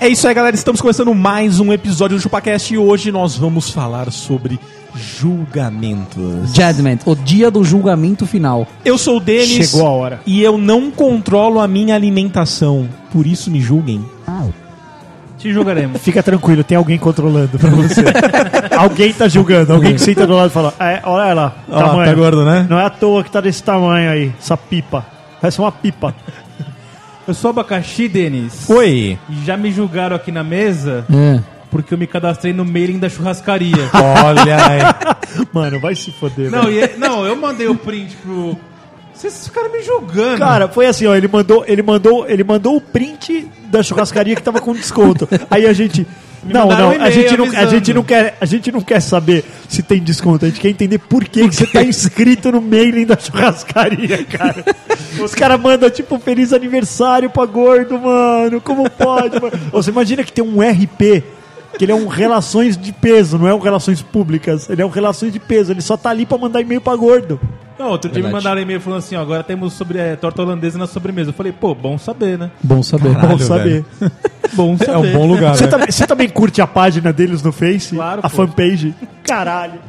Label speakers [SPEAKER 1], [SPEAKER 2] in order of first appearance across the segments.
[SPEAKER 1] É isso aí, galera. Estamos começando mais um episódio do ChupaCast e hoje nós vamos falar sobre julgamentos.
[SPEAKER 2] Judgment, o dia do julgamento final.
[SPEAKER 1] Eu sou o Denis.
[SPEAKER 3] Chegou a hora.
[SPEAKER 1] E eu não controlo a minha alimentação. Por isso me julguem.
[SPEAKER 3] Te julgaremos.
[SPEAKER 4] Fica tranquilo, tem alguém controlando pra você. alguém tá julgando, alguém que senta do lado e fala: "Ah, é, Olha lá,
[SPEAKER 1] Ó, lá,
[SPEAKER 4] tamanho.
[SPEAKER 1] tá gordo, né?
[SPEAKER 4] Não é à toa que tá desse tamanho aí, essa pipa. Parece uma pipa.
[SPEAKER 3] Eu sou abacaxi, Denis.
[SPEAKER 1] Oi. É.
[SPEAKER 3] E já me julgaram aqui na mesa porque eu me cadastrei no mailing da churrascaria.
[SPEAKER 1] Olha aí.
[SPEAKER 4] Mano, vai se foder.
[SPEAKER 3] não,
[SPEAKER 4] velho.
[SPEAKER 3] e é- não, eu mandei o print pro. Vocês ficaram me julgando.
[SPEAKER 4] Cara, foi assim, ó, ele mandou, ele mandou, ele mandou o print da churrascaria que tava com desconto. Aí a gente não,
[SPEAKER 3] mandaram
[SPEAKER 4] não,
[SPEAKER 3] um
[SPEAKER 4] a
[SPEAKER 3] e-mail
[SPEAKER 4] gente não, a
[SPEAKER 3] avisando.
[SPEAKER 4] gente não quer, a gente não quer saber se tem desconto, a gente quer entender por que, que você tá inscrito no mailing da churrascaria, cara. Os caras mandam tipo feliz aniversário pra gordo, mano. Como pode, mano? Ô, Você imagina que tem um RP que ele é um relações de peso, não é um relações públicas, ele é um relações de peso, ele só tá ali pra mandar e-mail pra gordo.
[SPEAKER 3] Não, outro dia me
[SPEAKER 1] Verdade.
[SPEAKER 3] mandaram e-mail falando assim: ó, agora temos sobre é, torta holandesa na sobremesa. Eu falei, pô, bom saber, né?
[SPEAKER 2] Bom saber.
[SPEAKER 4] Bom
[SPEAKER 1] Caralho,
[SPEAKER 4] saber.
[SPEAKER 1] velho.
[SPEAKER 3] Bom saber.
[SPEAKER 1] É um bom lugar.
[SPEAKER 4] Você,
[SPEAKER 1] né?
[SPEAKER 4] também, você também curte a página deles no Face?
[SPEAKER 3] Claro,
[SPEAKER 4] A
[SPEAKER 3] pô.
[SPEAKER 4] fanpage? Caralho.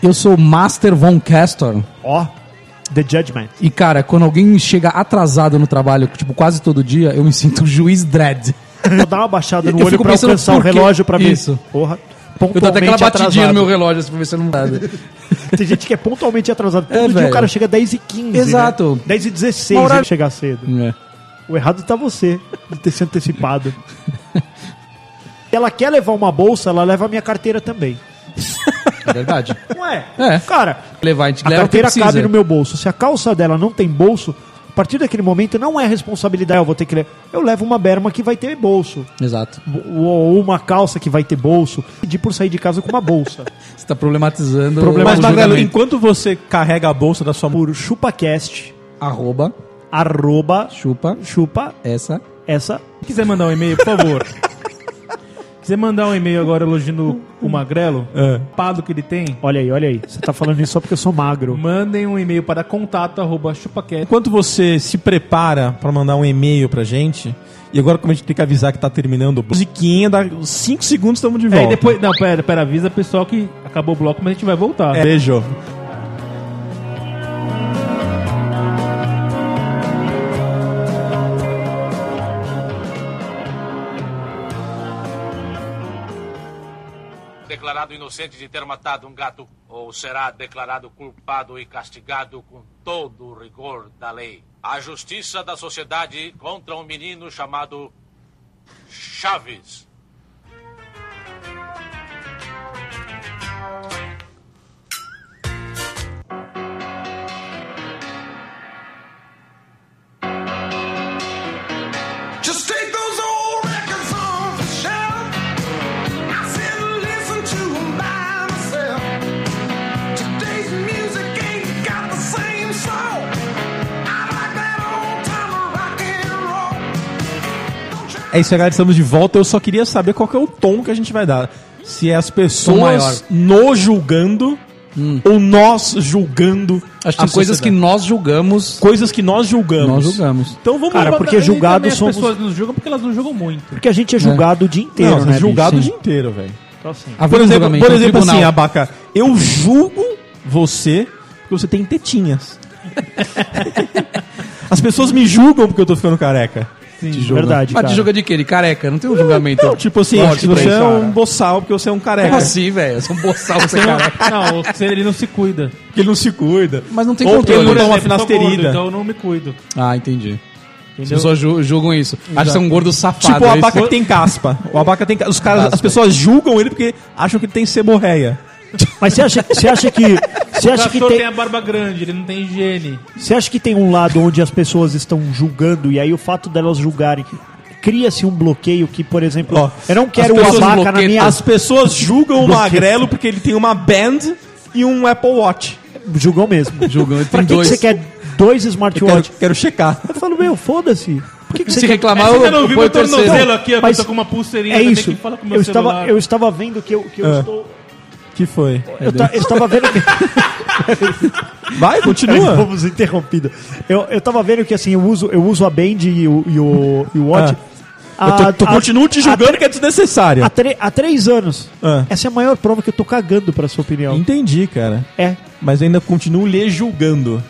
[SPEAKER 2] Eu sou Master Von Castor.
[SPEAKER 4] Ó, The Judgment.
[SPEAKER 2] E, cara, quando alguém chega atrasado no trabalho, tipo, quase todo dia, eu me sinto o juiz dread.
[SPEAKER 4] Vou dar uma baixada no
[SPEAKER 2] Eu
[SPEAKER 4] olho
[SPEAKER 2] fico
[SPEAKER 4] pra
[SPEAKER 2] pensando
[SPEAKER 4] alcançar o
[SPEAKER 2] por quê?
[SPEAKER 4] relógio pra ver.
[SPEAKER 2] Isso.
[SPEAKER 4] Porra.
[SPEAKER 2] Eu dou até aquela
[SPEAKER 4] Pontualmente
[SPEAKER 2] batidinha
[SPEAKER 4] atrasado.
[SPEAKER 2] no meu relógio, assim, pra ver se eu não nada.
[SPEAKER 4] Tem gente que é pontualmente atrasado. Todo
[SPEAKER 2] É,
[SPEAKER 4] dia
[SPEAKER 2] velho.
[SPEAKER 4] o cara chega 10h15.
[SPEAKER 2] Exato.
[SPEAKER 4] Né? 10h16
[SPEAKER 2] Uma hora-
[SPEAKER 4] ele chegar cedo.
[SPEAKER 2] É,
[SPEAKER 4] O errado tá você de ter se antecipado. Ela quer levar uma bolsa, ela leva a minha carteira também.
[SPEAKER 2] É verdade.
[SPEAKER 4] Não é?
[SPEAKER 2] É.
[SPEAKER 4] Cara,
[SPEAKER 2] Levar, a gente
[SPEAKER 4] A
[SPEAKER 2] leva o que
[SPEAKER 4] carteira
[SPEAKER 2] precisa.
[SPEAKER 4] cabe no meu bolso. Se a calça dela não tem bolso, a partir daquele momento não é responsabilidade. Eu vou ter que levar. Eu levo uma berma que vai ter bolso.
[SPEAKER 2] Exato.
[SPEAKER 4] Ou uma calça que vai ter bolso. Pedir por sair de casa com uma bolsa.
[SPEAKER 2] Você tá problematizando
[SPEAKER 4] Problema-
[SPEAKER 2] o
[SPEAKER 1] Mas, Magrelo,
[SPEAKER 2] julgamento.
[SPEAKER 1] enquanto você carrega a bolsa da sua mulher,
[SPEAKER 4] Por chupacast,
[SPEAKER 2] Arroba,
[SPEAKER 4] arroba,
[SPEAKER 2] chupa,
[SPEAKER 4] chupa,
[SPEAKER 2] essa.
[SPEAKER 4] essa.
[SPEAKER 3] Se quiser mandar um e-mail, por favor. quiser mandar um e-mail agora elogiando o Magrelo,
[SPEAKER 1] É.
[SPEAKER 3] o pado que ele tem,
[SPEAKER 4] Olha aí, olha aí. Você tá falando isso só porque eu sou magro.
[SPEAKER 3] mandem um e-mail para contato arroba chupaquete.
[SPEAKER 1] enquanto você se prepara pra mandar um e-mail pra gente, e agora como a gente tem que avisar que tá terminando, o bloco, musiquinha, dá 5 segundos estamos de volta.
[SPEAKER 3] É, e depois. Não, pera, pera, avisa o pessoal que acabou o bloco, mas a gente vai voltar.
[SPEAKER 1] É, Beijo.
[SPEAKER 5] declarado inocente de ter matado um gato ou será declarado culpado e castigado com todo o rigor da lei. A justiça da sociedade contra um menino chamado Chaves.
[SPEAKER 6] Just take those old records off the shelf. I sit and listen to 'em by myself. Today's music ain't got the same soul. I like that old time rock and roll. Don't try
[SPEAKER 1] É isso aí, galera. Estamos de volta. Eu só queria saber qual que é o tom que a gente vai dar. Se é as pessoas
[SPEAKER 2] maior.
[SPEAKER 1] nos julgando ou nós julgando
[SPEAKER 2] Hum. Acho que
[SPEAKER 1] a
[SPEAKER 2] tem coisas que
[SPEAKER 1] sociedade.
[SPEAKER 2] nós julgamos.
[SPEAKER 1] coisas que nós julgamos.
[SPEAKER 2] Nós é julgamos.
[SPEAKER 1] Então vamos
[SPEAKER 4] Cara,
[SPEAKER 1] mandar-
[SPEAKER 4] porque
[SPEAKER 1] e também
[SPEAKER 4] julgados
[SPEAKER 1] as
[SPEAKER 4] somos-
[SPEAKER 1] pessoas-
[SPEAKER 3] As pessoas nos julgam porque elas não julgam muito.
[SPEAKER 4] Porque a gente é julgado o dia inteiro,
[SPEAKER 1] Não, é
[SPEAKER 4] né?
[SPEAKER 1] julgado o
[SPEAKER 4] bicho?
[SPEAKER 1] dia inteiro, velho.
[SPEAKER 4] Então, assim,
[SPEAKER 2] Havia
[SPEAKER 1] Por
[SPEAKER 2] um
[SPEAKER 1] exemplo,
[SPEAKER 2] julgamento,
[SPEAKER 1] por
[SPEAKER 2] um
[SPEAKER 1] exemplo assim,
[SPEAKER 2] tribunal.
[SPEAKER 1] Abaca, eu julgo você porque você tem tetinhas. As pessoas me julgam porque eu tô ficando careca.
[SPEAKER 2] Te julga.
[SPEAKER 4] verdade,
[SPEAKER 2] Mas
[SPEAKER 4] cara.
[SPEAKER 2] te julga de quê? De careca? Não tem um julgamento.
[SPEAKER 1] Não, tipo assim,
[SPEAKER 2] Lógico,
[SPEAKER 1] se você
[SPEAKER 2] pra
[SPEAKER 1] é
[SPEAKER 2] isso.
[SPEAKER 1] um boçal porque você é um careca.
[SPEAKER 2] Como assim, velho? Eu sou um boçal que você é careca.
[SPEAKER 3] Não, o ser ele não se cuida.
[SPEAKER 1] Porque ele não se cuida.
[SPEAKER 2] Mas não tem
[SPEAKER 1] Ou porque
[SPEAKER 2] controle.
[SPEAKER 1] ele não dá uma
[SPEAKER 3] Por exemplo, eu sou gordo,
[SPEAKER 1] finasterida.
[SPEAKER 3] Então eu não me cuido.
[SPEAKER 2] Ah, entendi. As pessoas ju- julgam isso. Acho que você é um gordo safado.
[SPEAKER 1] Tipo o
[SPEAKER 2] é
[SPEAKER 1] abaca
[SPEAKER 2] isso?
[SPEAKER 1] que tem caspa. O abaca tem ca- Os caras, as
[SPEAKER 2] Caspa.
[SPEAKER 1] pessoas julgam ele porque acham que ele tem seborreia.
[SPEAKER 4] Mas você acha, você acha que. Você acha
[SPEAKER 3] o
[SPEAKER 4] que
[SPEAKER 3] ator tem...
[SPEAKER 4] tem.
[SPEAKER 3] a barba grande, ele não tem higiene.
[SPEAKER 4] Você acha que tem um lado onde as pessoas estão julgando e aí o fato delas julgarem cria-se um bloqueio que, por exemplo,
[SPEAKER 1] Ó,
[SPEAKER 4] eu não quero
[SPEAKER 1] as
[SPEAKER 4] o
[SPEAKER 1] pessoas
[SPEAKER 4] abaca na
[SPEAKER 2] bloqueiam-
[SPEAKER 4] minha.
[SPEAKER 1] As pessoas julgam o magrelo porque ele tem uma band e um Apple Watch.
[SPEAKER 4] Julgam mesmo.
[SPEAKER 2] Julgam, tem
[SPEAKER 4] pra que, que
[SPEAKER 2] dois.
[SPEAKER 4] você quer dois
[SPEAKER 1] Eu quero,
[SPEAKER 4] smartwatch?
[SPEAKER 1] quero checar.
[SPEAKER 4] Eu falo, meu, foda-se. Por que, que
[SPEAKER 2] Se
[SPEAKER 4] você quer...
[SPEAKER 2] reclamar,
[SPEAKER 3] Mas
[SPEAKER 2] eu,
[SPEAKER 3] você não
[SPEAKER 2] eu
[SPEAKER 3] viu
[SPEAKER 2] ponho o é
[SPEAKER 3] meu
[SPEAKER 2] terceiro.
[SPEAKER 3] tornozelo aqui, ó, que eu tô com uma pulseirinha
[SPEAKER 1] né?
[SPEAKER 4] é
[SPEAKER 3] também
[SPEAKER 4] isso.
[SPEAKER 3] que fala com o meu
[SPEAKER 4] Eu
[SPEAKER 3] celular.
[SPEAKER 4] estava, eu estava vendo que eu, que eu
[SPEAKER 1] Ah.
[SPEAKER 4] estou.
[SPEAKER 1] Que foi?
[SPEAKER 4] Eu, ta- eu estava vendo que.
[SPEAKER 1] Vai, continua.
[SPEAKER 4] Fomos interrompidos. Eu, eu tava vendo que assim, eu uso, eu uso a Band e o, e o, e o Watch.
[SPEAKER 1] É. Eu tô, tô-
[SPEAKER 4] há-
[SPEAKER 1] continuo te julgando que é desnecessário.
[SPEAKER 4] Há, tre- há três anos.
[SPEAKER 1] Ah.
[SPEAKER 4] Essa é a maior prova que eu tô cagando pra sua opinião.
[SPEAKER 1] Entendi, cara.
[SPEAKER 4] É.
[SPEAKER 1] Mas ainda continuo lhe julgando.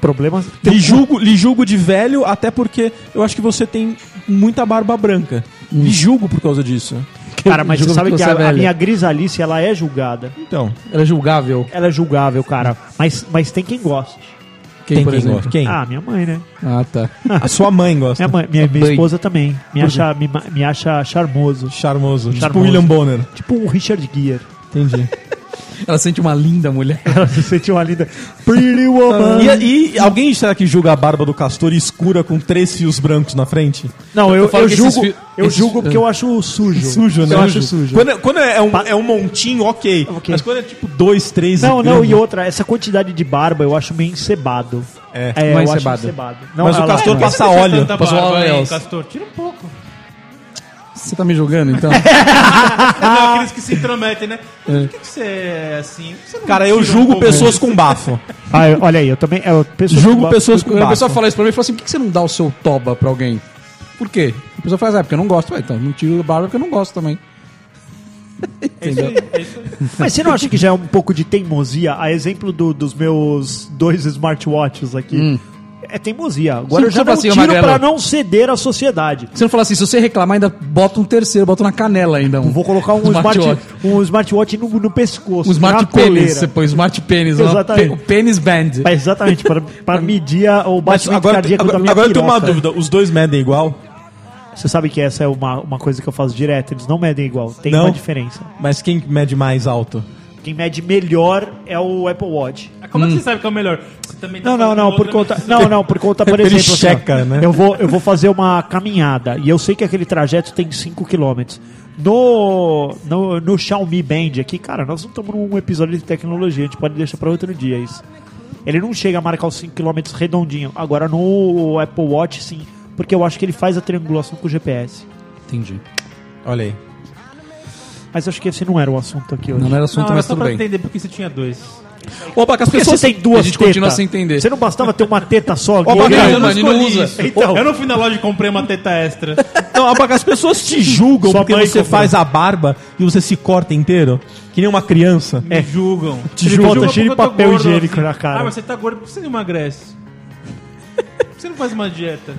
[SPEAKER 4] Problema. um
[SPEAKER 1] Lhe julgo, lhe julgo de velho, até porque eu acho que você tem muita barba branca. Lhe julgo por causa disso.
[SPEAKER 4] Cara, mas você
[SPEAKER 2] Julgo
[SPEAKER 4] sabe
[SPEAKER 2] que
[SPEAKER 4] que,
[SPEAKER 2] você é
[SPEAKER 4] a, a
[SPEAKER 2] velho.
[SPEAKER 4] minha grisalice, ela é julgada.
[SPEAKER 1] Então,
[SPEAKER 2] Era julgável.
[SPEAKER 4] Ela é julgável, cara. Mas, mas tem quem gosta.
[SPEAKER 2] Quem,
[SPEAKER 1] tem
[SPEAKER 2] por
[SPEAKER 1] quem
[SPEAKER 2] exemplo?
[SPEAKER 1] gosta? Quem?
[SPEAKER 4] Ah, minha mãe, né?
[SPEAKER 2] Ah, tá.
[SPEAKER 1] A sua mãe gosta.
[SPEAKER 4] Minha, mãe, minha, minha
[SPEAKER 2] Bem.
[SPEAKER 4] esposa também. Me acha, me, ma- me acha charmoso.
[SPEAKER 1] Charmoso. Tipo
[SPEAKER 4] Charmoso.
[SPEAKER 1] William Bonner.
[SPEAKER 4] Tipo um Richard Gere.
[SPEAKER 1] Entendi.
[SPEAKER 2] Ela sente uma linda mulher.
[SPEAKER 4] Ela se sente uma linda. Pretty
[SPEAKER 1] Ah.
[SPEAKER 4] woman.
[SPEAKER 1] E, e alguém será que julga a barba do castor escura com três fios brancos na frente?
[SPEAKER 4] Não, eu,
[SPEAKER 2] falo
[SPEAKER 4] eu
[SPEAKER 2] que
[SPEAKER 4] julgo,
[SPEAKER 2] esses fi-
[SPEAKER 4] eu
[SPEAKER 2] esses- é. né?
[SPEAKER 4] julgo porque eu acho sujo. Eu acho sujo.
[SPEAKER 1] Quando, quando é, um, é um montinho, ok.
[SPEAKER 4] Ok.
[SPEAKER 1] Mas quando é tipo dois, três.
[SPEAKER 4] Não,
[SPEAKER 1] e
[SPEAKER 4] não,
[SPEAKER 1] grande-
[SPEAKER 4] e outra, essa quantidade de barba eu acho meio encebado.
[SPEAKER 1] É.
[SPEAKER 4] eu
[SPEAKER 2] Mais
[SPEAKER 4] acho
[SPEAKER 2] cebado.
[SPEAKER 4] encebado.
[SPEAKER 1] Mas o
[SPEAKER 4] ela- é.
[SPEAKER 1] castor tá-
[SPEAKER 4] ela-
[SPEAKER 1] passa
[SPEAKER 3] Você
[SPEAKER 1] óleo.
[SPEAKER 3] tanta
[SPEAKER 2] Posso
[SPEAKER 3] barba,
[SPEAKER 2] falar,
[SPEAKER 3] hein,
[SPEAKER 2] Léo?
[SPEAKER 3] Castor, tira um pouco.
[SPEAKER 2] Você tá me julgando, então?
[SPEAKER 4] É,
[SPEAKER 3] Não, aqueles que se intrometem, né? Por que, que você é assim? Você não
[SPEAKER 1] Cara, eu
[SPEAKER 3] tira um
[SPEAKER 1] julgo
[SPEAKER 3] pouco?
[SPEAKER 1] pessoas com bafo.
[SPEAKER 4] Ah, eu- olha aí, eu também. Eu, pessoas
[SPEAKER 1] julgo
[SPEAKER 4] que-
[SPEAKER 1] pessoas com
[SPEAKER 2] Quando a
[SPEAKER 1] bafo.
[SPEAKER 2] pessoa fala isso pra mim, eu falo assim, por que você não dá o seu toba pra alguém? Por quê? A pessoa fala assim, ah, porque eu não gosto. Ué, então não tiro a barba porque eu não gosto também. Entendeu?
[SPEAKER 4] Mas você não acha que já é um pouco de teimosia? A exemplo do- dos meus dois smartwatches aqui.
[SPEAKER 1] Hum.
[SPEAKER 4] É teimosia. Agora
[SPEAKER 2] Sim,
[SPEAKER 4] eu já
[SPEAKER 2] tipo
[SPEAKER 4] não
[SPEAKER 2] assim, ô
[SPEAKER 4] tiro
[SPEAKER 2] Magrelo.
[SPEAKER 4] pra não ceder à sociedade.
[SPEAKER 2] Se não falar assim, se você reclamar, ainda bota um terceiro, bota na canela ainda. Um,
[SPEAKER 4] Vou colocar um, smart, um smartwatch no, no pescoço.
[SPEAKER 2] Um smart
[SPEAKER 4] na
[SPEAKER 2] pênis.
[SPEAKER 4] coleira.
[SPEAKER 2] Você põe smart pênis.
[SPEAKER 4] Exatamente.
[SPEAKER 2] Exatamente. Pênis band.
[SPEAKER 4] Mas Exatamente, pra, pra medir a- o
[SPEAKER 1] Mas
[SPEAKER 4] batimento
[SPEAKER 1] agora,
[SPEAKER 4] cardíaco da
[SPEAKER 1] agora,
[SPEAKER 4] minha
[SPEAKER 1] agora eu tenho uma
[SPEAKER 4] piroca.
[SPEAKER 1] dúvida. Os dois medem igual?
[SPEAKER 4] Você sabe que essa é uma, uma coisa que eu faço direto, eles não medem igual, tem
[SPEAKER 1] Não?
[SPEAKER 4] uma diferença.
[SPEAKER 1] Mas quem mede mais alto?
[SPEAKER 4] Quem mede melhor é o Apple Watch.
[SPEAKER 3] Ah, Como é que você sabe que é o melhor? Você também tá
[SPEAKER 4] Não, não,
[SPEAKER 3] falando
[SPEAKER 4] não,
[SPEAKER 3] do
[SPEAKER 4] por
[SPEAKER 3] outro,
[SPEAKER 4] conta.
[SPEAKER 3] mas-
[SPEAKER 4] Não, não, por conta, por
[SPEAKER 1] Ele
[SPEAKER 4] exemplo. assim, ó,
[SPEAKER 1] checa, né?
[SPEAKER 4] Eu vou, eu vou fazer uma caminhada e eu sei que aquele trajeto tem 5 km. No, no, no Xiaomi Band aqui, cara, nós não estamos num episódio de tecnologia, a gente pode deixar pra outro dia isso. Ele não chega a marcar os 5 km redondinho. Agora no Apple Watch, sim, porque eu acho que ele faz a triangulação com o GPS.
[SPEAKER 2] Entendi.
[SPEAKER 1] Olha aí.
[SPEAKER 4] Mas acho que esse não era o assunto aqui hoje.
[SPEAKER 2] Não né? era assunto,
[SPEAKER 3] Não, era
[SPEAKER 2] mas
[SPEAKER 3] só
[SPEAKER 2] tudo
[SPEAKER 3] pra
[SPEAKER 2] bem.
[SPEAKER 3] entender porque você tinha dois.
[SPEAKER 1] Ô, Baca, as
[SPEAKER 4] Por que
[SPEAKER 1] pessoas...
[SPEAKER 4] você tem duas
[SPEAKER 2] assim, a gente continua sem entender.
[SPEAKER 4] Você não bastava ter uma teta só? aqui? né?
[SPEAKER 1] Ó, bacana,
[SPEAKER 3] eu não
[SPEAKER 2] mano, e não
[SPEAKER 3] escolhi
[SPEAKER 2] usa.
[SPEAKER 3] isso.
[SPEAKER 4] Então.
[SPEAKER 3] Eu não fui na loja e comprei uma teta extra.
[SPEAKER 1] Não, Abaca, as pessoas te julgam
[SPEAKER 4] Sua
[SPEAKER 1] porque
[SPEAKER 4] mãe
[SPEAKER 1] você
[SPEAKER 4] comprou.
[SPEAKER 1] faz a barba e você se corta inteiro. Que nem uma criança. É.
[SPEAKER 3] Me julgam.
[SPEAKER 1] Te
[SPEAKER 3] Me
[SPEAKER 1] julgam.
[SPEAKER 3] julgam
[SPEAKER 4] Tá cheio de
[SPEAKER 3] porque eu tô
[SPEAKER 4] papel
[SPEAKER 3] gordo,
[SPEAKER 4] higiênico na cara.
[SPEAKER 3] Ah, mas você tá gordo, por que você não emagrece? Por que você não faz uma dieta?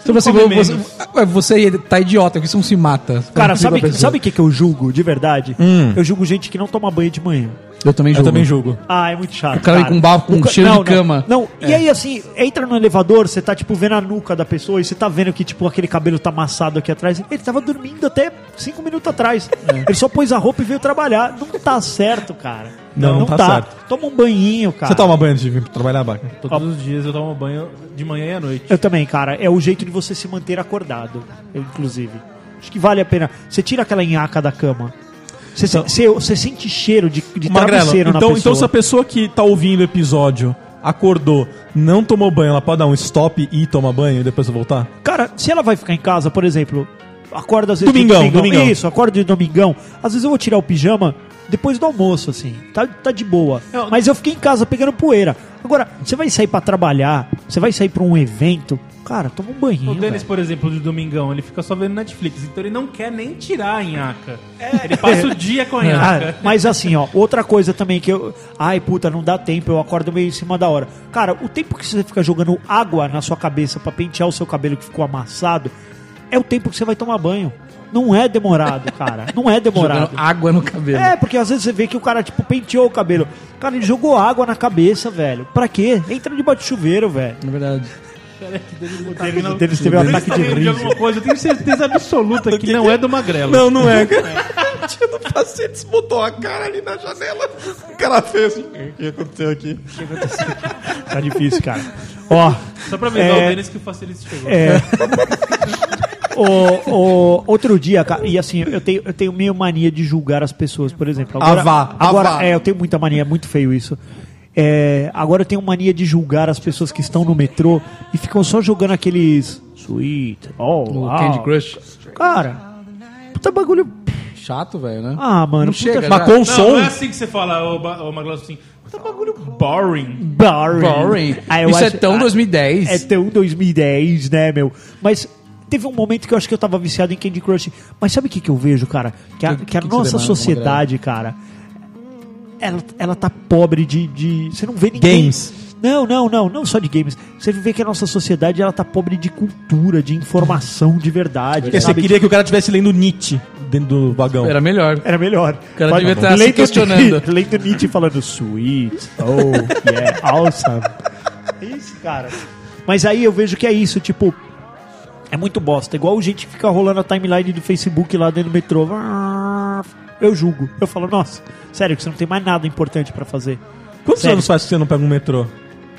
[SPEAKER 2] Você fala assim,
[SPEAKER 3] come
[SPEAKER 2] você,
[SPEAKER 3] menos.
[SPEAKER 2] ué, você tá idiota, porque você não se mata. Fica
[SPEAKER 4] Cara, sabe
[SPEAKER 2] pra
[SPEAKER 4] o
[SPEAKER 2] pessoa.
[SPEAKER 4] sabe que, que eu julgo de verdade?
[SPEAKER 1] Hum.
[SPEAKER 4] Eu julgo gente que não toma banho de manhã.
[SPEAKER 2] Eu também
[SPEAKER 1] Eu
[SPEAKER 2] julgo.
[SPEAKER 1] também julgo.
[SPEAKER 4] Ah, é muito chato.
[SPEAKER 2] O cara vem com um bafo, com um
[SPEAKER 4] ca-
[SPEAKER 2] cheiro
[SPEAKER 4] não,
[SPEAKER 2] de cama.
[SPEAKER 4] Não, não.
[SPEAKER 1] É.
[SPEAKER 4] e aí assim, entra no elevador, você tá tipo vendo a nuca da pessoa e você tá vendo que tipo aquele cabelo tá amassado aqui atrás. Ele tava dormindo até cinco minutos atrás.
[SPEAKER 1] É.
[SPEAKER 4] Ele só pôs a roupa e veio trabalhar. Não tá certo, cara.
[SPEAKER 1] Não, não tá certo.
[SPEAKER 4] Toma um banhinho, cara.
[SPEAKER 1] Você tá toma banho de vir trabalhar, Abaca?
[SPEAKER 3] Todos os dias eu tomo banho de manhã e à noite.
[SPEAKER 4] Eu também, cara. É o jeito de você se manter acordado, eu, inclusive. Acho que vale a pena. Você tira aquela nhaca da cama. Você, se- você- você sente cheiro de, de
[SPEAKER 1] Magrela,
[SPEAKER 4] travesseiro na
[SPEAKER 1] então,
[SPEAKER 4] pessoa.
[SPEAKER 1] então se a pessoa que tá ouvindo o episódio acordou, não tomou banho, ela pode dar um stop e ir tomar banho e depois voltar?
[SPEAKER 4] Cara, se ela vai ficar em casa, por exemplo, acorda às vezes
[SPEAKER 1] Domingão,
[SPEAKER 4] de
[SPEAKER 1] domingão.
[SPEAKER 4] Isso, acorda de domingão. Às vezes eu vou tirar o pijama depois do almoço, assim. Tá, tá de boa.
[SPEAKER 1] É,
[SPEAKER 3] Não.
[SPEAKER 4] Mas eu fiquei em casa pegando poeira. Agora, você vai sair pra trabalhar, você vai sair pra um evento. Cara, toma um banhinho.
[SPEAKER 3] O Denis,
[SPEAKER 4] velho.
[SPEAKER 3] por exemplo, de domingão, ele fica só vendo Netflix, então ele não quer nem tirar a nhaca.
[SPEAKER 1] É.
[SPEAKER 3] Ele passa o dia com a
[SPEAKER 4] Ah,
[SPEAKER 3] nhaca.
[SPEAKER 4] mas assim, ó, outra coisa também que eu. Ai, puta, não dá tempo, eu acordo meio em cima da hora. Cara, o tempo que você fica jogando água na sua cabeça pra pentear o seu cabelo que ficou amassado é o tempo que você vai tomar banho. Não é demorado, cara. Não é demorado.
[SPEAKER 2] Jogando água no cabelo.
[SPEAKER 4] É, porque às vezes você vê que o cara, tipo, penteou o cabelo. Cara, ele jogou água na cabeça, velho. Pra quê? Entra debaixo do chuveiro, velho.
[SPEAKER 2] Na verdade.
[SPEAKER 1] Ah,
[SPEAKER 4] O Denis teve um
[SPEAKER 3] Ele
[SPEAKER 4] ataque
[SPEAKER 3] tá
[SPEAKER 4] de
[SPEAKER 3] rindo
[SPEAKER 4] riso.
[SPEAKER 3] alguma coisa, eu tenho certeza absoluta que não é do Magrelo.
[SPEAKER 1] não é.
[SPEAKER 7] capacete, botou a cara ali na janela. O cara fez assim, o que aconteceu aqui?
[SPEAKER 4] Tá difícil, cara. Ó,
[SPEAKER 3] Só pra avisar
[SPEAKER 4] É.
[SPEAKER 3] o Denis que o facilista chegou.
[SPEAKER 4] é. o, o- outro dia, cara, e assim, eu tenho, eu tenho meio mania de julgar as pessoas, por exemplo. Agora,
[SPEAKER 7] Avá,
[SPEAKER 4] agora
[SPEAKER 7] avá.
[SPEAKER 4] É, eu tenho muita mania, é muito feio isso. É, agora eu tenho mania de julgar as pessoas que estão no metrô e ficam só jogando aqueles. Sweet, oh,
[SPEAKER 2] O
[SPEAKER 4] wow.
[SPEAKER 2] Candy Crush.
[SPEAKER 4] Cara, puta bagulho.
[SPEAKER 2] Chato, velho, né?
[SPEAKER 4] Ah, mano,
[SPEAKER 2] Não
[SPEAKER 4] puta
[SPEAKER 2] chega,
[SPEAKER 4] mas
[SPEAKER 2] já.
[SPEAKER 4] com
[SPEAKER 3] Não,
[SPEAKER 4] som.
[SPEAKER 3] não é assim que você fala, ô, Ba- ô Maglão, assim. Tá bagulho boring.
[SPEAKER 4] Boring.
[SPEAKER 2] Boring.
[SPEAKER 4] Ah, eu
[SPEAKER 2] Isso é
[SPEAKER 4] acho-
[SPEAKER 2] tão
[SPEAKER 4] ah,
[SPEAKER 2] 2010.
[SPEAKER 4] É tão 2010, né, meu? Mas teve um momento que eu acho que eu tava viciado em Candy Crush. Mas sabe o que, que eu vejo, cara? Que a,
[SPEAKER 2] Que-
[SPEAKER 4] que a
[SPEAKER 2] que que você
[SPEAKER 4] nossa
[SPEAKER 2] demanda,
[SPEAKER 4] sociedade, cara, ela, ela tá pobre de, de. Você não vê ninguém.
[SPEAKER 1] Games.
[SPEAKER 4] Não, não, não, não só de games. Você vê que a nossa sociedade ela tá pobre de cultura, de informação de verdade.
[SPEAKER 1] Porque você
[SPEAKER 4] sabe?
[SPEAKER 1] queria que o cara estivesse lendo Nietzsche dentro do vagão.
[SPEAKER 2] Era melhor.
[SPEAKER 4] Era melhor.
[SPEAKER 2] O cara
[SPEAKER 4] Mas-
[SPEAKER 2] devia estar se
[SPEAKER 4] Lendo-
[SPEAKER 2] questionando.
[SPEAKER 4] Lendo Nietzsche falando sweet, oh, yeah, awesome. É Isso, cara. Mas aí eu vejo que é isso, tipo. É muito bosta. Igual gente que fica rolando a timeline do Facebook lá dentro do metrô. Eu julgo. Eu falo, nossa, sério que você não tem mais nada importante pra fazer.
[SPEAKER 1] Quantos
[SPEAKER 4] Sério.
[SPEAKER 1] anos faz que você não pega um metrô?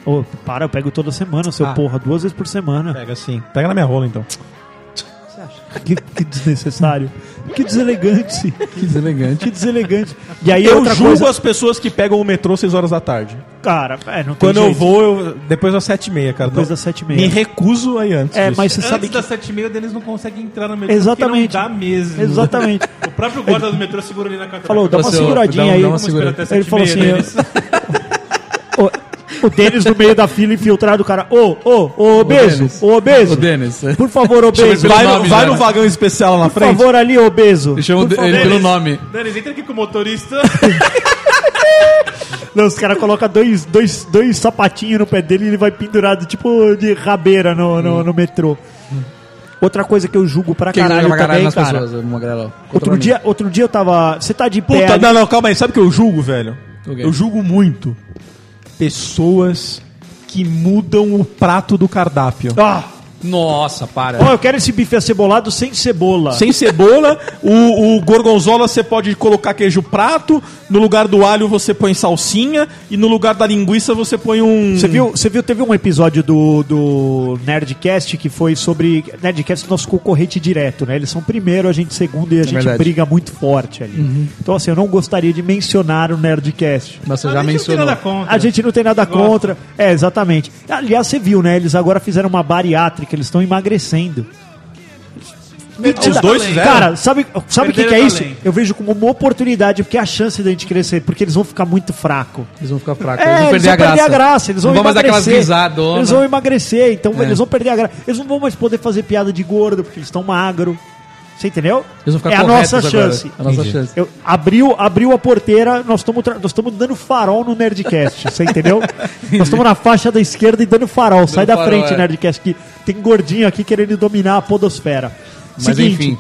[SPEAKER 4] Ô, para, eu pego toda semana, seu porra, duas vezes por semana.
[SPEAKER 1] Pega sim. Pega na minha rola, então.
[SPEAKER 4] Que, que desnecessário. Que deselegante.
[SPEAKER 2] Que deselegante.
[SPEAKER 4] Que deselegante. E aí
[SPEAKER 1] Eu
[SPEAKER 4] outra
[SPEAKER 1] julgo
[SPEAKER 4] coisa.
[SPEAKER 1] as pessoas que pegam o metrô 6 horas da tarde.
[SPEAKER 4] Cara, é, não tem
[SPEAKER 1] Quando eu
[SPEAKER 4] jeito.
[SPEAKER 1] vou, eu- depois das 7h30, cara.
[SPEAKER 4] Depois
[SPEAKER 1] Não-
[SPEAKER 4] das 7h30.
[SPEAKER 1] Me recuso aí antes.
[SPEAKER 4] É,
[SPEAKER 1] disso.
[SPEAKER 4] mas você sabe
[SPEAKER 3] Antes
[SPEAKER 4] que...
[SPEAKER 3] das sete e meia, o Denis não consegue entrar no metrô.
[SPEAKER 4] Exatamente.
[SPEAKER 3] Porque não dá mesmo.
[SPEAKER 4] Exatamente.
[SPEAKER 3] O próprio guarda do metrô segura ele na catraca.
[SPEAKER 4] Falou, dá uma
[SPEAKER 2] Você, ó,
[SPEAKER 4] seguradinha
[SPEAKER 2] dá um-
[SPEAKER 4] aí.
[SPEAKER 2] dá uma
[SPEAKER 4] Vamos
[SPEAKER 2] segurada.
[SPEAKER 4] esperar até Ele
[SPEAKER 3] sete e
[SPEAKER 4] falou assim,
[SPEAKER 3] meia,
[SPEAKER 4] o, o Denis no meio da fila infiltrado, o cara, ô, ô, ô, obeso,
[SPEAKER 2] Denis.
[SPEAKER 4] ô, obeso.
[SPEAKER 2] Ô, Denis.
[SPEAKER 4] Por favor, obeso.
[SPEAKER 2] pelo
[SPEAKER 1] Vai,
[SPEAKER 2] nome
[SPEAKER 1] no,
[SPEAKER 2] né?
[SPEAKER 1] vai
[SPEAKER 2] já.
[SPEAKER 1] no vagão especial lá na
[SPEAKER 4] Por
[SPEAKER 1] frente.
[SPEAKER 4] favor, ali, obeso.
[SPEAKER 2] Eu chamo
[SPEAKER 4] Por favor.
[SPEAKER 2] ele pelo nome.
[SPEAKER 3] Denis, entra aqui com o motorista.
[SPEAKER 4] Não, os caras colocam dois, dois, dois sapatinhos no pé dele e ele vai pendurado, tipo de rabeira no, no, no metrô. Outra coisa que eu julgo pra
[SPEAKER 2] Quem
[SPEAKER 4] caralho
[SPEAKER 2] joga caralho
[SPEAKER 4] também,
[SPEAKER 2] nas
[SPEAKER 4] cara.
[SPEAKER 2] pessoas, Magrelo? Conta pra
[SPEAKER 4] Outro
[SPEAKER 2] mim.
[SPEAKER 4] dia, outro dia eu tava... Você tá de pé
[SPEAKER 1] Puta,
[SPEAKER 4] ali-
[SPEAKER 1] não, não, calma aí. Sabe o que eu julgo, velho?
[SPEAKER 2] O quê?
[SPEAKER 1] Eu julgo muito. Pessoas que mudam o prato do cardápio.
[SPEAKER 4] Ah,
[SPEAKER 2] Nossa, para.
[SPEAKER 4] ó, eu quero esse bife acebolado sem cebola.
[SPEAKER 1] Sem cebola, o, o gorgonzola você pode colocar queijo prato, no lugar do alho você põe salsinha e no lugar da linguiça você põe um.
[SPEAKER 4] Você viu, você viu, teve um episódio do, do Nerdcast que foi sobre. Nerdcast é nosso concorrente direto, né? Eles são primeiro, a gente segundo e a gente
[SPEAKER 2] verdade.
[SPEAKER 4] briga muito forte ali. Então, assim, eu não gostaria de mencionar o Nerdcast.
[SPEAKER 2] Mas você já
[SPEAKER 3] A gente não tem
[SPEAKER 2] mencionou.
[SPEAKER 3] nada contra.
[SPEAKER 4] A gente não tem nada
[SPEAKER 3] Gosta.
[SPEAKER 4] contra. É, exatamente. Aliás, você viu, né? Eles agora fizeram uma bariátrica, eles estão emagrecendo.
[SPEAKER 1] Os dois fizeram?
[SPEAKER 4] Cara, sabe sabe o que, que é
[SPEAKER 3] Perderam
[SPEAKER 4] isso?
[SPEAKER 3] talento.
[SPEAKER 4] Eu vejo como uma oportunidade, porque é a chance da gente crescer, porque eles vão ficar muito fraco.
[SPEAKER 2] Eles vão ficar fracos.
[SPEAKER 4] É, eles vão perder a graça, eles vão
[SPEAKER 2] não vão mais dar
[SPEAKER 4] emagrecer.
[SPEAKER 2] aquelas risadonas.
[SPEAKER 4] Eles vão emagrecer, então
[SPEAKER 2] É.
[SPEAKER 4] eles vão perder a graça. Eles não vão mais poder fazer piada de gordo, porque eles estão magro. Você entendeu?
[SPEAKER 2] Eles vão ficar
[SPEAKER 4] é a
[SPEAKER 2] corretos
[SPEAKER 4] nossa
[SPEAKER 2] agora.
[SPEAKER 4] chance.
[SPEAKER 2] É a nossa chance.
[SPEAKER 4] Eu- abriu, abriu a porteira, nós estamos tra- nós estamos dando farol no Nerdcast, você entendeu? nós estamos na faixa da esquerda e dando farol. Sai da
[SPEAKER 2] farol,
[SPEAKER 4] frente, né?
[SPEAKER 2] é.
[SPEAKER 4] Nerdcast, que tem gordinho aqui querendo dominar a podosfera.
[SPEAKER 2] Mas enfim.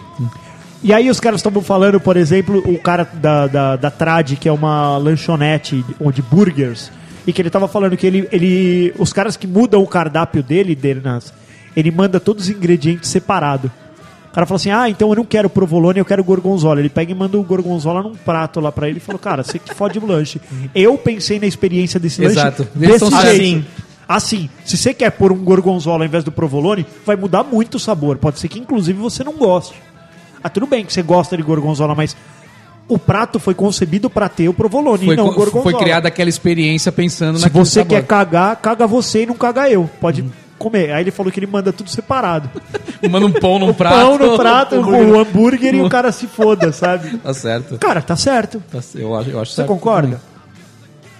[SPEAKER 4] E aí os caras estavam falando, por exemplo, o cara da, da, da Trad, que é uma lanchonete onde burgers, e que ele tava falando que ele, ele. Os caras que mudam o cardápio dele, Dernas, ele manda todos os ingredientes separado. O cara fala assim: ah, então eu não quero provolone, eu quero gorgonzola. Ele pega e manda o gorgonzola num prato lá pra ele e falou: cara, você que fode o lanche. Eu pensei na experiência desse
[SPEAKER 2] Exato.
[SPEAKER 4] lanche.
[SPEAKER 2] Eles
[SPEAKER 4] Desse
[SPEAKER 2] são
[SPEAKER 4] jeito.
[SPEAKER 2] assim.
[SPEAKER 4] Assim, se você quer pôr um gorgonzola ao invés do provolone, vai mudar muito o sabor. Pode ser que, inclusive, você não goste. Ah, tudo bem que você gosta de gorgonzola, mas o prato foi concebido pra ter o provolone,
[SPEAKER 2] Foi,
[SPEAKER 4] e não o
[SPEAKER 2] co-
[SPEAKER 4] gorgonzola.
[SPEAKER 2] foi criada aquela experiência pensando
[SPEAKER 4] Se
[SPEAKER 2] naquele
[SPEAKER 4] você
[SPEAKER 2] sabor. Hum.
[SPEAKER 4] quer cagar, caga você e não caga eu. Pode comer. Aí ele falou que ele manda tudo separado.
[SPEAKER 2] Manda um pão num prato.
[SPEAKER 4] Pão no prato,
[SPEAKER 2] um
[SPEAKER 4] o,
[SPEAKER 2] hambúrguer.
[SPEAKER 4] hambúrguer e o cara se foda, sabe?
[SPEAKER 2] Tá certo.
[SPEAKER 4] Cara, tá certo.
[SPEAKER 2] Tá c- Eu acho, eu acho
[SPEAKER 4] Você
[SPEAKER 2] certo
[SPEAKER 4] concorda?
[SPEAKER 2] também.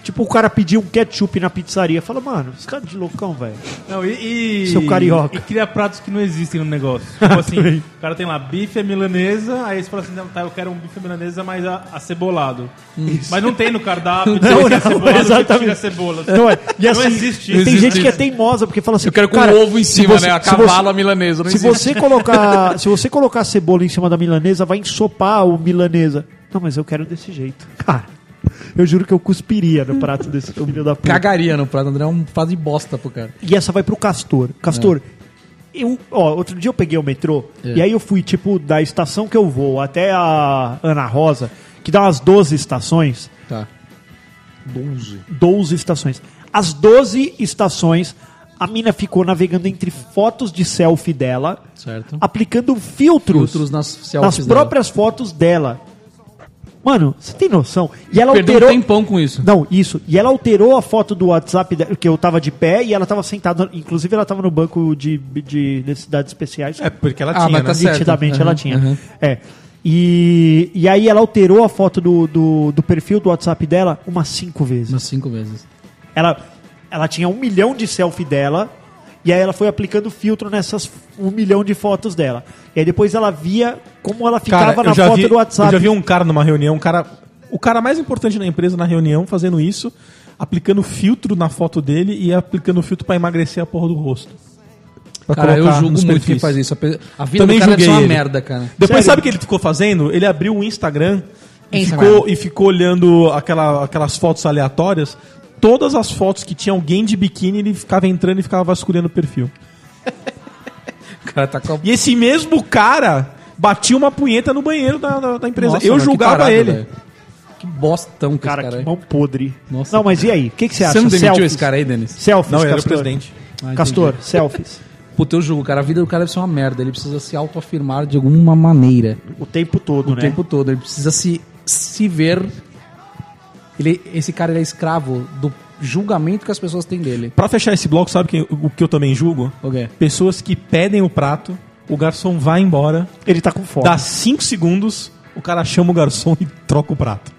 [SPEAKER 4] Tipo, o cara pediu um ketchup na pizzaria. Fala, mano, esse cara de loucão, velho.
[SPEAKER 3] Não, e, e-
[SPEAKER 4] Seu carioca.
[SPEAKER 3] E cria pratos que não existem no negócio. Tipo assim, o cara tem lá bife à milanesa, aí você fala assim, não, tá, eu quero um bife à milanesa, mas a- acebolado. Mas não tem no cardápio,
[SPEAKER 4] Não,
[SPEAKER 3] você
[SPEAKER 4] não,
[SPEAKER 3] quer acebolado, você
[SPEAKER 4] exatamente.
[SPEAKER 3] tira a cebola.
[SPEAKER 4] Então, é, e
[SPEAKER 3] Não
[SPEAKER 4] assim,
[SPEAKER 3] existe
[SPEAKER 4] Tem
[SPEAKER 3] isso.
[SPEAKER 4] gente que é teimosa, porque fala assim...
[SPEAKER 2] Eu quero com
[SPEAKER 4] cara,
[SPEAKER 2] um ovo em
[SPEAKER 4] se
[SPEAKER 2] cima,
[SPEAKER 4] você-
[SPEAKER 2] né? A
[SPEAKER 4] se você-
[SPEAKER 2] cavalo, a milanesa. Não
[SPEAKER 4] Se
[SPEAKER 2] existe.
[SPEAKER 4] você colocar, se você colocar a cebola em cima da milanesa, vai ensopar o milanesa. Não, mas eu quero desse jeito. Cara, eu juro que eu cuspiria no prato desse filho da puta.
[SPEAKER 2] né? Cagaria no prato, André. É um prato de bosta pro cara.
[SPEAKER 4] E essa vai pro Castor. Castor, Eu, ó, outro dia eu peguei o metrô
[SPEAKER 2] É.
[SPEAKER 4] e aí eu fui, tipo, da estação que eu vou até a Ana Rosa, que dá umas 12 estações.
[SPEAKER 2] Tá. 12.
[SPEAKER 4] 12 estações. As 12 estações, a mina ficou navegando entre fotos de selfie dela,
[SPEAKER 2] Certo.
[SPEAKER 4] aplicando filtros,
[SPEAKER 2] Filtros nas
[SPEAKER 4] nas
[SPEAKER 2] selfies dela.
[SPEAKER 4] próprias fotos dela. Mano, você tem noção? E ela
[SPEAKER 2] Perdeu um
[SPEAKER 4] alterou.
[SPEAKER 2] tempão com isso.
[SPEAKER 4] Não, isso. E ela alterou a foto do WhatsApp, dela, que eu tava de pé e ela tava sentada. Inclusive, ela tava no banco de, de necessidades especiais.
[SPEAKER 1] É, porque ela
[SPEAKER 2] Ah,
[SPEAKER 1] tinha,
[SPEAKER 2] mas
[SPEAKER 1] né?
[SPEAKER 2] tá certo. uhum.
[SPEAKER 4] Nitidamente
[SPEAKER 2] Aham,
[SPEAKER 4] ela tinha.
[SPEAKER 2] aham.
[SPEAKER 4] É. E, e aí ela alterou a foto do, do, do perfil do WhatsApp dela umas cinco vezes.
[SPEAKER 2] Umas cinco vezes.
[SPEAKER 4] Ela, ela tinha um milhão de selfie dela. E aí ela foi aplicando filtro nessas um milhão de fotos dela. E aí depois ela via como ela ficava
[SPEAKER 1] Cara, eu
[SPEAKER 4] na
[SPEAKER 1] já
[SPEAKER 4] foto
[SPEAKER 1] vi-
[SPEAKER 4] do WhatsApp.
[SPEAKER 1] Eu já vi um cara numa reunião, um cara, o cara mais importante na empresa na reunião fazendo isso, aplicando filtro na foto dele e aplicando filtro pra emagrecer a porra do rosto. Pra
[SPEAKER 2] Cara, eu
[SPEAKER 1] colocar
[SPEAKER 2] julgo
[SPEAKER 1] nos
[SPEAKER 2] muito quem
[SPEAKER 1] perfis.
[SPEAKER 2] faz isso. A pe- A vida
[SPEAKER 1] Também
[SPEAKER 2] do cara é
[SPEAKER 1] julguei
[SPEAKER 2] só uma
[SPEAKER 1] ele.
[SPEAKER 2] merda, cara.
[SPEAKER 1] Depois
[SPEAKER 4] Sério?
[SPEAKER 1] sabe o que ele ficou fazendo? Ele abriu o Instagram, e
[SPEAKER 2] Instagram.
[SPEAKER 1] ficou, e ficou olhando aquela, aquelas fotos aleatórias. Todas as fotos que tinha alguém de biquíni, ele ficava entrando e ficava vasculhando o perfil.
[SPEAKER 2] O cara tá com a...
[SPEAKER 1] E esse mesmo cara batia uma punheta no banheiro da, da- da empresa.
[SPEAKER 2] Nossa,
[SPEAKER 1] eu
[SPEAKER 2] mano, que
[SPEAKER 1] julgava
[SPEAKER 2] tarado,
[SPEAKER 1] ele.
[SPEAKER 2] velho. Que bostão que
[SPEAKER 4] Cara,
[SPEAKER 2] esse cara
[SPEAKER 4] que
[SPEAKER 2] é.
[SPEAKER 4] mão podre.
[SPEAKER 2] Nossa.
[SPEAKER 4] não, mas e aí? O que, que você acha?
[SPEAKER 2] Você não demitiu
[SPEAKER 4] Selfies.
[SPEAKER 2] esse cara aí, Denis?
[SPEAKER 4] Selfies,
[SPEAKER 1] Não, ele era o
[SPEAKER 4] Castor.
[SPEAKER 1] presidente.
[SPEAKER 2] Ah,
[SPEAKER 4] Castor, selfies.
[SPEAKER 2] Puta, eu julgo, cara. A vida do cara deve ser uma merda. Ele precisa se autoafirmar de alguma maneira.
[SPEAKER 4] O tempo todo,
[SPEAKER 2] O
[SPEAKER 4] né?
[SPEAKER 2] tempo todo. Ele precisa se, se ver. Ele, esse cara ele é escravo do julgamento que as pessoas têm dele.
[SPEAKER 1] Pra fechar esse bloco, sabe quem- o que eu também julgo?
[SPEAKER 2] O quê?
[SPEAKER 1] Pessoas que pedem o prato, o garçom vai embora,
[SPEAKER 4] Ele tá com fome.
[SPEAKER 1] dá 5 segundos, o cara chama o garçom e troca o prato.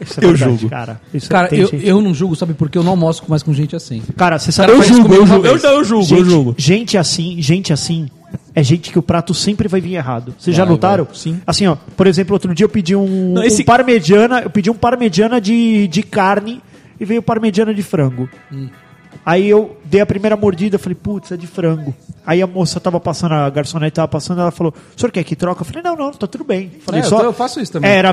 [SPEAKER 4] Isso é
[SPEAKER 1] eu
[SPEAKER 4] verdade,
[SPEAKER 1] julgo.
[SPEAKER 4] Cara, isso
[SPEAKER 2] Cara,
[SPEAKER 4] tem
[SPEAKER 2] eu,
[SPEAKER 4] gente-
[SPEAKER 2] eu não julgo, sabe? Porque eu não almoço mais com gente assim.
[SPEAKER 4] Cara, você
[SPEAKER 2] cara
[SPEAKER 4] sabe...
[SPEAKER 2] faz isso comigo uma
[SPEAKER 1] Eu,
[SPEAKER 2] vez.
[SPEAKER 1] não, eu julgo, eu
[SPEAKER 4] gente,
[SPEAKER 1] julgo.
[SPEAKER 4] gente assim, gente assim, é gente que o prato sempre vai vir errado. Vocês já
[SPEAKER 2] Vai,
[SPEAKER 4] notaram?
[SPEAKER 1] vai. Sim.
[SPEAKER 4] Assim, ó, por exemplo, outro dia eu pedi um,
[SPEAKER 1] Não, esse-
[SPEAKER 4] um parmegiana, eu pedi um parmegiana de, de carne e veio parmegiana de frango.
[SPEAKER 2] Hum.
[SPEAKER 4] Aí eu dei a primeira mordida, falei, putz, é de frango. Aí a moça tava passando, a garçonete tava passando, ela falou, o senhor quer que troca? Eu falei, não, não, tá tudo bem. Falei,
[SPEAKER 2] É, eu tô- eu faço isso também.
[SPEAKER 4] É, era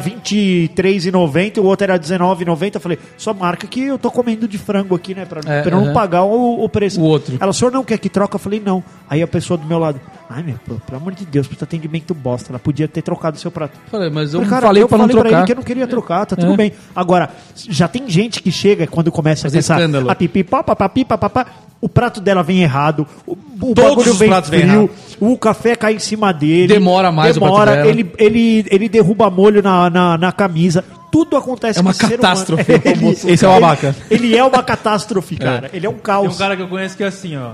[SPEAKER 4] R$23,90, o outro era R$19,90. Eu falei, só marca que eu tô comendo de frango aqui, né? Pra,
[SPEAKER 2] É,
[SPEAKER 4] pra eu não
[SPEAKER 2] aham.
[SPEAKER 4] pagar o, o preço.
[SPEAKER 2] O outro.
[SPEAKER 4] Ela, o senhor não quer que troca? Eu falei, não. Aí a pessoa do meu lado, ai, meu, pô, pelo amor de Deus, puta atendimento bosta. Ela podia ter trocado o seu prato.
[SPEAKER 2] Falei, mas eu
[SPEAKER 4] Falei, cara,
[SPEAKER 2] falei
[SPEAKER 4] eu
[SPEAKER 2] pra não
[SPEAKER 4] falei pra
[SPEAKER 2] trocar. É.
[SPEAKER 4] ele que eu não queria trocar, tá tudo bem. Agora, já tem gente que chega quando começa
[SPEAKER 2] Fazer
[SPEAKER 4] a pensar,
[SPEAKER 2] escândalo.
[SPEAKER 4] a pipi, pá, pá, pá, pi, pá, pá, pá, o prato dela vem errado, o, o
[SPEAKER 1] Todos
[SPEAKER 4] bagulho
[SPEAKER 1] os
[SPEAKER 4] vem
[SPEAKER 1] pratos vêm
[SPEAKER 4] frio,
[SPEAKER 1] errado.
[SPEAKER 4] o café cai em cima dele.
[SPEAKER 2] Demora mais o prato
[SPEAKER 4] demora,
[SPEAKER 2] dela.
[SPEAKER 4] ele, ele, ele derruba molho na, na, na camisa. Tudo acontece
[SPEAKER 2] É uma
[SPEAKER 4] com o ser humano.
[SPEAKER 2] catástrofe.
[SPEAKER 1] Esse é o abaca.
[SPEAKER 4] Ele, ele é uma catástrofe, cara. Ele é um
[SPEAKER 3] Tem
[SPEAKER 4] caos.
[SPEAKER 3] um cara que eu conheço que é assim, ó.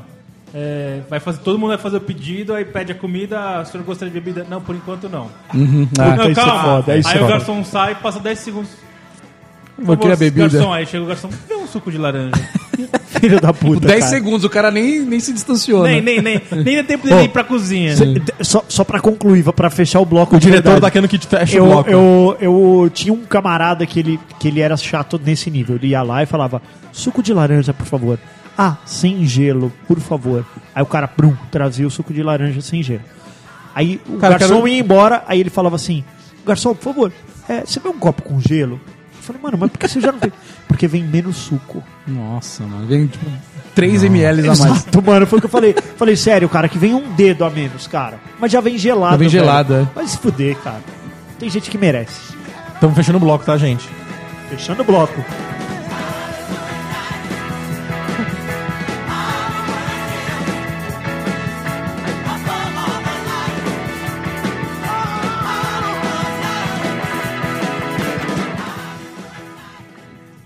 [SPEAKER 3] é, vai fazer, todo mundo vai fazer o pedido, aí pede a comida, "Ah, o senhor gostaria de bebida? Não, por enquanto não.
[SPEAKER 2] Ah,
[SPEAKER 3] não,
[SPEAKER 4] isso é foda, é isso
[SPEAKER 3] aí
[SPEAKER 4] é
[SPEAKER 3] o
[SPEAKER 4] foda.
[SPEAKER 3] garçom sai, passa 10 segundos.
[SPEAKER 2] Vou querer a bebida.
[SPEAKER 3] Garçom, aí chega o garçom, me dá um suco de laranja.
[SPEAKER 4] Filho da puta,
[SPEAKER 2] 10
[SPEAKER 4] cara.
[SPEAKER 2] Tipo, segundos, o cara nem, nem se distanciou.
[SPEAKER 3] nem,
[SPEAKER 2] né?
[SPEAKER 3] nem, nem. Nem dá tempo dele
[SPEAKER 4] Ô,
[SPEAKER 3] ir pra cozinha.
[SPEAKER 4] Cê- d- Só, só pra concluir, pra fechar o bloco.
[SPEAKER 1] O diretor tá querendo que te feche o
[SPEAKER 4] eu,
[SPEAKER 1] bloco.
[SPEAKER 4] eu, eu tinha um camarada que ele, que ele era chato nesse nível. Ele ia lá e falava: suco de laranja, por favor. Ah, sem gelo, por favor. Aí o cara, prum, trazia o suco de laranja sem gelo. Aí o
[SPEAKER 1] Cara,
[SPEAKER 4] garçom
[SPEAKER 1] quero-
[SPEAKER 4] ia embora, aí ele falava assim: garçom, por favor, é, você vê um copo com gelo? Eu falei, mano, mas por que você já não tem? Porque vem menos suco.
[SPEAKER 2] Nossa, mano. Vem tipo 3 ml a mais.
[SPEAKER 4] Exato, mano, foi o que eu falei. falei, sério, cara, que vem um dedo a menos, cara. Mas já vem gelado.
[SPEAKER 2] Já vem
[SPEAKER 4] velho.
[SPEAKER 2] gelado, é.
[SPEAKER 4] Vai se fuder, cara. Tem gente que merece.
[SPEAKER 1] Estamos fechando o bloco, tá, gente?
[SPEAKER 4] Fechando o bloco.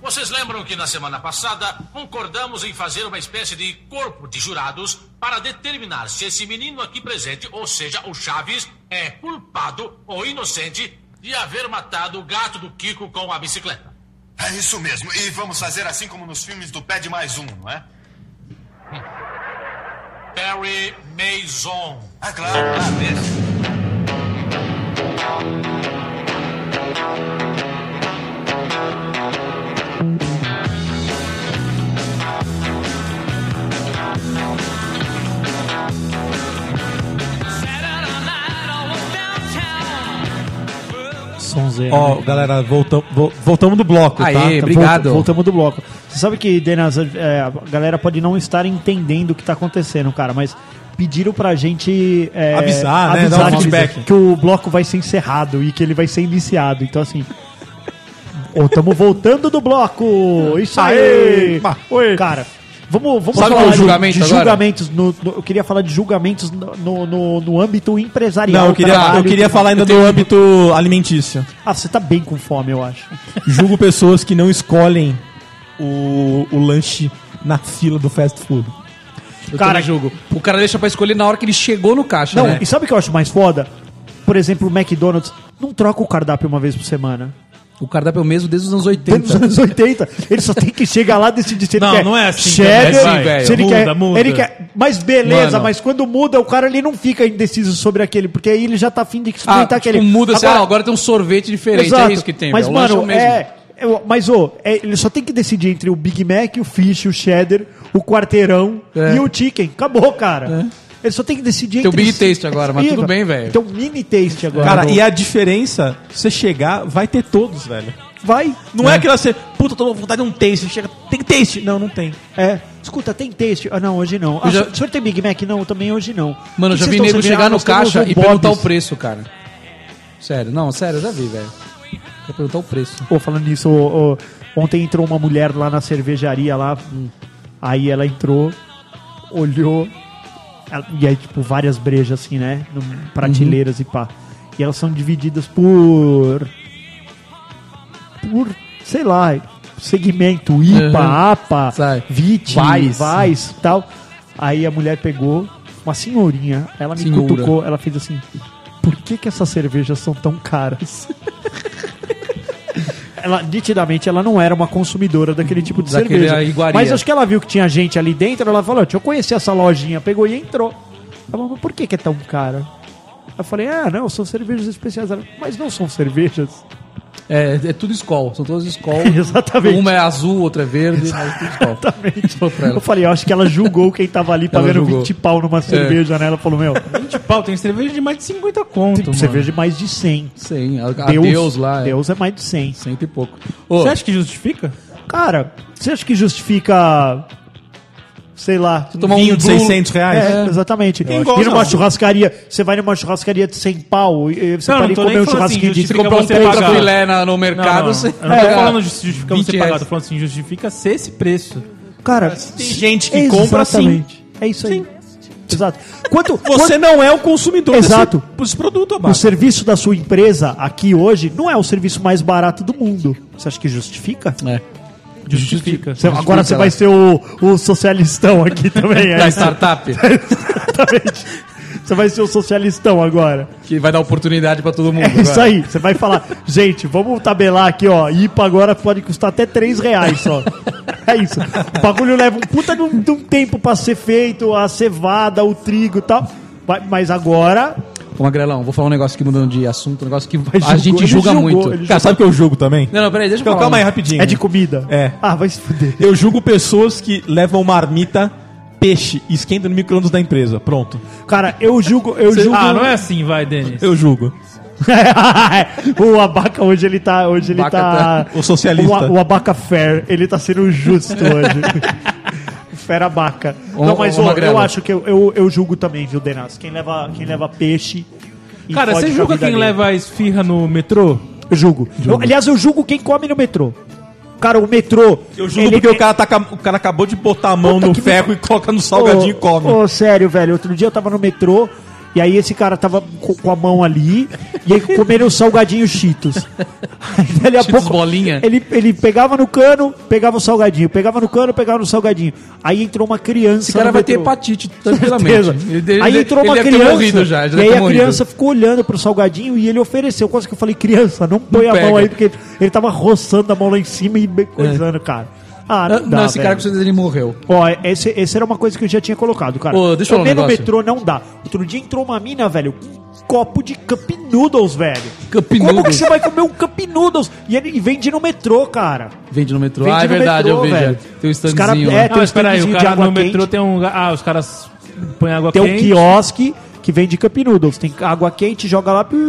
[SPEAKER 5] Vocês lembram que na semana passada concordamos em fazer uma espécie de corpo de jurados para determinar se esse menino aqui presente, ou seja, o Chaves, é culpado ou inocente de haver matado o gato do Kiko com a bicicleta.
[SPEAKER 8] É isso mesmo. E vamos fazer assim como nos filmes do Pé de Mais Um, não é?
[SPEAKER 5] Hum. Perry Mason.
[SPEAKER 8] Ah, claro. Ah, mesmo.
[SPEAKER 4] Sonzeira.
[SPEAKER 1] Ó, galera, voltam, vo- voltamos do bloco,
[SPEAKER 2] Aê,
[SPEAKER 1] tá?
[SPEAKER 2] bem, obrigado.
[SPEAKER 4] voltamos do bloco. Você sabe que, Denas, é, a galera pode não estar entendendo o que tá acontecendo, cara, mas pediram pra gente é,
[SPEAKER 1] Avisar, né? Dar um
[SPEAKER 4] avisar que,
[SPEAKER 1] feedback.
[SPEAKER 4] que o bloco vai ser encerrado e que ele vai ser iniciado. Então, assim. Estamos voltando do bloco! Isso aí!
[SPEAKER 1] Aê!
[SPEAKER 4] Oi. Cara, vamos, vamos
[SPEAKER 2] Sabe
[SPEAKER 1] é
[SPEAKER 4] falar
[SPEAKER 2] qual
[SPEAKER 4] de,
[SPEAKER 2] julgamento
[SPEAKER 4] de
[SPEAKER 2] agora?
[SPEAKER 4] julgamentos. no- no- eu queria falar de julgamentos no, no, no- no âmbito empresarial.
[SPEAKER 1] Não, eu queria, eu
[SPEAKER 4] trabalho.
[SPEAKER 1] queria falar ainda do âmbito alimentício.
[SPEAKER 4] Ah, você tá bem com fome, eu acho.
[SPEAKER 1] Julgo pessoas que não escolhem o, o lanche na fila do fast food.
[SPEAKER 2] Eu
[SPEAKER 4] Cara-
[SPEAKER 2] também julgo. O cara deixa pra escolher na hora que ele chegou no caixa,
[SPEAKER 4] Não,
[SPEAKER 2] né?
[SPEAKER 4] e sabe o que eu acho mais foda? Por exemplo, o McDonald's não troca o cardápio uma vez por semana.
[SPEAKER 2] O cardápio é o mesmo desde os anos
[SPEAKER 4] Desde os
[SPEAKER 2] 80.
[SPEAKER 4] anos 80. Ele só tem que chegar lá e decidir se ele
[SPEAKER 3] Não,
[SPEAKER 4] quer.
[SPEAKER 3] não é assim
[SPEAKER 4] Cheddar,
[SPEAKER 3] também,
[SPEAKER 2] vai.
[SPEAKER 4] se ele
[SPEAKER 3] Muda,
[SPEAKER 4] quer,
[SPEAKER 3] muda.
[SPEAKER 4] Ele quer. Mas beleza,
[SPEAKER 2] Mano.
[SPEAKER 4] mas quando muda, o cara ele não fica indeciso sobre aquele, porque aí ele já tá afim de
[SPEAKER 2] Ah,
[SPEAKER 4] experimentar
[SPEAKER 2] tipo,
[SPEAKER 4] aquele.
[SPEAKER 2] muda, agora, ah, agora tem um sorvete diferente, é isso que tem.
[SPEAKER 4] Mas,
[SPEAKER 2] velho. O lanche
[SPEAKER 4] mano,
[SPEAKER 2] é o mesmo.
[SPEAKER 4] é. eu- mas, ô, é, ele só tem que decidir entre o Big Mac, o Fish, o Cheddar, o Quarteirão
[SPEAKER 2] É.
[SPEAKER 4] e o Chicken. Acabou, cara. Ele só tem que decidir
[SPEAKER 2] Tem o Big
[SPEAKER 4] esses-
[SPEAKER 2] Taste agora, mas
[SPEAKER 4] Ih,
[SPEAKER 2] tudo bem, velho.
[SPEAKER 4] Tem um mini taste agora.
[SPEAKER 1] Cara,
[SPEAKER 4] do-
[SPEAKER 1] e a diferença, você chegar, vai ter todos, velho.
[SPEAKER 4] vai.
[SPEAKER 1] Não é, aquela você, puta, tô com vontade de um taste, chega, tem taste. Não, não tem.
[SPEAKER 4] É. Escuta, tem taste? Ah, não, hoje não. Ah,
[SPEAKER 2] Eu já-
[SPEAKER 4] o senhor tem Big Mac? Não, também hoje não.
[SPEAKER 2] Mano,
[SPEAKER 4] O
[SPEAKER 2] eu
[SPEAKER 4] que
[SPEAKER 2] já
[SPEAKER 4] vocês
[SPEAKER 2] vi
[SPEAKER 4] estão
[SPEAKER 2] nego
[SPEAKER 4] servindo?
[SPEAKER 2] chegar
[SPEAKER 4] Ah,
[SPEAKER 2] no
[SPEAKER 4] nós temos
[SPEAKER 2] caixa
[SPEAKER 4] o
[SPEAKER 2] e perguntar o
[SPEAKER 4] Bob's.
[SPEAKER 2] preço, cara. Sério, não, sério, eu já vi, velho. Quer perguntar o preço.
[SPEAKER 4] Pô, falando nisso, ô, ô, ontem entrou uma mulher lá na cervejaria lá. hum, Aí ela entrou, olhou. ela- e aí, tipo, várias brejas assim, né? no- prateleiras
[SPEAKER 2] Uhum.
[SPEAKER 4] e pá. E elas são divididas por. Por, sei lá, segmento, IPA,
[SPEAKER 2] Uhum.
[SPEAKER 4] APA,
[SPEAKER 2] Sai.
[SPEAKER 4] VIT,
[SPEAKER 2] Vais.
[SPEAKER 4] VAIS e tal. Aí a mulher pegou, uma senhorinha, ela me
[SPEAKER 2] Senhora.
[SPEAKER 4] cutucou, ela fez assim. Por que, que essas cervejas são tão caras? ela nitidamente ela não era uma consumidora daquele tipo de
[SPEAKER 2] Daquele
[SPEAKER 4] cerveja.
[SPEAKER 2] iguaria.
[SPEAKER 4] Mas acho que ela viu que tinha gente ali dentro, ela falou, deixa eu conhecer essa lojinha, pegou e entrou. Ela falou, mas por que, que é tão cara? Eu falei, ah, não, são cervejas especiais. Ela, mas não são cervejas.
[SPEAKER 2] É, é tudo escol, são todas escol.
[SPEAKER 4] Exatamente.
[SPEAKER 2] Uma é azul, outra é verde, mas tudo escol.
[SPEAKER 4] Exatamente.
[SPEAKER 2] Falou pra ela.
[SPEAKER 4] Eu falei, eu acho que ela julgou quem tava ali pagando
[SPEAKER 2] julgou. É.
[SPEAKER 4] 20 pau numa cerveja, né? Ela falou, meu,
[SPEAKER 3] Gente, pau, É, tem cerveja de mais de 50 conto, mano.
[SPEAKER 4] cerveja de mais de 100.
[SPEAKER 2] Sim, a, Deus, Ah, Deus lá. Deus.
[SPEAKER 4] Deus é mais de 100.
[SPEAKER 2] É, cento e pouco. Ô,
[SPEAKER 3] Você acha que justifica?
[SPEAKER 4] Cara, você acha que justifica. Sei lá.
[SPEAKER 2] tomar
[SPEAKER 1] Vinho
[SPEAKER 2] um
[SPEAKER 1] de
[SPEAKER 2] blue-
[SPEAKER 1] 600 reais.
[SPEAKER 4] É, exatamente. Ir
[SPEAKER 1] gosta,
[SPEAKER 4] numa
[SPEAKER 1] não.
[SPEAKER 4] churrascaria, você vai numa churrascaria de 100 pau, e você
[SPEAKER 3] Não,
[SPEAKER 4] vai
[SPEAKER 3] não tô
[SPEAKER 4] comer
[SPEAKER 3] nem
[SPEAKER 4] um
[SPEAKER 3] falando assim,
[SPEAKER 4] churrasquinho
[SPEAKER 2] se
[SPEAKER 4] de
[SPEAKER 3] justifica
[SPEAKER 2] comprar um
[SPEAKER 3] você
[SPEAKER 2] peito
[SPEAKER 3] pagar.
[SPEAKER 2] filé na- no mercado,
[SPEAKER 3] não,
[SPEAKER 2] você...
[SPEAKER 3] Eu não tô
[SPEAKER 2] É.
[SPEAKER 3] falando justi- justificar
[SPEAKER 2] 20
[SPEAKER 3] você pagar,
[SPEAKER 2] reais.
[SPEAKER 3] tô falando assim, justifica ser esse preço.
[SPEAKER 4] Cara,
[SPEAKER 1] Tem gente que compra assim.
[SPEAKER 4] exatamente. É isso aí. Exato. Quanto,
[SPEAKER 1] Você não é o consumidor
[SPEAKER 4] Exato.
[SPEAKER 1] desse, desse produto,
[SPEAKER 4] quanto o
[SPEAKER 1] abaixo.
[SPEAKER 4] serviço da sua empresa aqui hoje não é o serviço mais barato do mundo. Você acha que justifica?
[SPEAKER 2] É.
[SPEAKER 3] Justifica.
[SPEAKER 4] Você- agora você vai ser o, o socialistão aqui também.
[SPEAKER 2] Da
[SPEAKER 4] é isso?
[SPEAKER 2] startup,
[SPEAKER 4] Exatamente. Você vai ser o socialistão agora.
[SPEAKER 2] que vai dar oportunidade pra todo mundo.
[SPEAKER 4] É isso
[SPEAKER 2] vai.
[SPEAKER 4] aí. Você vai falar, gente, vamos tabelar aqui, ó. IPA agora pode custar até 3 reais só. É isso. O bagulho leva um puta de um, de um tempo pra ser feito, a cevada, o trigo e tal. Vai- Mas agora.
[SPEAKER 2] Ô, Magrelão, vou falar um negócio aqui mudando de assunto, um negócio que a
[SPEAKER 4] julgou,
[SPEAKER 2] gente
[SPEAKER 4] ele
[SPEAKER 2] julga
[SPEAKER 4] julgou,
[SPEAKER 2] muito.
[SPEAKER 4] ele
[SPEAKER 1] Cara, sabe o que eu julgo também?
[SPEAKER 2] Não, não, peraí, deixa eu
[SPEAKER 1] Então,
[SPEAKER 2] falar.
[SPEAKER 1] calma aí,
[SPEAKER 2] um-
[SPEAKER 1] rapidinho.
[SPEAKER 4] É de comida?
[SPEAKER 1] É.
[SPEAKER 4] Ah, vai se fuder.
[SPEAKER 1] Eu julgo pessoas que levam marmita, peixe e esquenta no micro-ondas da empresa. Pronto.
[SPEAKER 4] Cara, eu julgo. Eu julgo...
[SPEAKER 3] Ah, não é assim, vai, Denis.
[SPEAKER 1] um- Eu julgo.
[SPEAKER 4] o abaca hoje ele tá. Hoje ele
[SPEAKER 2] Abaca
[SPEAKER 4] tá.
[SPEAKER 1] tá- o socialista.
[SPEAKER 4] O, a- o abaca fair, ele tá sendo justo hoje. O Fera abaca.
[SPEAKER 2] Ô,
[SPEAKER 4] Não, mas
[SPEAKER 2] ô,
[SPEAKER 4] ô,
[SPEAKER 2] Magrelo.
[SPEAKER 4] eu acho que eu, eu, eu julgo também, viu, Denas? Quem leva, quem leva peixe. e
[SPEAKER 3] Cara,
[SPEAKER 4] fode
[SPEAKER 3] você
[SPEAKER 4] com a
[SPEAKER 3] julga
[SPEAKER 4] vida
[SPEAKER 3] quem
[SPEAKER 4] alheia.
[SPEAKER 3] leva a esfirra no metrô?
[SPEAKER 1] Ah,
[SPEAKER 4] Eu julgo. Eu- aliás, eu julgo quem come no metrô. Cara, o metrô.
[SPEAKER 1] Eu julgo porque o, cara taca- o cara acabou de botar a mão
[SPEAKER 4] Puta
[SPEAKER 1] no
[SPEAKER 4] que
[SPEAKER 1] ferro e coloca no salgadinho e come.
[SPEAKER 4] Ô, sério, velho. Outro dia eu tava no metrô e aí esse cara tava co- com a mão ali e aí comeram o salgadinho Cheetos. Aí, dali a
[SPEAKER 2] Cheetos
[SPEAKER 4] pouco,
[SPEAKER 2] bolinha?
[SPEAKER 4] Ele, ele pegava no cano, pegava o salgadinho. Pegava no cano, pegava no salgadinho. Aí entrou uma criança
[SPEAKER 2] Esse cara
[SPEAKER 4] no
[SPEAKER 2] vai ter
[SPEAKER 4] metrô.
[SPEAKER 2] hepatite tranquilamente.
[SPEAKER 4] Certeza.
[SPEAKER 2] Ele- ele-
[SPEAKER 4] aí
[SPEAKER 2] ele-
[SPEAKER 4] entrou uma
[SPEAKER 2] ele deve ter
[SPEAKER 4] criança.
[SPEAKER 2] morrido já, ele
[SPEAKER 4] e
[SPEAKER 2] deve
[SPEAKER 4] aí
[SPEAKER 2] ter
[SPEAKER 4] a
[SPEAKER 2] morrido.
[SPEAKER 4] criança ficou olhando pro salgadinho e ele ofereceu. Quase que eu falei, criança, não põe a mão
[SPEAKER 2] pega.
[SPEAKER 4] aí, porque ele tava roçando a mão lá em cima e be- coisando, cara. Ah,
[SPEAKER 2] Ah,
[SPEAKER 4] não,
[SPEAKER 2] Não,
[SPEAKER 4] dá,
[SPEAKER 2] esse
[SPEAKER 4] velho.
[SPEAKER 2] cara com certeza ele morreu.
[SPEAKER 4] Ó, esse, esse era uma coisa que eu já tinha colocado, cara.
[SPEAKER 2] Ô, deixa eu
[SPEAKER 4] Comer
[SPEAKER 2] falar um
[SPEAKER 4] no
[SPEAKER 2] negócio.
[SPEAKER 4] metrô não dá. Outro dia entrou uma mina, velho, com um copo de Cup Noodles, velho.
[SPEAKER 2] Cup
[SPEAKER 4] Como que
[SPEAKER 2] noodles.
[SPEAKER 4] você vai comer um Cup Noodles? E ele e vende no metrô, cara.
[SPEAKER 2] Vende no metrô.
[SPEAKER 4] Vende
[SPEAKER 2] ah, é
[SPEAKER 4] no
[SPEAKER 2] verdade,
[SPEAKER 4] metrô,
[SPEAKER 2] eu vejo.
[SPEAKER 4] velho.
[SPEAKER 2] Tem um
[SPEAKER 4] Os cara-
[SPEAKER 2] standzinho
[SPEAKER 4] é,
[SPEAKER 2] lá.
[SPEAKER 4] tem
[SPEAKER 3] Ah, mas
[SPEAKER 4] uns
[SPEAKER 3] peraí, o
[SPEAKER 4] tanquezinhos
[SPEAKER 3] cara
[SPEAKER 4] de água
[SPEAKER 3] no metrô
[SPEAKER 4] quente.
[SPEAKER 3] tem um... Ah, os caras põem água
[SPEAKER 4] Tem um
[SPEAKER 3] quente.
[SPEAKER 4] quiosque que vende Cup Noodles. Tem água quente, joga lá. piu,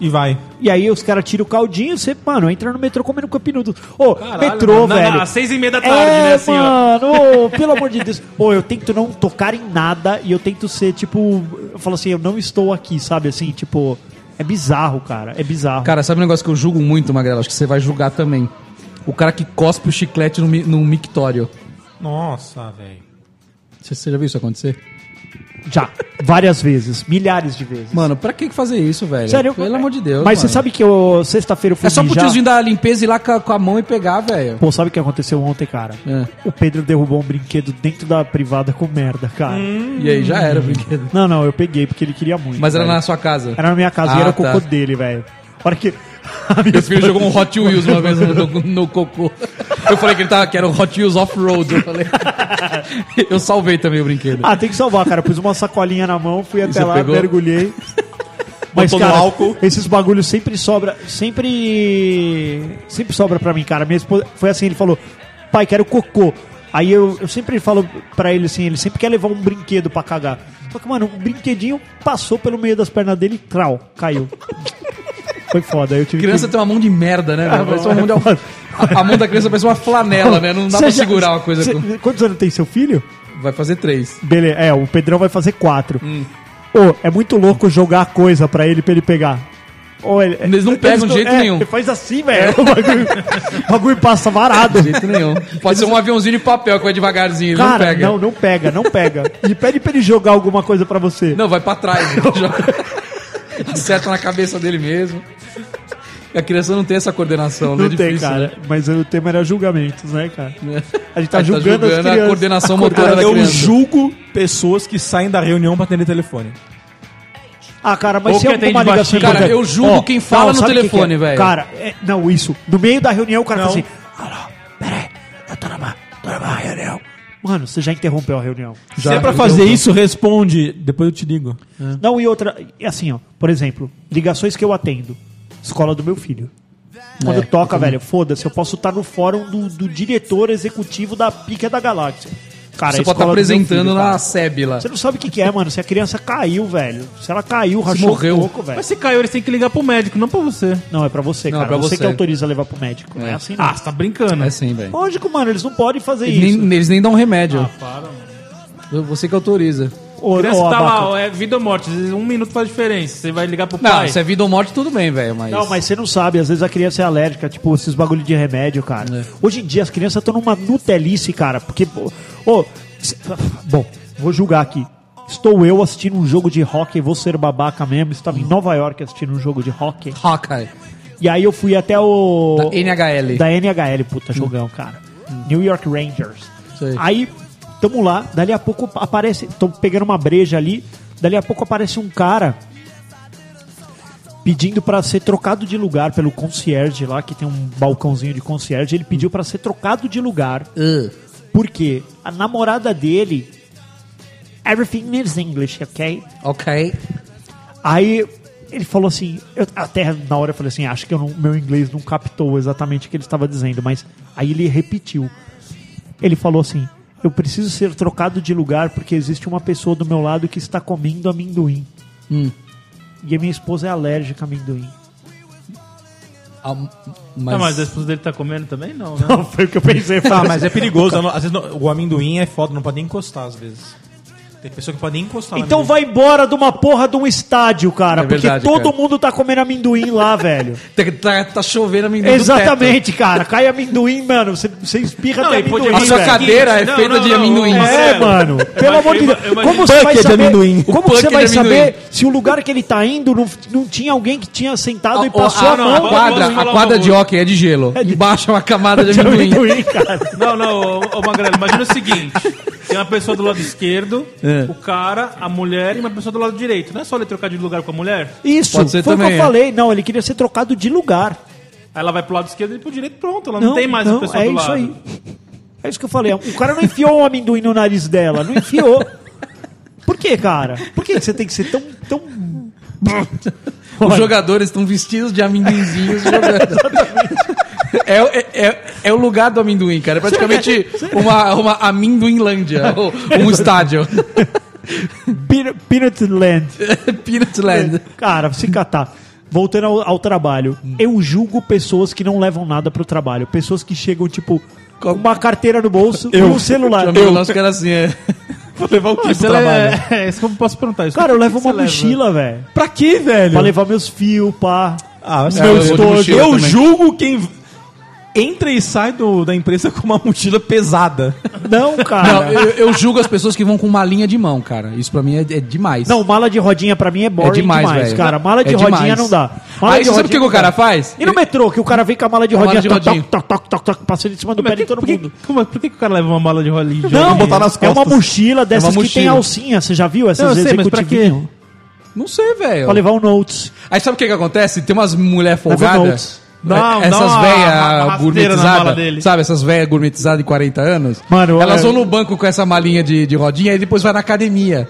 [SPEAKER 1] e vai.
[SPEAKER 4] E aí os caras tiram o caldinho, você, mano, entra no metrô comendo capinudo. Ô, metrô,
[SPEAKER 3] mano, na-
[SPEAKER 4] velho.
[SPEAKER 3] na- Às seis e meia da tarde, né?
[SPEAKER 4] É,
[SPEAKER 3] Assim, ó.
[SPEAKER 4] mano, ô, pelo amor de Deus. Pô, eu tento não tocar em nada e eu tento ser, tipo, eu falo assim, eu não estou aqui, sabe? Assim, tipo, é bizarro, cara, é bizarro.
[SPEAKER 2] Cara, sabe um negócio que eu julgo muito, Magrela? Acho que você vai julgar também. O cara que cospe o chiclete no, mi- no mictório.
[SPEAKER 1] Nossa, velho.
[SPEAKER 2] Você, você já viu isso acontecer?
[SPEAKER 4] Já, várias vezes, milhares de vezes.
[SPEAKER 2] Mano, pra que fazer isso, velho?
[SPEAKER 4] Sério?
[SPEAKER 2] Pelo amor de Deus.
[SPEAKER 4] Mas
[SPEAKER 2] mano.
[SPEAKER 4] você sabe que eu, sexta-feira eu fui
[SPEAKER 2] É só pro
[SPEAKER 4] mijar.
[SPEAKER 2] tiozinho da limpeza ir lá com a, com a mão e pegar, velho.
[SPEAKER 4] Pô, sabe o que aconteceu ontem, cara?
[SPEAKER 2] É.
[SPEAKER 4] O Pedro derrubou um brinquedo dentro da privada com merda, cara.
[SPEAKER 2] E aí já era o brinquedo.
[SPEAKER 4] Não, não, eu peguei porque ele queria muito.
[SPEAKER 2] Hum. Mas era
[SPEAKER 4] velho.
[SPEAKER 2] na sua casa.
[SPEAKER 4] Era na minha casa
[SPEAKER 2] Ah,
[SPEAKER 4] e era o
[SPEAKER 2] tá.
[SPEAKER 4] cocô dele, velho. Hora que. a minha
[SPEAKER 2] Meu filho
[SPEAKER 4] esposa-
[SPEAKER 2] jogou um Hot Wheels uma vez no, no- no cocô. Eu falei que ele tava, que era um Hot Wheels off-road. Eu falei. Eu salvei também o brinquedo.
[SPEAKER 4] Ah, tem que salvar, cara. Pus uma sacolinha na mão, fui até
[SPEAKER 2] você
[SPEAKER 4] lá,
[SPEAKER 2] pegou?
[SPEAKER 4] mergulhei. Mas,
[SPEAKER 7] Botou no
[SPEAKER 4] cara,
[SPEAKER 7] álcool.
[SPEAKER 4] esses bagulhos sempre sobra. Sempre. Sempre sobra pra mim, cara. Minha esposa. Foi assim, ele falou: pai, quero cocô. Aí eu, eu sempre falo pra ele assim: ele sempre quer levar um brinquedo pra cagar. Só que, mano, um brinquedinho passou pelo meio das pernas dele e crau, caiu. Foi foda. aí Eu tive
[SPEAKER 2] Criança
[SPEAKER 4] que...
[SPEAKER 2] tem uma mão de merda, né?
[SPEAKER 4] Ah,
[SPEAKER 2] velho? Parece uma mão de
[SPEAKER 4] foda.
[SPEAKER 2] A, a mão da criança parece uma flanela, né? Não dá
[SPEAKER 4] Cê
[SPEAKER 2] pra
[SPEAKER 4] é já-
[SPEAKER 2] segurar uma coisa.
[SPEAKER 4] cê-
[SPEAKER 2] com-
[SPEAKER 4] Quantos anos tem seu filho?
[SPEAKER 2] Vai fazer três.
[SPEAKER 4] Beleza, é, o Pedrão vai fazer quatro.
[SPEAKER 2] Hum.
[SPEAKER 4] Ô, é muito louco jogar coisa pra ele, pra ele pegar. Ô, ele-
[SPEAKER 2] Eles não pegam de
[SPEAKER 4] não-
[SPEAKER 2] jeito
[SPEAKER 4] é,
[SPEAKER 2] nenhum.
[SPEAKER 4] Ele faz assim, velho. O bagulho, o bagulho passa varado.
[SPEAKER 2] De jeito nenhum. Pode ser um aviãozinho de papel que vai devagarzinho, ele não
[SPEAKER 4] Cara,
[SPEAKER 2] pega.
[SPEAKER 4] não,
[SPEAKER 2] Não,
[SPEAKER 4] não pega, não pega. E pede pra ele jogar alguma coisa pra você.
[SPEAKER 2] vai pra trás. ele joga. Acerta na cabeça dele mesmo. E a criança não tem essa coordenação, né?
[SPEAKER 4] Não
[SPEAKER 2] É
[SPEAKER 4] tem,
[SPEAKER 2] difícil,
[SPEAKER 4] cara.
[SPEAKER 2] né?
[SPEAKER 4] Mas o tema era julgamentos, né, cara? A gente tá
[SPEAKER 2] Aí
[SPEAKER 4] julgando, as
[SPEAKER 2] a
[SPEAKER 4] crianças.
[SPEAKER 2] coordenação motora da
[SPEAKER 1] eu
[SPEAKER 2] criança.
[SPEAKER 1] julgo pessoas que saem da reunião pra atender telefone.
[SPEAKER 4] Ah, cara, mas
[SPEAKER 3] Ou
[SPEAKER 4] se
[SPEAKER 3] que
[SPEAKER 4] é
[SPEAKER 3] atende
[SPEAKER 4] uma ligação
[SPEAKER 3] baixinho.
[SPEAKER 4] importante-
[SPEAKER 2] Cara, eu julgo é- quem fala no
[SPEAKER 4] sabe o que
[SPEAKER 2] telefone,
[SPEAKER 4] que é?
[SPEAKER 2] velho.
[SPEAKER 4] Cara, é- não, isso. No meio da reunião, o cara
[SPEAKER 1] Não.
[SPEAKER 4] fala assim: Alô, peraí, eu tô numa, tô numa reunião. Mano, você já interrompeu a reunião.
[SPEAKER 1] Se é pra fazer isso, responde. Depois eu te ligo.
[SPEAKER 2] Hum.
[SPEAKER 4] Não, e outra, é assim, ó. Por exemplo, ligações que eu atendo. Escola do meu filho. Quando
[SPEAKER 2] É,
[SPEAKER 4] toca, velho, foda-se, eu posso estar no fórum do, do diretor executivo da Pica da Galáxia. Cara,
[SPEAKER 2] Você
[SPEAKER 4] a
[SPEAKER 2] pode estar
[SPEAKER 4] escola do meu
[SPEAKER 2] apresentando
[SPEAKER 4] filho,
[SPEAKER 2] na
[SPEAKER 4] cara.
[SPEAKER 2] SEB lá.
[SPEAKER 4] Você não sabe o que, que é, mano. Se a criança caiu, velho. Se ela caiu, rachou
[SPEAKER 2] morreu.
[SPEAKER 4] um pouco, velho.
[SPEAKER 3] Mas se caiu, eles têm que ligar pro médico, não pra você.
[SPEAKER 4] Não, é pra você,
[SPEAKER 2] Não,
[SPEAKER 4] cara.
[SPEAKER 2] é pra
[SPEAKER 4] você,
[SPEAKER 2] você.
[SPEAKER 4] que autoriza a levar pro médico. Não é
[SPEAKER 2] É.
[SPEAKER 4] assim, não.
[SPEAKER 3] Ah, você tá brincando.
[SPEAKER 2] É
[SPEAKER 4] assim.
[SPEAKER 2] sim, velho.
[SPEAKER 4] Lógico, mano, eles não podem fazer
[SPEAKER 2] Eles
[SPEAKER 4] isso.
[SPEAKER 2] nem, eles nem dão remédio.
[SPEAKER 3] Para, mano.
[SPEAKER 2] Você que autoriza.
[SPEAKER 4] Ô,
[SPEAKER 3] criança
[SPEAKER 4] ô,
[SPEAKER 3] tá lá,
[SPEAKER 4] abaca.
[SPEAKER 3] ó, é vida ou morte. Às vezes um minuto faz diferença. Você vai ligar pro
[SPEAKER 2] Não,
[SPEAKER 3] pai.
[SPEAKER 2] se é vida ou morte, tudo bem, velho. Mas...
[SPEAKER 4] Não, mas você não sabe, às vezes a criança é alérgica, tipo, esses bagulho de remédio, cara.
[SPEAKER 2] É.
[SPEAKER 4] Hoje em dia as crianças estão numa nutelice, cara, porque. pô, Ô, cê- bom, vou julgar aqui. Estou eu assistindo um jogo de rock, vou ser babaca mesmo. Estava em Nova York assistindo um jogo de rock.
[SPEAKER 2] Hawkeye.
[SPEAKER 4] E aí eu fui até o.
[SPEAKER 2] Da NHL.
[SPEAKER 4] Da NHL, puta jogão, cara. New York Rangers.
[SPEAKER 2] Hum. Sei.
[SPEAKER 4] Aí, tamo lá, dali a pouco aparece. Tô pegando uma breja ali, dali a pouco aparece um cara pedindo pra ser trocado de lugar pelo concierge lá, que tem um balcãozinho de concierge. Ele pediu pra ser trocado de lugar.
[SPEAKER 2] Ah.
[SPEAKER 4] Porque a namorada dele. Everything is English, ok?
[SPEAKER 2] Ok.
[SPEAKER 4] Aí ele falou assim, eu até na hora eu falei assim, acho que eu não- meu inglês não captou exatamente o que ele estava dizendo, mas aí ele repetiu. Ele falou assim, eu preciso ser trocado de lugar porque existe uma pessoa do meu lado que está comendo amendoim. Hum. E a minha esposa é alérgica a amendoim.
[SPEAKER 2] Ah,
[SPEAKER 3] Ah, mas a
[SPEAKER 2] mas... é-
[SPEAKER 3] esposa dele tá comendo também? Não, né?
[SPEAKER 4] Não foi assim. o que eu pensei.
[SPEAKER 1] Tá, mas é perigoso. eu não- às vezes não- o amendoim é foda, não pode nem encostar às vezes. Tem pessoa que pode nem encostar. no
[SPEAKER 4] Então
[SPEAKER 1] amendoim.
[SPEAKER 4] vai embora de uma porra de um estádio, cara,
[SPEAKER 2] É
[SPEAKER 4] porque
[SPEAKER 2] verdade,
[SPEAKER 4] todo
[SPEAKER 2] cara.
[SPEAKER 4] mundo tá comendo amendoim lá, velho.
[SPEAKER 2] Tá, tá- tá chovendo a menina
[SPEAKER 4] Exatamente, cara. Cai amendoim, mano. Você, você espirra até
[SPEAKER 3] e pode-
[SPEAKER 4] amendoim.
[SPEAKER 2] A sua
[SPEAKER 4] velho.
[SPEAKER 2] cadeira é
[SPEAKER 3] Não,
[SPEAKER 2] feita
[SPEAKER 3] não,
[SPEAKER 2] de
[SPEAKER 3] não,
[SPEAKER 2] amendoim.
[SPEAKER 3] não,
[SPEAKER 4] É,
[SPEAKER 3] Sério?
[SPEAKER 4] mano. Pelo
[SPEAKER 3] imagino-
[SPEAKER 4] amor de Deus.
[SPEAKER 3] eu imagino-
[SPEAKER 4] Como você vai
[SPEAKER 1] Bucket de
[SPEAKER 4] saber,
[SPEAKER 1] amendoim.
[SPEAKER 4] como
[SPEAKER 2] O
[SPEAKER 4] você
[SPEAKER 2] bucket
[SPEAKER 4] vai
[SPEAKER 2] de amendoim.
[SPEAKER 4] saber se o lugar que ele tá indo não, não tinha alguém que tinha sentado e passou a,
[SPEAKER 2] ah, a,
[SPEAKER 4] mão?
[SPEAKER 3] não,
[SPEAKER 2] quadra,
[SPEAKER 3] vamos
[SPEAKER 2] a
[SPEAKER 3] falar um
[SPEAKER 2] quadra de
[SPEAKER 3] bagulho.
[SPEAKER 2] hóquei é de gelo.
[SPEAKER 4] de-
[SPEAKER 2] Embaixo é uma camada de
[SPEAKER 4] de
[SPEAKER 2] amendoim.
[SPEAKER 4] amendoim, cara.
[SPEAKER 3] Não, não, ô, ô Magrelo, imagina o seguinte: tem uma pessoa do lado esquerdo,
[SPEAKER 4] É.
[SPEAKER 3] o cara, a mulher e uma pessoa do lado direito. Não é só ele trocar de lugar com a mulher?
[SPEAKER 4] Isso,
[SPEAKER 2] Pode ser
[SPEAKER 4] foi o que
[SPEAKER 2] também, é.
[SPEAKER 4] eu falei. Não, ele queria ser trocado de lugar.
[SPEAKER 3] Aí ela vai pro lado esquerdo e pro direito, pronto. Ela não, tem mais a pessoa
[SPEAKER 4] é
[SPEAKER 3] do
[SPEAKER 4] isso
[SPEAKER 3] lado.
[SPEAKER 4] aí. É isso que eu falei. O cara não enfiou um amendoim no nariz dela. Não enfiou. Por que, cara? Por que você tem que ser tão... tão...
[SPEAKER 2] Os jogadores estão vestidos de amendoinzinhos jogando. É, o- é- é- é o lugar do amendoim, cara. É praticamente
[SPEAKER 1] é?
[SPEAKER 2] uma, uma amendoinlândia, ou um estádio.
[SPEAKER 4] Peanut- Peanut Land.
[SPEAKER 2] Peanut Land.
[SPEAKER 1] É.
[SPEAKER 4] Cara, se catar. Voltando ao, ao trabalho, eu julgo pessoas que não levam nada pro trabalho. Pessoas que chegam, tipo, com uma carteira no bolso e um
[SPEAKER 2] Tinha um
[SPEAKER 4] celular.
[SPEAKER 2] amigo nosso que era assim, é.
[SPEAKER 1] Vou levar o que
[SPEAKER 3] Isso
[SPEAKER 1] pro
[SPEAKER 3] é,
[SPEAKER 1] trabalho?
[SPEAKER 3] é, é, isso que eu posso perguntar. Isso
[SPEAKER 4] Cara, eu
[SPEAKER 3] que
[SPEAKER 4] levo
[SPEAKER 3] que
[SPEAKER 4] uma
[SPEAKER 3] você leva?
[SPEAKER 4] mochila, velho.
[SPEAKER 1] Pra quê, velho?
[SPEAKER 4] Pra levar meus fios, pá.
[SPEAKER 1] Ah,
[SPEAKER 4] Os
[SPEAKER 1] assim,
[SPEAKER 4] meus
[SPEAKER 1] eu,
[SPEAKER 4] todos.
[SPEAKER 1] eu,
[SPEAKER 2] também.
[SPEAKER 1] julgo quem entra e sai do- da empresa com uma mochila pesada.
[SPEAKER 4] Não,
[SPEAKER 2] Não,
[SPEAKER 4] cara. Não,
[SPEAKER 2] eu, eu julgo as pessoas que vão com malinha de mão, cara. Isso pra mim é, é demais.
[SPEAKER 4] mala de rodinha pra mim é boring
[SPEAKER 2] É demais,
[SPEAKER 4] demais,
[SPEAKER 2] velho.
[SPEAKER 4] cara. Mala de
[SPEAKER 2] É
[SPEAKER 4] rodinha
[SPEAKER 2] demais.
[SPEAKER 4] não dá. Mala
[SPEAKER 2] Aí
[SPEAKER 4] de
[SPEAKER 2] você sabe o que, que
[SPEAKER 4] rodinha
[SPEAKER 2] o cara
[SPEAKER 4] não dá.
[SPEAKER 2] faz?
[SPEAKER 4] E no metrô, que o cara vem com a mala de
[SPEAKER 2] Mala
[SPEAKER 4] rodinha,
[SPEAKER 2] de
[SPEAKER 4] toc,
[SPEAKER 2] rodinha.
[SPEAKER 4] toc, toc, toc, toc, passando em cima do
[SPEAKER 3] Mas
[SPEAKER 4] pé de
[SPEAKER 3] é que,
[SPEAKER 4] todo
[SPEAKER 3] por, que,
[SPEAKER 4] mundo.
[SPEAKER 3] como- por que que o cara leva uma mala de rolinho?
[SPEAKER 4] Não,
[SPEAKER 1] botar nas
[SPEAKER 4] é uma
[SPEAKER 1] costas.
[SPEAKER 4] mochila dessas
[SPEAKER 2] uma
[SPEAKER 4] que tem
[SPEAKER 2] mochila.
[SPEAKER 4] alcinha, você já viu
[SPEAKER 3] Não,
[SPEAKER 4] essas
[SPEAKER 3] eu sei, mas pra quê?
[SPEAKER 4] executivinho?
[SPEAKER 2] Não sei, velho.
[SPEAKER 4] Pra levar o notes.
[SPEAKER 2] Aí sabe o que que acontece? Tem umas mulher
[SPEAKER 4] notes.
[SPEAKER 2] folgadas.
[SPEAKER 3] Não,
[SPEAKER 2] essas
[SPEAKER 3] dá uma ra-
[SPEAKER 2] velhas
[SPEAKER 3] rasteira na mala dele.
[SPEAKER 2] gourmetizadas, sabe? Essas velhas gourmetizadas de 40 anos.
[SPEAKER 4] Mano,
[SPEAKER 2] elas
[SPEAKER 4] é-
[SPEAKER 2] vão no banco com essa malinha de, de rodinha e depois vai na academia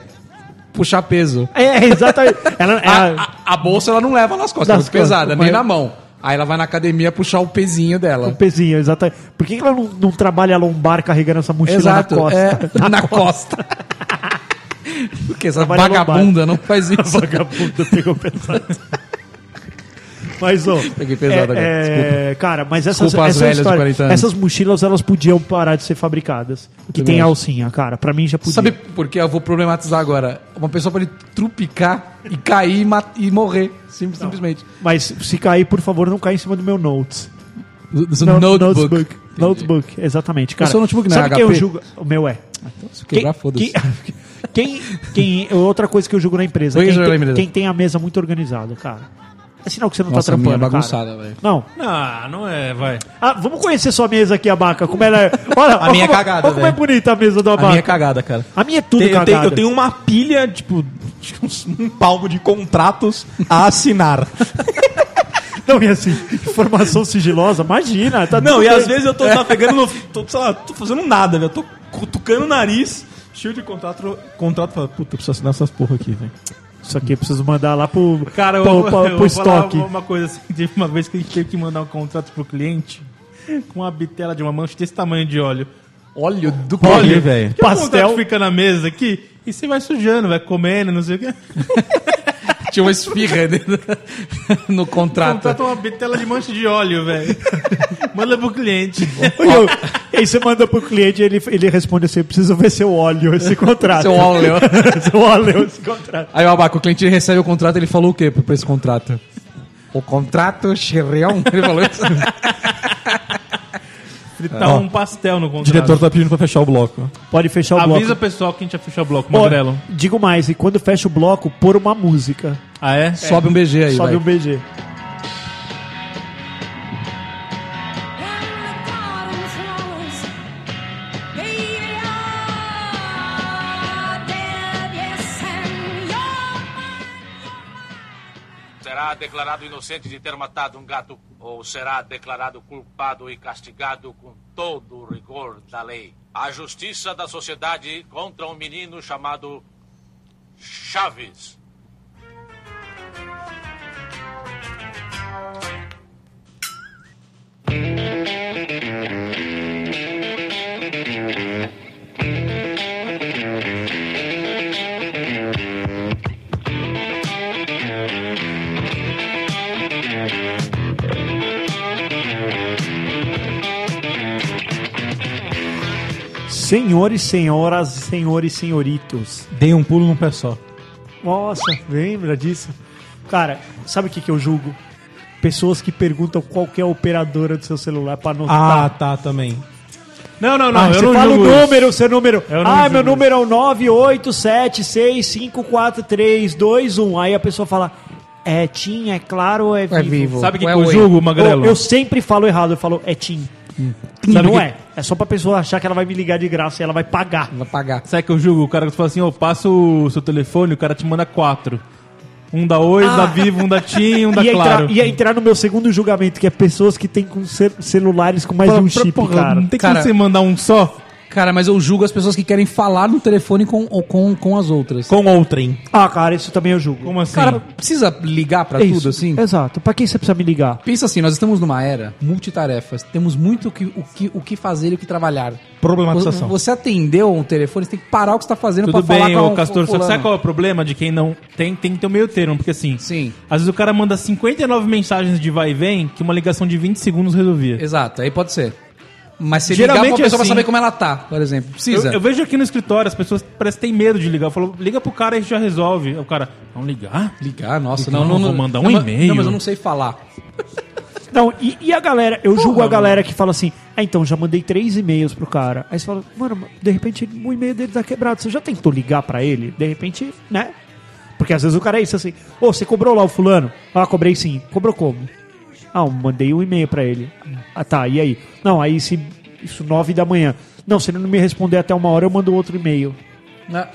[SPEAKER 2] puxar peso.
[SPEAKER 4] É, exatamente. Ela, ela-
[SPEAKER 2] A, a- a bolsa ela não leva nas costas, ela
[SPEAKER 4] Nas
[SPEAKER 2] é pesada,
[SPEAKER 4] costas,
[SPEAKER 2] nem
[SPEAKER 4] mas-
[SPEAKER 2] na mão. Aí ela vai na academia puxar o pezinho
[SPEAKER 4] o
[SPEAKER 2] dela.
[SPEAKER 4] pezinho, exatamente. Por que que ela não, não trabalha a lombar carregando essa mochila na costa?
[SPEAKER 2] é, na, costa. Porque essa
[SPEAKER 4] Trabalha no
[SPEAKER 2] vagabunda não faz isso.
[SPEAKER 4] Vagabundo pegou pesado. Mas, ó.
[SPEAKER 2] Peguei pesado
[SPEAKER 4] é,
[SPEAKER 2] agora,
[SPEAKER 4] é, Cara, mas essas,
[SPEAKER 2] Desculpa as
[SPEAKER 4] essa
[SPEAKER 2] velhas de
[SPEAKER 4] história-
[SPEAKER 2] 40 anos.
[SPEAKER 4] essas mochilas elas podiam parar de ser fabricadas. Que tem
[SPEAKER 2] acho.
[SPEAKER 4] alcinha, cara. Pra mim já podia.
[SPEAKER 2] Sabe por que eu vou problematizar agora? Uma pessoa pode trupicar e cair e, ma- e morrer, sim- simplesmente.
[SPEAKER 4] Mas se cair, por favor, não cai em cima do meu notes.
[SPEAKER 2] Do
[SPEAKER 4] No-
[SPEAKER 2] notebook.
[SPEAKER 4] Notebook, Notebook, exatamente, cara.
[SPEAKER 2] seu notebook não é
[SPEAKER 4] Sabe quem eu
[SPEAKER 2] HP?
[SPEAKER 4] julgo? O meu é.
[SPEAKER 2] Se quebrar, Ah, foda-se.
[SPEAKER 4] Quem, quem, quem- outra coisa que eu julgo na empresa.
[SPEAKER 2] Por que
[SPEAKER 4] Quem,
[SPEAKER 2] joga na
[SPEAKER 4] tem,
[SPEAKER 2] empresa?
[SPEAKER 4] quem tem a mesa muito organizada, cara. É sinal que você não
[SPEAKER 2] Nossa, a
[SPEAKER 4] tá trampando,
[SPEAKER 2] minha é
[SPEAKER 4] cara.
[SPEAKER 2] bagunçada, velho.
[SPEAKER 4] Não.
[SPEAKER 3] Ah, não é, vai.
[SPEAKER 4] Ah, vamos conhecer sua mesa aqui, Abaca. Como ela é. Olha,
[SPEAKER 1] A minha é
[SPEAKER 4] olha como-
[SPEAKER 1] cagada,
[SPEAKER 4] Olha como é
[SPEAKER 1] velho.
[SPEAKER 4] bonita a mesa do
[SPEAKER 1] A minha é
[SPEAKER 4] Abaca.
[SPEAKER 1] cagada, cara.
[SPEAKER 4] A minha é tudo
[SPEAKER 1] Tem- eu,
[SPEAKER 4] cagada.
[SPEAKER 1] tenho, eu tenho um uma pilha, tipo, de uns- um palmo de contratos a assinar.
[SPEAKER 4] Não, e assim, informação sigilosa, imagina. Tá
[SPEAKER 1] Não,
[SPEAKER 4] tudo
[SPEAKER 1] e às
[SPEAKER 4] bem.
[SPEAKER 1] vezes eu tô navegando no. Tô, sei lá, tô fazendo nada, velho. Eu tô cutucando o nariz, cheio de contrato. Contrato fala, puta, eu preciso assinar essas porra aqui, velho.
[SPEAKER 4] Isso aqui eu preciso mandar lá pro,
[SPEAKER 3] Cara, eu,
[SPEAKER 4] pro,
[SPEAKER 3] eu,
[SPEAKER 4] pro-
[SPEAKER 3] eu
[SPEAKER 4] pro
[SPEAKER 3] vou falar
[SPEAKER 4] estoque.
[SPEAKER 3] uma coisa assim. Teve uma vez que a gente teve que mandar um contrato pro cliente com uma bitela de uma mancha desse tamanho de óleo.
[SPEAKER 2] Óleo do
[SPEAKER 1] Olha,
[SPEAKER 2] óleo.
[SPEAKER 1] velho.
[SPEAKER 3] Que
[SPEAKER 4] Pastel.
[SPEAKER 3] o contrato fica na mesa aqui e você vai sujando, vai comendo, não sei o quê.
[SPEAKER 2] Tinha uma esfirra dentro- no contrato.
[SPEAKER 3] Contrata uma bitela de mancha de óleo, velho. Manda pro cliente.
[SPEAKER 4] E eu- e aí você manda pro cliente e ele, ele responde assim: eu preciso ver seu óleo, esse contrato.
[SPEAKER 2] Seu óleo.
[SPEAKER 4] seu óleo, esse contrato.
[SPEAKER 2] Aí o abaco, o cliente recebe o contrato, ele falou o quê pra esse contrato? O contrato xerreão? Ele falou isso.
[SPEAKER 3] Fritar um pastel no
[SPEAKER 1] O
[SPEAKER 3] contrato.
[SPEAKER 1] diretor tá pedindo pra fechar o bloco.
[SPEAKER 4] Pode fechar o
[SPEAKER 3] Avisa o
[SPEAKER 4] bloco.
[SPEAKER 3] pessoal que a gente já fechou o bloco,
[SPEAKER 4] Ó,
[SPEAKER 3] Magrelo.
[SPEAKER 4] digo mais, e quando fecha o bloco, pôr uma música.
[SPEAKER 3] Ah, é?
[SPEAKER 2] Sobe um BG aí, vai.
[SPEAKER 4] Sobe um BG.
[SPEAKER 5] Será declarado inocente de ter matado um gato ou será declarado culpado e castigado com todo o rigor da lei. A justiça da sociedade contra um menino chamado Chaves.
[SPEAKER 4] Senhores, senhoras, senhores, senhoritos.
[SPEAKER 1] Dei um pulo num pé só.
[SPEAKER 4] Nossa, lembra disso? Cara, sabe o que, que eu julgo? Pessoas que perguntam qual que é a operadora do seu celular pra anotar.
[SPEAKER 1] Ah, tá, também.
[SPEAKER 3] Não, não, não.
[SPEAKER 4] Ah,
[SPEAKER 3] eu
[SPEAKER 4] você
[SPEAKER 3] não
[SPEAKER 4] fala o
[SPEAKER 3] julgo isso.
[SPEAKER 4] número, seu número.
[SPEAKER 3] Eu não
[SPEAKER 4] Ah,
[SPEAKER 3] julgo
[SPEAKER 4] meu
[SPEAKER 3] isso.
[SPEAKER 4] número é o 987654321. Aí a pessoa fala, é TIM, é claro, é vivo.
[SPEAKER 3] Sabe o que,
[SPEAKER 2] Ué,
[SPEAKER 3] que eu
[SPEAKER 2] ué.
[SPEAKER 3] julgo, Magrelo?
[SPEAKER 4] Eu, eu sempre falo errado, eu falo, é TIM.
[SPEAKER 3] Hum.
[SPEAKER 4] E
[SPEAKER 3] Sabe
[SPEAKER 4] não
[SPEAKER 3] que-
[SPEAKER 4] é. É só pra pessoa achar que ela vai me ligar de graça e ela vai pagar.
[SPEAKER 2] Vai pagar.
[SPEAKER 3] Sabe que eu julgo? O cara que fala assim, ó, passa o seu telefone, o cara te manda quatro. Um da Oi, um da Vivo, um da TIM, um da
[SPEAKER 4] Ia entrar,
[SPEAKER 3] Claro.
[SPEAKER 4] ia entrar no meu segundo julgamento, que é pessoas que têm com ce- celulares com mais de um chip,
[SPEAKER 3] Porra,
[SPEAKER 4] cara.
[SPEAKER 3] Não tem
[SPEAKER 2] Cara-
[SPEAKER 3] como você mandar um só?
[SPEAKER 2] Cara, mas eu julgo as pessoas que querem falar no telefone com, ou com, com as outras.
[SPEAKER 1] Com outrem.
[SPEAKER 4] Ah, cara, isso também eu julgo.
[SPEAKER 3] Como assim?
[SPEAKER 2] Cara, precisa ligar é pra
[SPEAKER 4] É
[SPEAKER 2] tudo
[SPEAKER 4] isso.
[SPEAKER 2] assim?
[SPEAKER 4] Exato. Pra quem você precisa me ligar?
[SPEAKER 2] Pensa assim, nós estamos numa era multitarefas, temos muito o que, o que, o que fazer e o que trabalhar.
[SPEAKER 1] Problematização.
[SPEAKER 2] Você atendeu um telefone, você tem que parar o que você tá fazendo
[SPEAKER 3] Tudo
[SPEAKER 2] pra
[SPEAKER 3] bem,
[SPEAKER 2] falar
[SPEAKER 3] ô
[SPEAKER 2] com o
[SPEAKER 3] Castor, só que
[SPEAKER 2] fulano.
[SPEAKER 3] sabe qual é o problema de quem não tem? Tem que ter o meio termo, porque assim,
[SPEAKER 2] Sim.
[SPEAKER 3] às vezes o cara manda 59 mensagens de vai e vem que uma ligação de 20 segundos resolvia.
[SPEAKER 2] Exato, aí pode ser. Mas se ligar pra
[SPEAKER 3] é Geralmente
[SPEAKER 2] pessoa
[SPEAKER 3] é
[SPEAKER 2] pra
[SPEAKER 3] assim.
[SPEAKER 2] saber como ela tá, por exemplo.
[SPEAKER 3] Eu,
[SPEAKER 2] Precisa.
[SPEAKER 3] eu vejo aqui no escritório, as pessoas parecem que têm medo de ligar. Eu falo, liga pro cara e a gente já resolve. Aí O cara, não ligar?
[SPEAKER 2] Ligar, nossa,
[SPEAKER 3] Ligar,
[SPEAKER 2] não, não,
[SPEAKER 3] vou
[SPEAKER 2] não-
[SPEAKER 3] mandar um
[SPEAKER 2] não, mas-
[SPEAKER 3] e-mail.
[SPEAKER 2] Não, mas eu não sei falar.
[SPEAKER 4] Não, e, e a galera, eu julgo a galera que fala assim, ah, então, já mandei três e-mails pro cara. Aí você fala, mano, de repente o e-mail dele tá quebrado. Você já tentou ligar pra ele? De repente, né? Porque às vezes o cara é isso assim, ô, você cobrou lá o fulano? Ah, cobrei sim. Cobrou como? Ah, eu mandei um e-mail pra ele. Ah, tá, e aí? Não, aí se. Isso, nove da manhã. Não, se ele não me responder até uma hora, eu mando outro e-mail.
[SPEAKER 2] Né?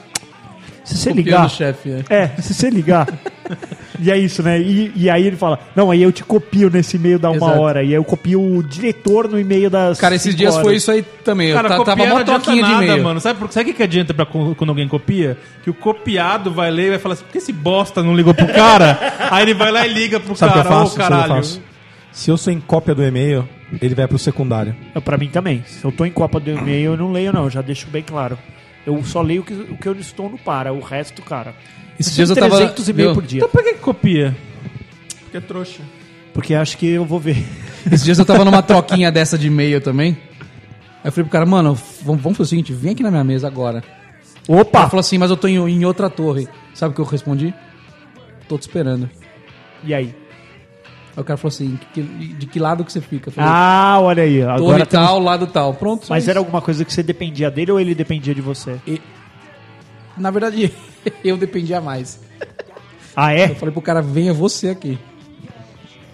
[SPEAKER 4] Se você
[SPEAKER 2] Copiando
[SPEAKER 4] ligar.
[SPEAKER 2] o chefe, é.
[SPEAKER 4] É, se você ligar. e é isso, né? E, e aí ele fala: Não, aí eu te copio nesse e-mail da uma
[SPEAKER 2] Exato.
[SPEAKER 4] hora. E aí eu copio o diretor no e-mail das.
[SPEAKER 2] Cara, esses
[SPEAKER 4] cinco
[SPEAKER 2] dias
[SPEAKER 4] horas.
[SPEAKER 2] foi isso aí também. eu ta- tava
[SPEAKER 3] copiar
[SPEAKER 2] mó
[SPEAKER 3] não adianta
[SPEAKER 2] troquinha de
[SPEAKER 3] nada,
[SPEAKER 2] e-mail.
[SPEAKER 3] mano. Sabe, por- sabe o que que adianta pra quando quando alguém copia? Que o copiado vai ler e vai falar assim, por que esse bosta não ligou pro cara? Aí ele vai lá e liga pro
[SPEAKER 1] Sabe o que eu
[SPEAKER 3] cara, ô
[SPEAKER 1] faço? Sabe o que eu
[SPEAKER 3] caralho.
[SPEAKER 1] faço? Se eu sou em cópia do e-mail, ele vai pro secundário.
[SPEAKER 4] É, Pra mim também. Se eu tô em Copa do e-mail, eu não leio, não. Já deixo bem claro. Eu só leio o que, o que eu estou no para. O resto, cara.
[SPEAKER 2] Esses dias eu tava-
[SPEAKER 4] 300 e-mail
[SPEAKER 2] eu-
[SPEAKER 4] por dia.
[SPEAKER 3] Então por que que copia? Porque é trouxa.
[SPEAKER 4] Porque acho que eu vou ver.
[SPEAKER 2] Esses dias eu tava numa troquinha dessa de e-mail também. Aí eu falei pro cara, mano, vamos vamos fazer o seguinte, vem aqui na minha mesa agora. Ele
[SPEAKER 4] Opa!
[SPEAKER 2] falou assim, mas eu tô em, em outra torre. Sabe o que eu respondi? Tô te esperando.
[SPEAKER 4] E aí?
[SPEAKER 2] Aí o cara falou assim, "Que- que- de que lado que você fica? Eu falei,
[SPEAKER 4] Ah, olha aí. Agora
[SPEAKER 2] torre
[SPEAKER 4] tem-
[SPEAKER 2] tal, lado tal. Pronto. só
[SPEAKER 4] Mas
[SPEAKER 2] isso.
[SPEAKER 4] era alguma coisa que você dependia dele ou ele dependia de você?
[SPEAKER 2] Na verdade, eu dependia mais.
[SPEAKER 4] Ah,
[SPEAKER 2] Eu
[SPEAKER 4] é?
[SPEAKER 2] falei pro cara, venha você aqui.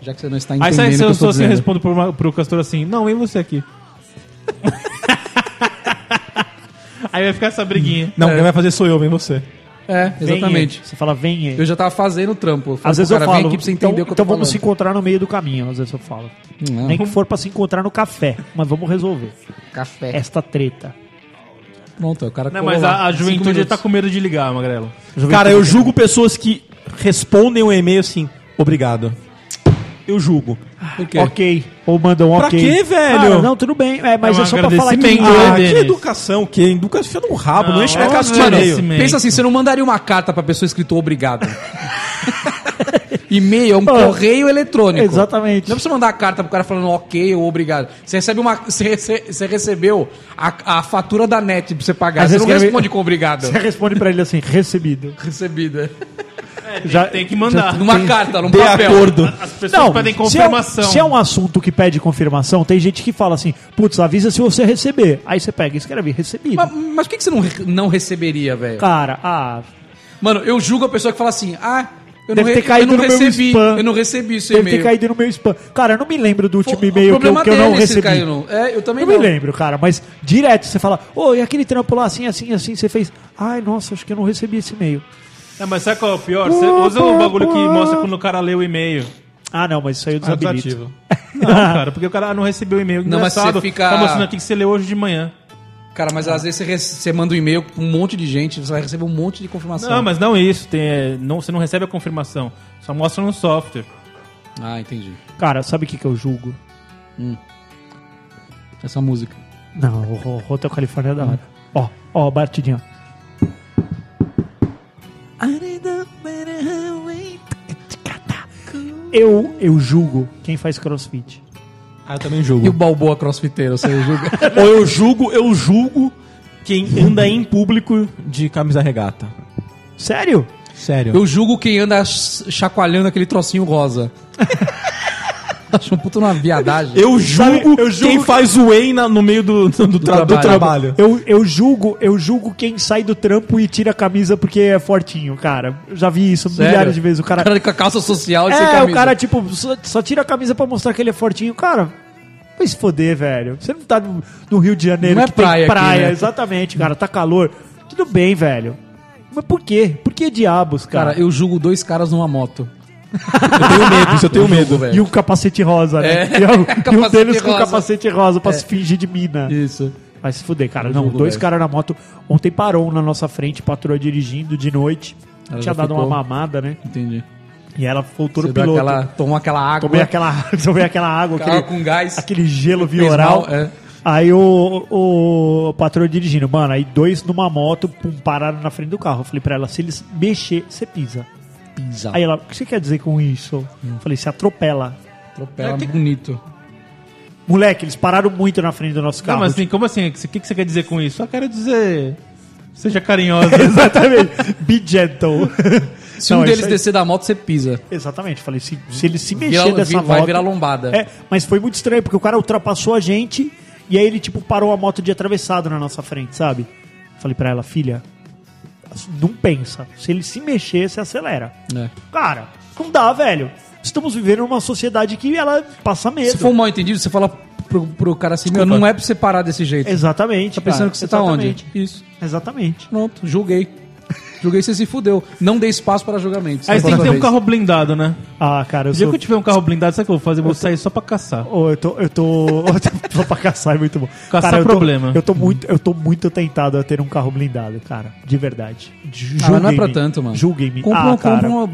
[SPEAKER 2] Já que você não está
[SPEAKER 3] Aí
[SPEAKER 2] entendendo
[SPEAKER 4] é
[SPEAKER 3] sai
[SPEAKER 2] o que
[SPEAKER 3] se
[SPEAKER 2] eu
[SPEAKER 3] eu
[SPEAKER 2] tô
[SPEAKER 3] sou assim,
[SPEAKER 2] dizendo.
[SPEAKER 3] respondo pro, ma- pro Castor assim, não, vem você aqui. Aí vai ficar essa briguinha.
[SPEAKER 1] Não, quem vai fazer sou eu, vem você.
[SPEAKER 2] É,
[SPEAKER 4] Vem
[SPEAKER 2] exatamente.
[SPEAKER 4] aí. Você fala, vem aí.
[SPEAKER 2] Eu já tava fazendo o trampo. falei
[SPEAKER 4] Às
[SPEAKER 2] pro
[SPEAKER 4] vezes eu
[SPEAKER 2] cara,
[SPEAKER 4] falo,
[SPEAKER 2] Vem aqui pra você
[SPEAKER 4] então,
[SPEAKER 2] entender o que eu tô
[SPEAKER 4] então vamos se
[SPEAKER 2] falando."
[SPEAKER 4] encontrar no meio do caminho, às vezes eu falo.
[SPEAKER 2] Não,
[SPEAKER 4] Nem que for pra se encontrar no café, mas vamos resolver
[SPEAKER 2] café.
[SPEAKER 4] esta treta.
[SPEAKER 2] Pronto, aí o cara
[SPEAKER 3] Não,
[SPEAKER 2] colou
[SPEAKER 3] É, mas
[SPEAKER 2] lá.
[SPEAKER 3] a, a
[SPEAKER 2] Cinco
[SPEAKER 3] juventude
[SPEAKER 2] minutos.
[SPEAKER 3] tá com medo de ligar, Magrelo.
[SPEAKER 1] Cara, eu julgo pessoas que respondem um e-mail assim, obrigado. Eu julgo.
[SPEAKER 2] Por quê?
[SPEAKER 4] Ok. Ou mandam um
[SPEAKER 1] Pra
[SPEAKER 4] ok.
[SPEAKER 1] quê, velho?
[SPEAKER 4] Ah, não, tudo bem. É, mas
[SPEAKER 3] É
[SPEAKER 4] é,
[SPEAKER 3] um
[SPEAKER 4] só pra falar que...
[SPEAKER 3] agradecimento.
[SPEAKER 4] Ah,
[SPEAKER 1] Ah, que
[SPEAKER 3] Denis.
[SPEAKER 1] educação, que é educação fica no rabo, não,
[SPEAKER 3] Não,
[SPEAKER 1] enche minha
[SPEAKER 3] é
[SPEAKER 1] casa de
[SPEAKER 3] mano,
[SPEAKER 1] e-mail.
[SPEAKER 3] esse-
[SPEAKER 2] Pensa assim, você não mandaria uma carta pra pessoa escrito obrigado. E-mail é um correio eletrônico.
[SPEAKER 4] Exatamente.
[SPEAKER 2] Não precisa mandar a carta pro cara falando ok ou obrigado. Você recebe uma. Você, rece- você recebeu a, a fatura da net pra você pagar. Você
[SPEAKER 4] Às vezes
[SPEAKER 2] não
[SPEAKER 4] escreve-
[SPEAKER 2] responde com obrigado.
[SPEAKER 4] Você responde pra ele assim, recebido.
[SPEAKER 2] Recebida.
[SPEAKER 4] já
[SPEAKER 3] Tem que mandar.
[SPEAKER 2] Numa carta, num
[SPEAKER 1] De
[SPEAKER 2] papel.
[SPEAKER 1] acordo.
[SPEAKER 3] As pessoas pedem
[SPEAKER 4] se é um-
[SPEAKER 3] confirmação.
[SPEAKER 4] Se é, um assunto que pede confirmação, tem gente que fala assim, putz, avisa se você receber. Aí você pega e escreve, recebido.
[SPEAKER 2] Mas, mas por que, que você não, re- não receberia, velho?
[SPEAKER 4] Cara, ah,
[SPEAKER 2] Mano, eu julgo a pessoa que fala assim, ah, eu não,
[SPEAKER 4] Deve
[SPEAKER 2] re-
[SPEAKER 4] ter
[SPEAKER 2] eu
[SPEAKER 4] caído
[SPEAKER 2] não
[SPEAKER 4] no meu
[SPEAKER 2] recebi.
[SPEAKER 4] spam.
[SPEAKER 2] Eu não recebi seu
[SPEAKER 4] deve ter
[SPEAKER 2] e-mail.
[SPEAKER 4] caído no meu spam. Cara, eu não me lembro do último
[SPEAKER 2] O- o
[SPEAKER 4] tipo e-mail que, eu-
[SPEAKER 2] problema
[SPEAKER 4] que eu não
[SPEAKER 2] dele se
[SPEAKER 4] recebi.
[SPEAKER 2] caiu, não. É, eu também
[SPEAKER 4] Eu
[SPEAKER 2] não.
[SPEAKER 4] me lembro, cara, mas direto você fala, ô, e aquele trampo lá assim, assim, assim, você fez. Ai, nossa, acho que eu não recebi esse e-mail.
[SPEAKER 3] Não, mas sabe qual é o pior? Você usa o bagulho que mostra quando o cara lê o e-mail.
[SPEAKER 4] Ah, não, mas isso aí eu desabilito.
[SPEAKER 3] Não, cara, porque o cara ah, não recebeu o e-mail.
[SPEAKER 2] Não, mas
[SPEAKER 3] Engraçado,
[SPEAKER 2] você fica-
[SPEAKER 3] Tá mostrando aqui que você leu hoje de manhã.
[SPEAKER 2] Cara, mas às vezes você, rece- você manda um e-mail com um monte de gente, você vai receber um monte de confirmação.
[SPEAKER 3] Não, mas não isso. Tem, é, não, você não recebe a confirmação. Só mostra no software.
[SPEAKER 2] Ah, entendi.
[SPEAKER 4] Cara, sabe o que, que eu julgo?
[SPEAKER 2] Essa música.
[SPEAKER 4] Não, o Ho- Hotel Califórnia
[SPEAKER 2] Hum.
[SPEAKER 4] é da hora. Ó, ó, batidinha. Eu, eu julgo quem faz crossfit.
[SPEAKER 1] Ah, eu também
[SPEAKER 2] E o
[SPEAKER 1] julgo.
[SPEAKER 2] Balboa crossfiteiro, você julga?
[SPEAKER 1] Ou eu julgo, eu julgo quem anda em público de camisa regata.
[SPEAKER 4] Sério?
[SPEAKER 1] Sério.
[SPEAKER 2] eu julgo quem anda ch- chacoalhando aquele trocinho rosa. Acho um puto uma viadagem.
[SPEAKER 1] Eu julgo,
[SPEAKER 4] eu julgo
[SPEAKER 1] quem
[SPEAKER 4] que-
[SPEAKER 1] faz o Whey na- no meio do, do, tra- do
[SPEAKER 2] trabalho.
[SPEAKER 1] trabalho.
[SPEAKER 4] Eu, eu julgo, eu julgo quem sai do trampo e tira a camisa porque é fortinho, cara. Eu já vi isso
[SPEAKER 2] Sério?
[SPEAKER 4] milhares de vezes. O cara,
[SPEAKER 2] com a calça social e sem
[SPEAKER 4] É,
[SPEAKER 2] camisa.
[SPEAKER 4] o cara, tipo, só, só tira a camisa pra mostrar que ele é fortinho. Cara, vai se foder, velho. Você não tá no, no Rio de Janeiro,
[SPEAKER 2] Não é
[SPEAKER 4] que
[SPEAKER 2] praia
[SPEAKER 4] tem
[SPEAKER 2] aqui,
[SPEAKER 4] praia.
[SPEAKER 2] né?
[SPEAKER 4] Exatamente, cara, tá calor. Tudo bem, velho. Mas por quê? Por que diabos, cara?
[SPEAKER 2] Cara, eu julgo dois caras numa moto.
[SPEAKER 1] Eu tenho medo, isso eu tenho medo,
[SPEAKER 4] E
[SPEAKER 1] velho.
[SPEAKER 4] um capacete rosa, né?
[SPEAKER 2] É.
[SPEAKER 4] E, um- e um
[SPEAKER 2] Capacete
[SPEAKER 4] deles com
[SPEAKER 2] rosa. É.
[SPEAKER 4] capacete rosa pra se fingir de mina.
[SPEAKER 2] Isso.
[SPEAKER 4] Vai se fuder, cara. Não,
[SPEAKER 2] jogo,
[SPEAKER 4] dois
[SPEAKER 2] velho.
[SPEAKER 4] caras na moto. Ontem parou um na nossa frente, patroa dirigindo de noite.
[SPEAKER 2] Ela já
[SPEAKER 4] Tinha dado
[SPEAKER 2] ficou.
[SPEAKER 4] uma mamada, né?
[SPEAKER 2] Entendi.
[SPEAKER 4] E ela voltou
[SPEAKER 2] Você
[SPEAKER 4] no
[SPEAKER 2] deu
[SPEAKER 4] piloto.
[SPEAKER 2] aquela, tomou aquela água.
[SPEAKER 4] Tomei aquela, tomei aquela água,
[SPEAKER 2] Aquela
[SPEAKER 4] aquele,
[SPEAKER 2] com gás.
[SPEAKER 4] aquele gelo
[SPEAKER 2] Fez
[SPEAKER 4] vioral.
[SPEAKER 2] mal, é.
[SPEAKER 4] Aí o, o, patrão dirigindo, mano, aí dois numa moto, pum, pararam na frente do carro. Eu falei pra ela, se eles mexer, você pisa.
[SPEAKER 2] Pisa. Hum.
[SPEAKER 4] Aí ela, o que você quer dizer com isso? Eu falei, se atropela.
[SPEAKER 2] Atropela bonito.
[SPEAKER 4] Moleque, eles pararam muito na frente do nosso carro.
[SPEAKER 3] Não, mas assim, como assim? O que, que você quer dizer com isso? Só quero dizer. Seja carinhosa.
[SPEAKER 4] Exatamente. Be gentle.
[SPEAKER 2] Se
[SPEAKER 4] Não,
[SPEAKER 2] um
[SPEAKER 4] é
[SPEAKER 2] deles
[SPEAKER 4] isso aí.
[SPEAKER 2] descer da moto, você pisa.
[SPEAKER 4] Exatamente, falei, se, se ele se mexer
[SPEAKER 2] Vira-
[SPEAKER 4] dessa
[SPEAKER 2] vi-
[SPEAKER 4] moto...
[SPEAKER 2] vai virar lombada.
[SPEAKER 4] É, mas foi muito estranho, porque o cara ultrapassou a gente e aí ele, tipo, parou a moto de atravessado na nossa frente, sabe? Falei pra ela, filha, não pensa. Se ele se mexer, você acelera.
[SPEAKER 2] É.
[SPEAKER 4] Cara, não dá, velho. Estamos vivendo numa sociedade que ela passa medo.
[SPEAKER 2] Se for um mal entendido, você fala pro, pro cara assim, meu, não é pra você parar desse jeito.
[SPEAKER 4] Exatamente.
[SPEAKER 2] Tá pensando que você tá onde? Isso.
[SPEAKER 4] Exatamente.
[SPEAKER 2] Pronto, julguei. Julguei, você se fudeu. Não dê espaço para julgamentos.
[SPEAKER 3] Aí
[SPEAKER 2] Da
[SPEAKER 3] você tem que ter um
[SPEAKER 2] próxima
[SPEAKER 3] carro blindado, né?
[SPEAKER 4] Ah, cara, eu
[SPEAKER 3] O dia
[SPEAKER 4] sou...
[SPEAKER 3] que eu tiver um carro blindado, sabe o que eu vou fazer? Eu vou sair só pra caçar.
[SPEAKER 4] Ô, eu tô, eu tô, eu tô pra caçar é muito bom.
[SPEAKER 3] Caçar
[SPEAKER 4] eu tô-
[SPEAKER 3] problema.
[SPEAKER 4] eu tô muito, eu tô muito tentado a ter um carro blindado, cara, de verdade. Ju-
[SPEAKER 2] vez. Ah, mas não é
[SPEAKER 4] julguem-me.
[SPEAKER 2] pra tanto, mano.
[SPEAKER 4] Julguem-me.
[SPEAKER 2] Compra,
[SPEAKER 4] ah,
[SPEAKER 2] uma- compra
[SPEAKER 4] cara.
[SPEAKER 2] uma,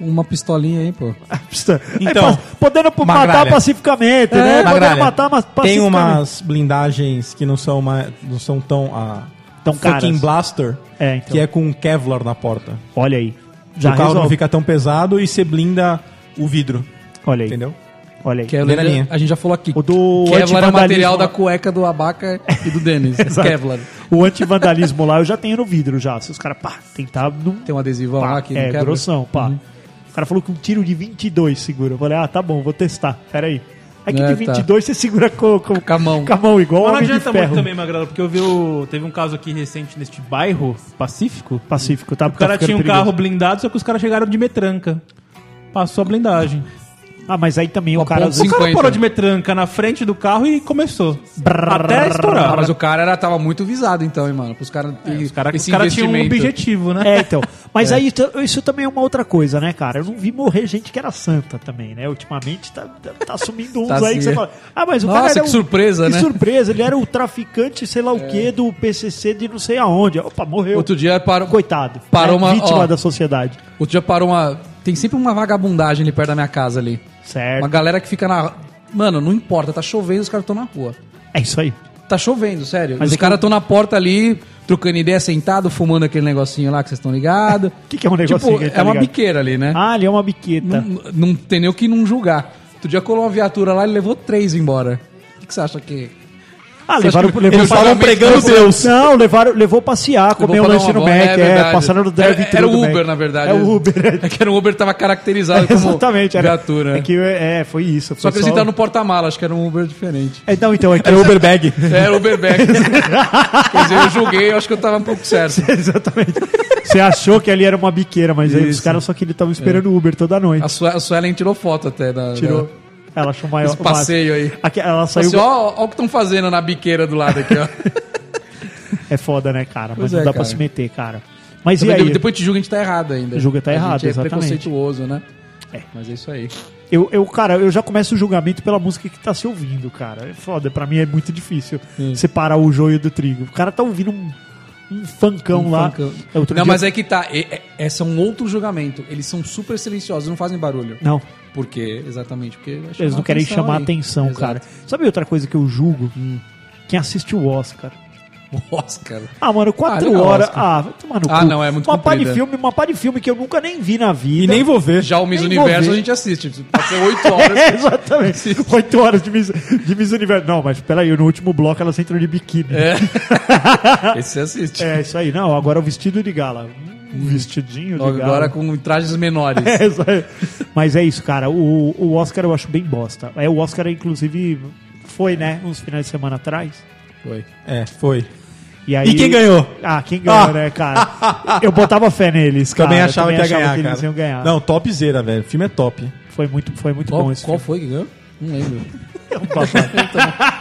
[SPEAKER 2] uma pistolinha aí, pô.
[SPEAKER 4] Então,
[SPEAKER 1] Então,
[SPEAKER 4] podendo p- matar
[SPEAKER 1] Magralha. É,
[SPEAKER 4] pacificamente, né? Podendo
[SPEAKER 1] Magralha,
[SPEAKER 4] matar mas pacificamente.
[SPEAKER 1] Tem umas blindagens que não são, mais, não são tão. A,
[SPEAKER 4] Tão caras.
[SPEAKER 1] fucking blaster,
[SPEAKER 4] É, então.
[SPEAKER 1] que é com Kevlar na porta.
[SPEAKER 4] Olha aí. Já
[SPEAKER 1] o carro não
[SPEAKER 4] resolve.
[SPEAKER 1] fica tão pesado e você blinda o vidro.
[SPEAKER 4] Olha aí.
[SPEAKER 1] Entendeu?
[SPEAKER 4] Olha aí.
[SPEAKER 2] Kevlar,
[SPEAKER 1] Primeira linha.
[SPEAKER 2] é a gente já falou aqui.
[SPEAKER 4] O do
[SPEAKER 2] Kevlar é o
[SPEAKER 4] antivandalismo
[SPEAKER 2] material
[SPEAKER 4] lá.
[SPEAKER 2] da cueca do Abaca e do Denis.
[SPEAKER 4] Exato.
[SPEAKER 2] Kevlar.
[SPEAKER 4] O antivandalismo lá eu já tenho no vidro já. Se os caras, pá, tentar não
[SPEAKER 2] Tem um adesivão
[SPEAKER 4] pá,
[SPEAKER 2] lá que não
[SPEAKER 4] é,
[SPEAKER 2] quebra.
[SPEAKER 4] grossão, pá. O cara falou que um tiro de 22 segura. Eu falei, ah, tá bom, vou testar. Pera aí. É que
[SPEAKER 2] É,
[SPEAKER 4] de
[SPEAKER 2] tá.
[SPEAKER 4] 22 você segura com, com,
[SPEAKER 2] Com a mão.
[SPEAKER 4] com a mão, igual
[SPEAKER 3] Mas não
[SPEAKER 4] homem de
[SPEAKER 3] adianta muito
[SPEAKER 4] ferro.
[SPEAKER 3] também, Magrelo, porque eu vi o... Teve um caso aqui recente neste bairro, Pacífico.
[SPEAKER 4] Pacífico, tá?
[SPEAKER 3] O cara tinha um carro
[SPEAKER 4] perigoso.
[SPEAKER 3] blindado, só que os caras chegaram de metranca. Passou a blindagem.
[SPEAKER 4] Ah, mas aí também o
[SPEAKER 2] Uma
[SPEAKER 4] cara...
[SPEAKER 2] ponto
[SPEAKER 4] às vezes-
[SPEAKER 3] O cara
[SPEAKER 2] 50.
[SPEAKER 3] parou de metranca na frente do carro e começou.
[SPEAKER 4] Brrr.
[SPEAKER 3] até estourar.
[SPEAKER 2] Ah, mas o cara era, tava muito visado então, hein, mano. Os caras
[SPEAKER 3] Os caras cara tinham um objetivo, né?
[SPEAKER 4] É, então. Mas aí t- isso também é uma outra coisa, né, cara? Eu não vi morrer gente que era santa também, né? Ultimamente tá, tá, tá sumindo uns
[SPEAKER 2] Tá
[SPEAKER 4] aí que
[SPEAKER 2] sim.
[SPEAKER 4] você fala. Ah, mas o
[SPEAKER 2] Nossa,
[SPEAKER 4] cara era
[SPEAKER 2] que
[SPEAKER 4] um-
[SPEAKER 2] surpresa,
[SPEAKER 4] que
[SPEAKER 2] né? É.
[SPEAKER 4] surpresa. Ele era o traficante, sei lá o quê, do PCC de não sei aonde. Opa, morreu.
[SPEAKER 2] Outro dia parou,
[SPEAKER 4] Coitado.
[SPEAKER 2] Parou
[SPEAKER 4] né?
[SPEAKER 2] uma-
[SPEAKER 4] Vítima
[SPEAKER 2] ó.
[SPEAKER 4] da sociedade.
[SPEAKER 2] outro dia parou uma... Tem sempre uma vagabundagem ali perto da minha casa ali.
[SPEAKER 4] Certo.
[SPEAKER 2] Uma galera que fica na... Mano, não importa, tá chovendo, os caras estão na rua.
[SPEAKER 4] É isso aí.
[SPEAKER 2] Tá chovendo, sério.
[SPEAKER 4] Mas
[SPEAKER 2] os
[SPEAKER 4] é que
[SPEAKER 2] caras
[SPEAKER 4] eu-
[SPEAKER 2] estão na porta ali, trocando ideia, sentado, fumando aquele negocinho lá que vocês estão ligados.
[SPEAKER 4] O que, que é um negocinho?
[SPEAKER 2] Tipo,
[SPEAKER 4] aí, tá
[SPEAKER 2] é uma
[SPEAKER 4] ligado?
[SPEAKER 2] biqueira ali, né?
[SPEAKER 4] Ah, ele é uma biqueta.
[SPEAKER 2] Não, não tem nem o que não julgar. Outro dia colou uma viatura lá e levou três embora. O que, que você acha que.
[SPEAKER 4] Ah,
[SPEAKER 2] Você
[SPEAKER 4] levaram,
[SPEAKER 2] acha que
[SPEAKER 4] levaram
[SPEAKER 2] eles estavam pregando
[SPEAKER 4] Deus. Não, levaram, levou passear, comer
[SPEAKER 2] Levou
[SPEAKER 4] um
[SPEAKER 2] pra dar
[SPEAKER 4] lanche
[SPEAKER 2] uma
[SPEAKER 4] no Mac,
[SPEAKER 2] volta,
[SPEAKER 4] é,
[SPEAKER 2] verdade. é,
[SPEAKER 4] passaram no drive
[SPEAKER 2] Era, era o Uber, na verdade.
[SPEAKER 4] É o Uber,
[SPEAKER 2] É que era o Uber tava caracterizado como
[SPEAKER 4] Exatamente, era.
[SPEAKER 2] viatura. né?
[SPEAKER 4] É que é, foi
[SPEAKER 2] Só
[SPEAKER 4] isso.
[SPEAKER 2] que eles
[SPEAKER 4] pessoal-
[SPEAKER 2] entraram no porta-mala, acho que era um Uber diferente.
[SPEAKER 4] É, não, então, é que
[SPEAKER 1] Era Uber Bag.
[SPEAKER 2] Era o Uber Back. Quer dizer, eu julguei, eu acho que eu tava um pouco certo.
[SPEAKER 4] Exatamente. Você achou que ali era uma biqueira, mas aí os
[SPEAKER 2] Isso. É.
[SPEAKER 4] caras só que ele tava esperando o Uber toda noite.
[SPEAKER 2] A, Sue a Suelen tirou foto até. Da,
[SPEAKER 4] Tirou.
[SPEAKER 2] da-
[SPEAKER 4] Ela achou maior.
[SPEAKER 2] Esse passeio aí.
[SPEAKER 4] Aqui, ela saiu.
[SPEAKER 2] Assim, ó, ó o que estão fazendo na biqueira do lado aqui, ó.
[SPEAKER 4] É foda, né, cara? Mas
[SPEAKER 2] Pois
[SPEAKER 4] não
[SPEAKER 2] é,
[SPEAKER 4] dá pra
[SPEAKER 2] cara.
[SPEAKER 4] se meter, cara. Mas
[SPEAKER 2] Também
[SPEAKER 4] e
[SPEAKER 2] de-
[SPEAKER 4] aí?
[SPEAKER 2] Depois te julga, a gente tá errado ainda.
[SPEAKER 4] Julga tá
[SPEAKER 2] A
[SPEAKER 4] errado,
[SPEAKER 2] gente é
[SPEAKER 4] exatamente.
[SPEAKER 2] preconceituoso, né? Mas é isso aí.
[SPEAKER 4] Eu, eu, cara, eu já começo o julgamento pela música que tá se ouvindo, cara. É foda, pra mim é muito difícil separar o joio do trigo. O cara tá ouvindo um, um funkão lá.
[SPEAKER 2] Funkão.
[SPEAKER 4] É outro
[SPEAKER 2] não,
[SPEAKER 4] dia-
[SPEAKER 2] mas é que tá. e- e- Esse é um outro julgamento. Eles são super silenciosos, não fazem barulho.
[SPEAKER 4] Não,
[SPEAKER 2] Por quê? Exatamente. Porque vai chamar
[SPEAKER 4] eles não querem chamar
[SPEAKER 2] aí.
[SPEAKER 4] atenção,
[SPEAKER 2] Exato.
[SPEAKER 4] cara. Sabe outra coisa que eu julgo?
[SPEAKER 1] Hum.
[SPEAKER 4] Quem assiste o Oscar.
[SPEAKER 2] Oscar.
[SPEAKER 4] Ah, mano, quatro
[SPEAKER 2] Ah, legal,
[SPEAKER 4] horas.
[SPEAKER 2] Oscar.
[SPEAKER 4] Ah, vai tomar no
[SPEAKER 2] Ah,
[SPEAKER 4] cu.
[SPEAKER 2] não, é muito
[SPEAKER 4] Uma pá de
[SPEAKER 2] comprida.
[SPEAKER 4] filme, uma pá de filme que eu nunca nem vi na vida.
[SPEAKER 1] E nem vou ver.
[SPEAKER 2] Já o Miss
[SPEAKER 4] Nem
[SPEAKER 2] Universo
[SPEAKER 4] vou ver.
[SPEAKER 2] a gente assiste. Pode ser 8 horas.
[SPEAKER 4] É, exatamente. Oito horas de Miss, de Miss Universo. Não, mas peraí, no último bloco elas entram de biquíni. É,
[SPEAKER 2] Esse você assiste.
[SPEAKER 4] isso aí. Não, agora o vestido de gala. Um vestidinho de gala.
[SPEAKER 2] Agora com trajes menores.
[SPEAKER 4] É, isso aí. Mas é isso, cara. O, o Oscar eu acho bem bosta. É, o Oscar, inclusive, foi, né? Uns finais de semana atrás.
[SPEAKER 2] Foi.
[SPEAKER 1] É, foi.
[SPEAKER 4] E, aí...
[SPEAKER 1] E quem ganhou?
[SPEAKER 4] Ah, quem ganhou,
[SPEAKER 1] Ah.
[SPEAKER 4] né, cara? Eu botava fé neles, cara.
[SPEAKER 1] Também
[SPEAKER 4] Eu
[SPEAKER 1] achava que ia
[SPEAKER 4] achava
[SPEAKER 1] ganhar,
[SPEAKER 4] que eles
[SPEAKER 1] cara.
[SPEAKER 4] iam ganhar.
[SPEAKER 1] Não, topzera, velho. O filme é top.
[SPEAKER 4] Foi muito, foi muito
[SPEAKER 2] Qual,
[SPEAKER 4] bom esse
[SPEAKER 2] qual
[SPEAKER 4] filme.
[SPEAKER 2] foi que ganhou? Não lembro.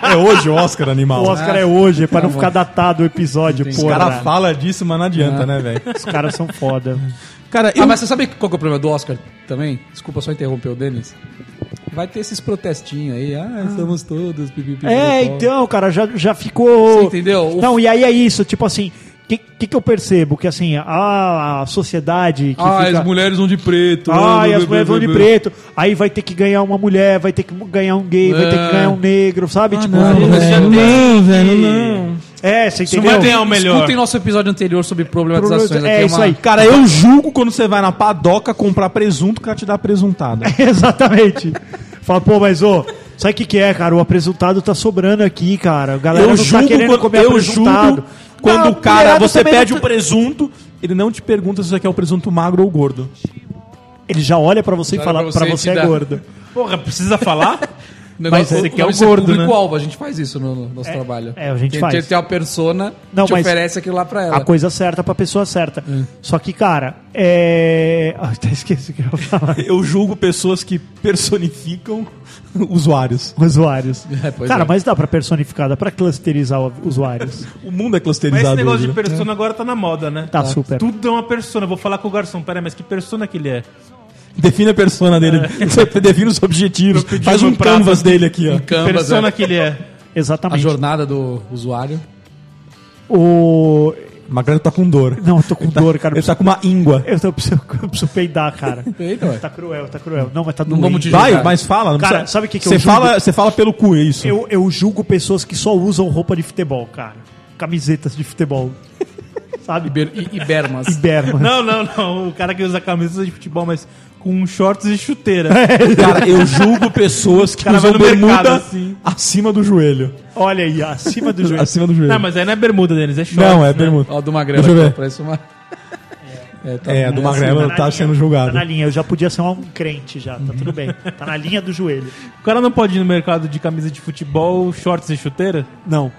[SPEAKER 1] É hoje o Oscar, animal.
[SPEAKER 4] O Oscar é hoje, é pra não
[SPEAKER 2] Tá bom.
[SPEAKER 4] ficar datado o episódio,
[SPEAKER 1] Os
[SPEAKER 4] porra.
[SPEAKER 1] caras falam disso, mas não adianta, né, velho?
[SPEAKER 4] Os caras são foda.
[SPEAKER 1] Cara,
[SPEAKER 2] Ah, mas você sabe qual que é o problema do Oscar também? Desculpa só interromper o Denis. Vai ter esses protestinhos aí. Ah, estamos todos. pipipi,
[SPEAKER 4] É,
[SPEAKER 2] pipopó.
[SPEAKER 4] então, cara, já, já ficou.
[SPEAKER 2] né? Você entendeu? O-
[SPEAKER 4] Não, e aí é isso, tipo assim. que, que, que eu percebo? Que assim, a, a sociedade que
[SPEAKER 2] Ah,
[SPEAKER 4] fica...
[SPEAKER 2] as mulheres vão de preto.
[SPEAKER 4] Ai, as mulheres vão de preto. Aí vai ter que ganhar uma mulher, vai ter que ganhar um gay, vai ter que
[SPEAKER 2] É.
[SPEAKER 4] ganhar um negro, sabe? tipo,
[SPEAKER 2] não,
[SPEAKER 4] você já
[SPEAKER 2] velho,
[SPEAKER 4] tem-
[SPEAKER 2] não, velho, não.
[SPEAKER 4] É, você
[SPEAKER 3] Não
[SPEAKER 4] entendeu?
[SPEAKER 3] vai ganhar o melhor.
[SPEAKER 2] Escutem nosso episódio anterior sobre problematizações.
[SPEAKER 4] É,
[SPEAKER 2] Aqui
[SPEAKER 4] isso aí.
[SPEAKER 1] Cara, eu julgo quando você vai na padoca comprar presunto, o cara te dá presuntada.
[SPEAKER 4] Exatamente. Fala, pô, mas ô, sabe o que, que é, cara? O apresentado tá sobrando aqui, cara. A galera
[SPEAKER 1] eu
[SPEAKER 4] não tá
[SPEAKER 1] julgo
[SPEAKER 4] querendo
[SPEAKER 1] quando,
[SPEAKER 4] comer
[SPEAKER 1] eu
[SPEAKER 4] apresentado.
[SPEAKER 1] julgo quando
[SPEAKER 4] Não,
[SPEAKER 1] o cara,
[SPEAKER 4] mulherada
[SPEAKER 1] você
[SPEAKER 4] também
[SPEAKER 1] pede
[SPEAKER 4] não tá-
[SPEAKER 1] um presunto, ele não te pergunta se isso aqui é um presunto magro ou gordo.
[SPEAKER 4] tá- Ele já olha pra você e
[SPEAKER 2] Já
[SPEAKER 4] fala,
[SPEAKER 2] olha
[SPEAKER 4] pra
[SPEAKER 2] pra
[SPEAKER 4] você,
[SPEAKER 2] você e te
[SPEAKER 4] é
[SPEAKER 2] dá.
[SPEAKER 4] gordo.
[SPEAKER 3] Porra, precisa falar?
[SPEAKER 2] O negócio-
[SPEAKER 4] esse aqui
[SPEAKER 2] o-
[SPEAKER 4] é o
[SPEAKER 2] isso
[SPEAKER 4] gordo, né?
[SPEAKER 2] público-alvo, a gente faz isso no, no nosso trabalho.
[SPEAKER 4] é, a gente
[SPEAKER 2] tem,
[SPEAKER 4] faz.
[SPEAKER 2] Tem, tem uma persona
[SPEAKER 4] Não,
[SPEAKER 2] te
[SPEAKER 4] mas-
[SPEAKER 2] oferece aquilo lá pra ela. É.
[SPEAKER 4] A coisa certa pra pessoa certa. Só que, cara, é. Ah, até esqueci o que eu ia falar.
[SPEAKER 1] Eu julgo pessoas que personificam usuários.
[SPEAKER 4] Usuários.
[SPEAKER 2] É, pois
[SPEAKER 4] cara,
[SPEAKER 2] é.
[SPEAKER 4] mas dá pra personificar, dá pra clusterizar o- usuários.
[SPEAKER 1] O mundo é
[SPEAKER 3] Mas esse
[SPEAKER 1] clusterizado.
[SPEAKER 3] negócio de
[SPEAKER 1] hoje, né?
[SPEAKER 3] persona agora tá na moda, né?
[SPEAKER 4] Tá super.
[SPEAKER 3] Tudo é uma persona. Vou falar com o garçom. Pera, aí, mas que persona que ele é?
[SPEAKER 1] Define a persona dele. Você define os objetivos.
[SPEAKER 3] pedi
[SPEAKER 1] Faz
[SPEAKER 3] uma
[SPEAKER 1] um
[SPEAKER 3] prata.
[SPEAKER 1] canvas dele aqui, ó.
[SPEAKER 3] Que
[SPEAKER 2] Canvas,
[SPEAKER 3] persona
[SPEAKER 2] é.
[SPEAKER 3] que ele é?
[SPEAKER 2] A
[SPEAKER 4] Exatamente.
[SPEAKER 2] jornada do usuário.
[SPEAKER 4] O.
[SPEAKER 1] Magrano tá com dor.
[SPEAKER 4] Não, eu tô com dor, cara.
[SPEAKER 1] Ele tá com uma íngua.
[SPEAKER 4] Eu, tô, eu, preciso, eu preciso peidar, cara.
[SPEAKER 2] Eita, ué.
[SPEAKER 4] Tá cruel, tá cruel. Não, mas tá
[SPEAKER 2] Não
[SPEAKER 4] doendo.
[SPEAKER 2] vamos te
[SPEAKER 1] Vai,
[SPEAKER 2] julgar.
[SPEAKER 1] mas fala. não
[SPEAKER 4] Cara,
[SPEAKER 1] precisa-
[SPEAKER 4] sabe o que que eu
[SPEAKER 1] você
[SPEAKER 4] julgo?
[SPEAKER 1] fala? Você fala pelo cu, é isso.
[SPEAKER 4] Eu, eu julgo pessoas que só usam roupa de futebol, cara. Camisetas de futebol. Sabe?
[SPEAKER 2] Iber- I- Ibermas.
[SPEAKER 4] Berma.
[SPEAKER 3] Não, não, não. O cara que usa camisa de futebol, mas com shorts e chuteira.
[SPEAKER 1] Cara, eu julgo pessoas que
[SPEAKER 3] cara vai
[SPEAKER 1] usam
[SPEAKER 3] no
[SPEAKER 1] bermuda
[SPEAKER 3] mercado, assim.
[SPEAKER 1] acima do joelho.
[SPEAKER 4] Olha aí, acima do joelho.
[SPEAKER 1] Acima do joelho.
[SPEAKER 3] Não, mas aí não é bermuda deles, é shorts.
[SPEAKER 1] Não, é
[SPEAKER 3] né?
[SPEAKER 1] bermuda.
[SPEAKER 2] Ó, do Magrela.
[SPEAKER 1] Deixa eu
[SPEAKER 2] aqui,
[SPEAKER 1] ver.
[SPEAKER 2] ó, Parece uma... É, tá
[SPEAKER 1] É,
[SPEAKER 2] bom.
[SPEAKER 1] do Magrela
[SPEAKER 4] na
[SPEAKER 1] tá
[SPEAKER 4] linha,
[SPEAKER 1] sendo
[SPEAKER 4] Tá
[SPEAKER 1] julgado.
[SPEAKER 4] na linha, eu já podia ser um crente já, tá tudo bem. Tá na linha do joelho.
[SPEAKER 3] O cara não pode ir no mercado de camisa de futebol, shorts e chuteira?
[SPEAKER 4] Não.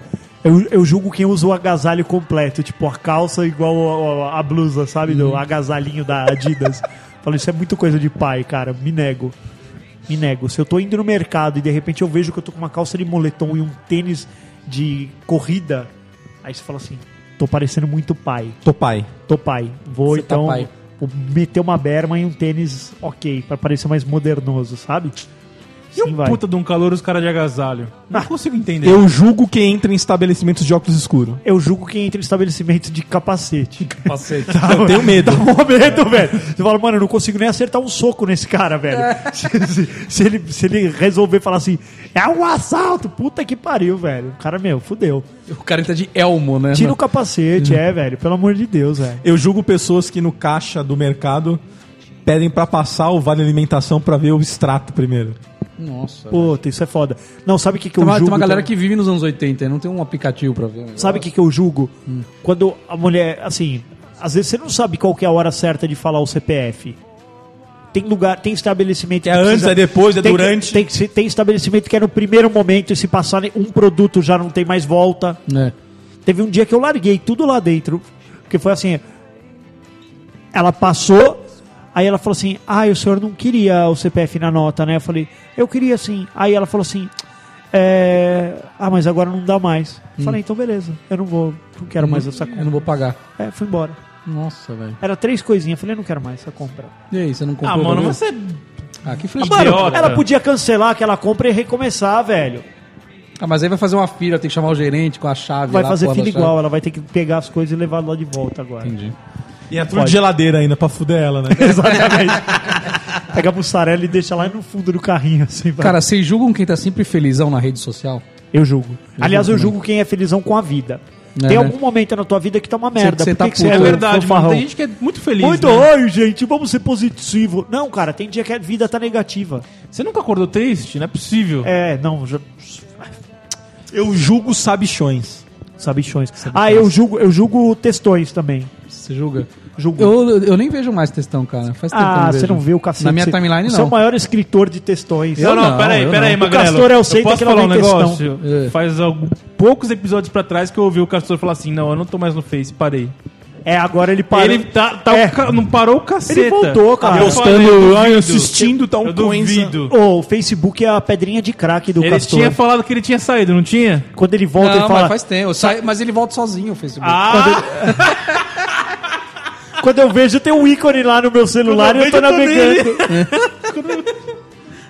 [SPEAKER 4] Eu, eu julgo quem usa o agasalho completo, tipo a calça igual ao- ao- a, blusa, sabe? Do agasalhinho da Adidas. Falo, isso é muito coisa de pai, cara. Me nego. Me nego. Se eu tô indo no mercado e de repente eu vejo que eu tô com uma calça de moletom e um tênis de corrida, aí você fala assim: tô parecendo muito pai.
[SPEAKER 1] Tô pai.
[SPEAKER 4] Tô pai. Vou
[SPEAKER 2] Você tá
[SPEAKER 4] então.
[SPEAKER 2] pai.
[SPEAKER 4] Vou meter uma berma e um tênis ok, pra parecer mais modernoso, sabe?
[SPEAKER 3] E um
[SPEAKER 4] vai.
[SPEAKER 3] puta de um calor os caras de agasalho. Não consigo entender.
[SPEAKER 1] Eu julgo quem entra em estabelecimentos de óculos escuros.
[SPEAKER 4] Eu julgo quem entra em estabelecimento de capacete.
[SPEAKER 2] Passei.
[SPEAKER 1] Eu tenho medo.
[SPEAKER 4] Dá um momento, velho. Você fala, mano, eu não consigo nem acertar um soco nesse cara, velho.
[SPEAKER 2] É.
[SPEAKER 4] Se, se- se ele, se ele resolver falar assim, é um assalto, puta que pariu, velho. O cara, meu, fudeu.
[SPEAKER 2] O cara tá de elmo, né?
[SPEAKER 4] Tira o capacete, é, velho. Pelo amor de Deus, velho.
[SPEAKER 1] Eu julgo pessoas que no caixa do mercado pedem pra passar o vale alimentação pra ver o extrato primeiro.
[SPEAKER 2] Nossa.
[SPEAKER 4] Puta, isso é foda. Não, sabe o que, que eu
[SPEAKER 2] Tem uma,
[SPEAKER 4] julgo?
[SPEAKER 2] tem uma galera
[SPEAKER 4] também?
[SPEAKER 2] que vive nos anos 80 e não tem um aplicativo pra ver. o negócio.
[SPEAKER 4] Sabe o que, que eu julgo? Quando a mulher, assim, às vezes você não sabe qual que é a hora certa de falar o CPF. Tem lugar, tem estabelecimento.
[SPEAKER 1] É antes, é depois, é
[SPEAKER 4] tem que-
[SPEAKER 1] durante.
[SPEAKER 4] tem, que se- tem estabelecimento que é no primeiro momento e se passar ne- um produto já não tem mais volta.
[SPEAKER 2] É.
[SPEAKER 4] Teve um dia que eu larguei tudo lá dentro, porque foi assim. Ela passou, aí ela falou assim: Ah, o senhor não queria o CPF na nota, né? Eu falei: Eu queria sim. Aí ela falou assim: "É, Ah, mas agora não dá mais. Eu
[SPEAKER 2] Hum.
[SPEAKER 4] Falei: Então beleza, eu não vou, não quero mais essa
[SPEAKER 2] Eu
[SPEAKER 4] compra.
[SPEAKER 2] não vou pagar.
[SPEAKER 4] É, fui embora.
[SPEAKER 2] Nossa, velho.
[SPEAKER 4] Era três coisinhas, eu falei: Eu não quero mais essa compra.
[SPEAKER 2] E aí, você não comprou?
[SPEAKER 3] Ah, mano,
[SPEAKER 2] né?
[SPEAKER 3] você.
[SPEAKER 2] Ah, que flecha.
[SPEAKER 4] Mano,
[SPEAKER 3] Idiota.
[SPEAKER 4] ela podia cancelar aquela compra e recomeçar, velho.
[SPEAKER 2] Ah, mas aí vai fazer uma fila, tem que chamar o gerente com a chave
[SPEAKER 4] Vai
[SPEAKER 2] lá,
[SPEAKER 4] fazer
[SPEAKER 2] porra da
[SPEAKER 4] filho
[SPEAKER 2] chave.
[SPEAKER 4] igual, ela vai ter que pegar as coisas e levar lá de volta agora.
[SPEAKER 2] Entendi.
[SPEAKER 1] E é tudo de geladeira ainda pra fuder ela, né?
[SPEAKER 3] É
[SPEAKER 4] Exatamente. Pega a mussarela e deixa lá no fundo do carrinho, assim. vai.
[SPEAKER 2] Cara, vocês julgam quem tá sempre felizão na rede social?
[SPEAKER 4] eu julgo. Aliás, eu julgo quem é felizão com a vida.
[SPEAKER 2] É, né?
[SPEAKER 4] Tem algum momento na tua vida que tá uma merda.
[SPEAKER 2] que você
[SPEAKER 4] Por
[SPEAKER 2] tá
[SPEAKER 4] que, que você é
[SPEAKER 2] puto.
[SPEAKER 3] É
[SPEAKER 2] Ô,
[SPEAKER 3] verdade, mano.
[SPEAKER 4] fanfarrão?
[SPEAKER 3] Tem gente que é muito feliz.
[SPEAKER 4] Muito,
[SPEAKER 3] né?
[SPEAKER 4] oi, gente, vamos ser positivo. Não, cara, tem dia que a vida tá negativa.
[SPEAKER 3] Você nunca acordou triste? Não é possível.
[SPEAKER 4] É, não, já-
[SPEAKER 1] Eu julgo sabichões.
[SPEAKER 4] sabichões. Ah, eu julgo, eu julgo textões também.
[SPEAKER 2] Você julga?
[SPEAKER 4] Julgo.
[SPEAKER 2] Eu, eu nem vejo mais textão, cara. Faz tempo que eu
[SPEAKER 4] Ah, você
[SPEAKER 2] vejo.
[SPEAKER 4] não vê o cacete.
[SPEAKER 2] Na minha
[SPEAKER 4] Você-
[SPEAKER 2] timeline,
[SPEAKER 4] Você é o
[SPEAKER 2] não.
[SPEAKER 4] maior escritor de textões.
[SPEAKER 3] Não, não,
[SPEAKER 2] não,
[SPEAKER 3] peraí,
[SPEAKER 2] eu
[SPEAKER 3] peraí,
[SPEAKER 2] não.
[SPEAKER 3] Magrelo.
[SPEAKER 4] O Castor é o
[SPEAKER 3] eu
[SPEAKER 4] seita
[SPEAKER 3] posso
[SPEAKER 4] que
[SPEAKER 3] falar um
[SPEAKER 4] lamenta
[SPEAKER 3] negócio?
[SPEAKER 2] É.
[SPEAKER 3] Faz algum- poucos episódios pra trás que eu ouvi o Castor falar assim, não, eu não tô mais no Face, parei.
[SPEAKER 4] É, agora ele parou.
[SPEAKER 3] Ele tá,
[SPEAKER 2] um
[SPEAKER 3] tá
[SPEAKER 4] É.
[SPEAKER 3] o ca- não parou o caceta.
[SPEAKER 4] Ele voltou, cara.
[SPEAKER 3] Eu
[SPEAKER 1] Apostando,
[SPEAKER 3] falei, eu
[SPEAKER 1] ah,
[SPEAKER 3] duvido.
[SPEAKER 1] assistindo, tá um
[SPEAKER 3] Eu
[SPEAKER 1] coisa.
[SPEAKER 3] duvido.
[SPEAKER 4] Ô, o Facebook é a pedrinha de craque do
[SPEAKER 3] Ele
[SPEAKER 4] Castor.
[SPEAKER 3] tinha falado que ele tinha saído, não tinha?
[SPEAKER 4] Quando ele volta,
[SPEAKER 2] Não,
[SPEAKER 4] ele fala. Ah.
[SPEAKER 2] mas faz tempo. Eu saio- mas ele volta sozinho o Facebook.
[SPEAKER 4] Quando eu vejo, tem um ícone lá no meu celular e eu tô navegando.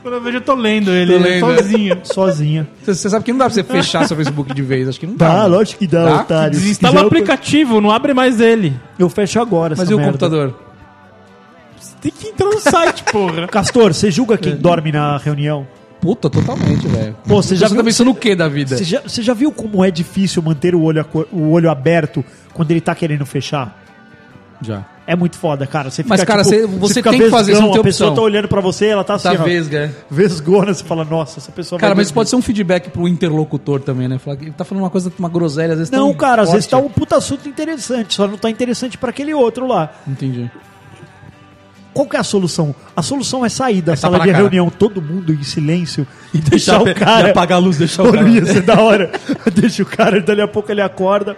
[SPEAKER 3] Quando eu vejo, eu tô lendo ele,
[SPEAKER 2] Tô lendo, é.
[SPEAKER 3] sozinho.
[SPEAKER 4] Sozinha.
[SPEAKER 2] Você você sabe que não dá pra você fechar seu Facebook de vez, acho que não dá.
[SPEAKER 4] Tá,
[SPEAKER 2] né?
[SPEAKER 4] lógico que dá,
[SPEAKER 2] Tá?
[SPEAKER 4] otário. Se
[SPEAKER 3] Instala
[SPEAKER 4] quiser,
[SPEAKER 3] o
[SPEAKER 4] eu-
[SPEAKER 3] aplicativo, não abre mais ele.
[SPEAKER 4] Eu fecho agora
[SPEAKER 2] Mas
[SPEAKER 4] essa
[SPEAKER 2] e o
[SPEAKER 4] merda.
[SPEAKER 2] computador?
[SPEAKER 3] Tem que entrar no site, porra.
[SPEAKER 4] Castor, você julga
[SPEAKER 2] É.
[SPEAKER 4] quem dorme na reunião?
[SPEAKER 2] Puta, totalmente, velho.
[SPEAKER 4] Pô, você já
[SPEAKER 2] Você tá
[SPEAKER 4] viu-
[SPEAKER 2] pensando o que da vida?
[SPEAKER 4] Você já, você já viu como é difícil manter o olho, aco- o olho aberto quando ele tá querendo fechar?
[SPEAKER 2] Já.
[SPEAKER 4] É muito foda, cara. Você fica,
[SPEAKER 2] Mas, cara,
[SPEAKER 4] tipo,
[SPEAKER 2] você- você tem que fazer, você não tem
[SPEAKER 4] a pessoa
[SPEAKER 2] opção.
[SPEAKER 4] tá olhando pra você, ela tá assim,
[SPEAKER 2] Tá
[SPEAKER 4] ó,
[SPEAKER 2] vesga, é.
[SPEAKER 4] vesgona, você fala, nossa, essa pessoa
[SPEAKER 2] Cara,
[SPEAKER 4] vai
[SPEAKER 2] mas isso pode ser um feedback pro interlocutor também, né? Falar que ele tá falando uma coisa, uma groselha, às vezes
[SPEAKER 4] Não,
[SPEAKER 2] tão
[SPEAKER 4] cara, às vezes tá
[SPEAKER 2] forte.
[SPEAKER 4] um puta assunto interessante, só não tá interessante pra aquele outro lá.
[SPEAKER 2] Entendi.
[SPEAKER 4] Qual que é a solução? A solução é sair da sala
[SPEAKER 2] tapa
[SPEAKER 4] de
[SPEAKER 2] na cara.
[SPEAKER 4] reunião, todo mundo em silêncio e deixar o
[SPEAKER 1] E
[SPEAKER 4] cara.
[SPEAKER 1] apagar a luz, deixar o
[SPEAKER 4] Porra,
[SPEAKER 1] cara.
[SPEAKER 4] ia ser da hora. Deixa o cara, dali a pouco ele acorda.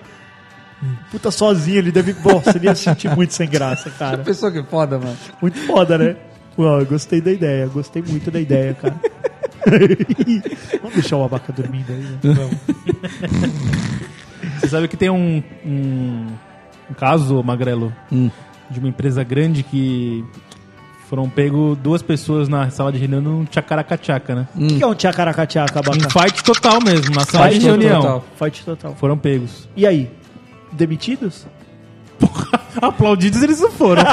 [SPEAKER 4] Puta sozinho, ele deve. Nossa, ele ia se sentir muito sem graça, cara.
[SPEAKER 2] Pessoa que é foda, mano.
[SPEAKER 4] Muito foda, né? Uau, eu gostei da ideia, gostei muito da ideia, cara. Vamos deixar o abaca dormindo aí, né?
[SPEAKER 3] Você sabe que tem um, um, um caso, Magrelo,
[SPEAKER 2] Hum.
[SPEAKER 3] de uma empresa grande que foram pego duas pessoas na sala de reunião num tchacaracachaca, né?
[SPEAKER 2] Hum.
[SPEAKER 4] O que é um tchacaracatiaca, abaca?
[SPEAKER 3] Um fight total mesmo, na sala
[SPEAKER 4] Fight
[SPEAKER 3] de reunião.
[SPEAKER 2] total.
[SPEAKER 4] Fight total.
[SPEAKER 3] Foram pegos.
[SPEAKER 4] E aí? Demitidos?
[SPEAKER 3] Aplaudidos eles não foram.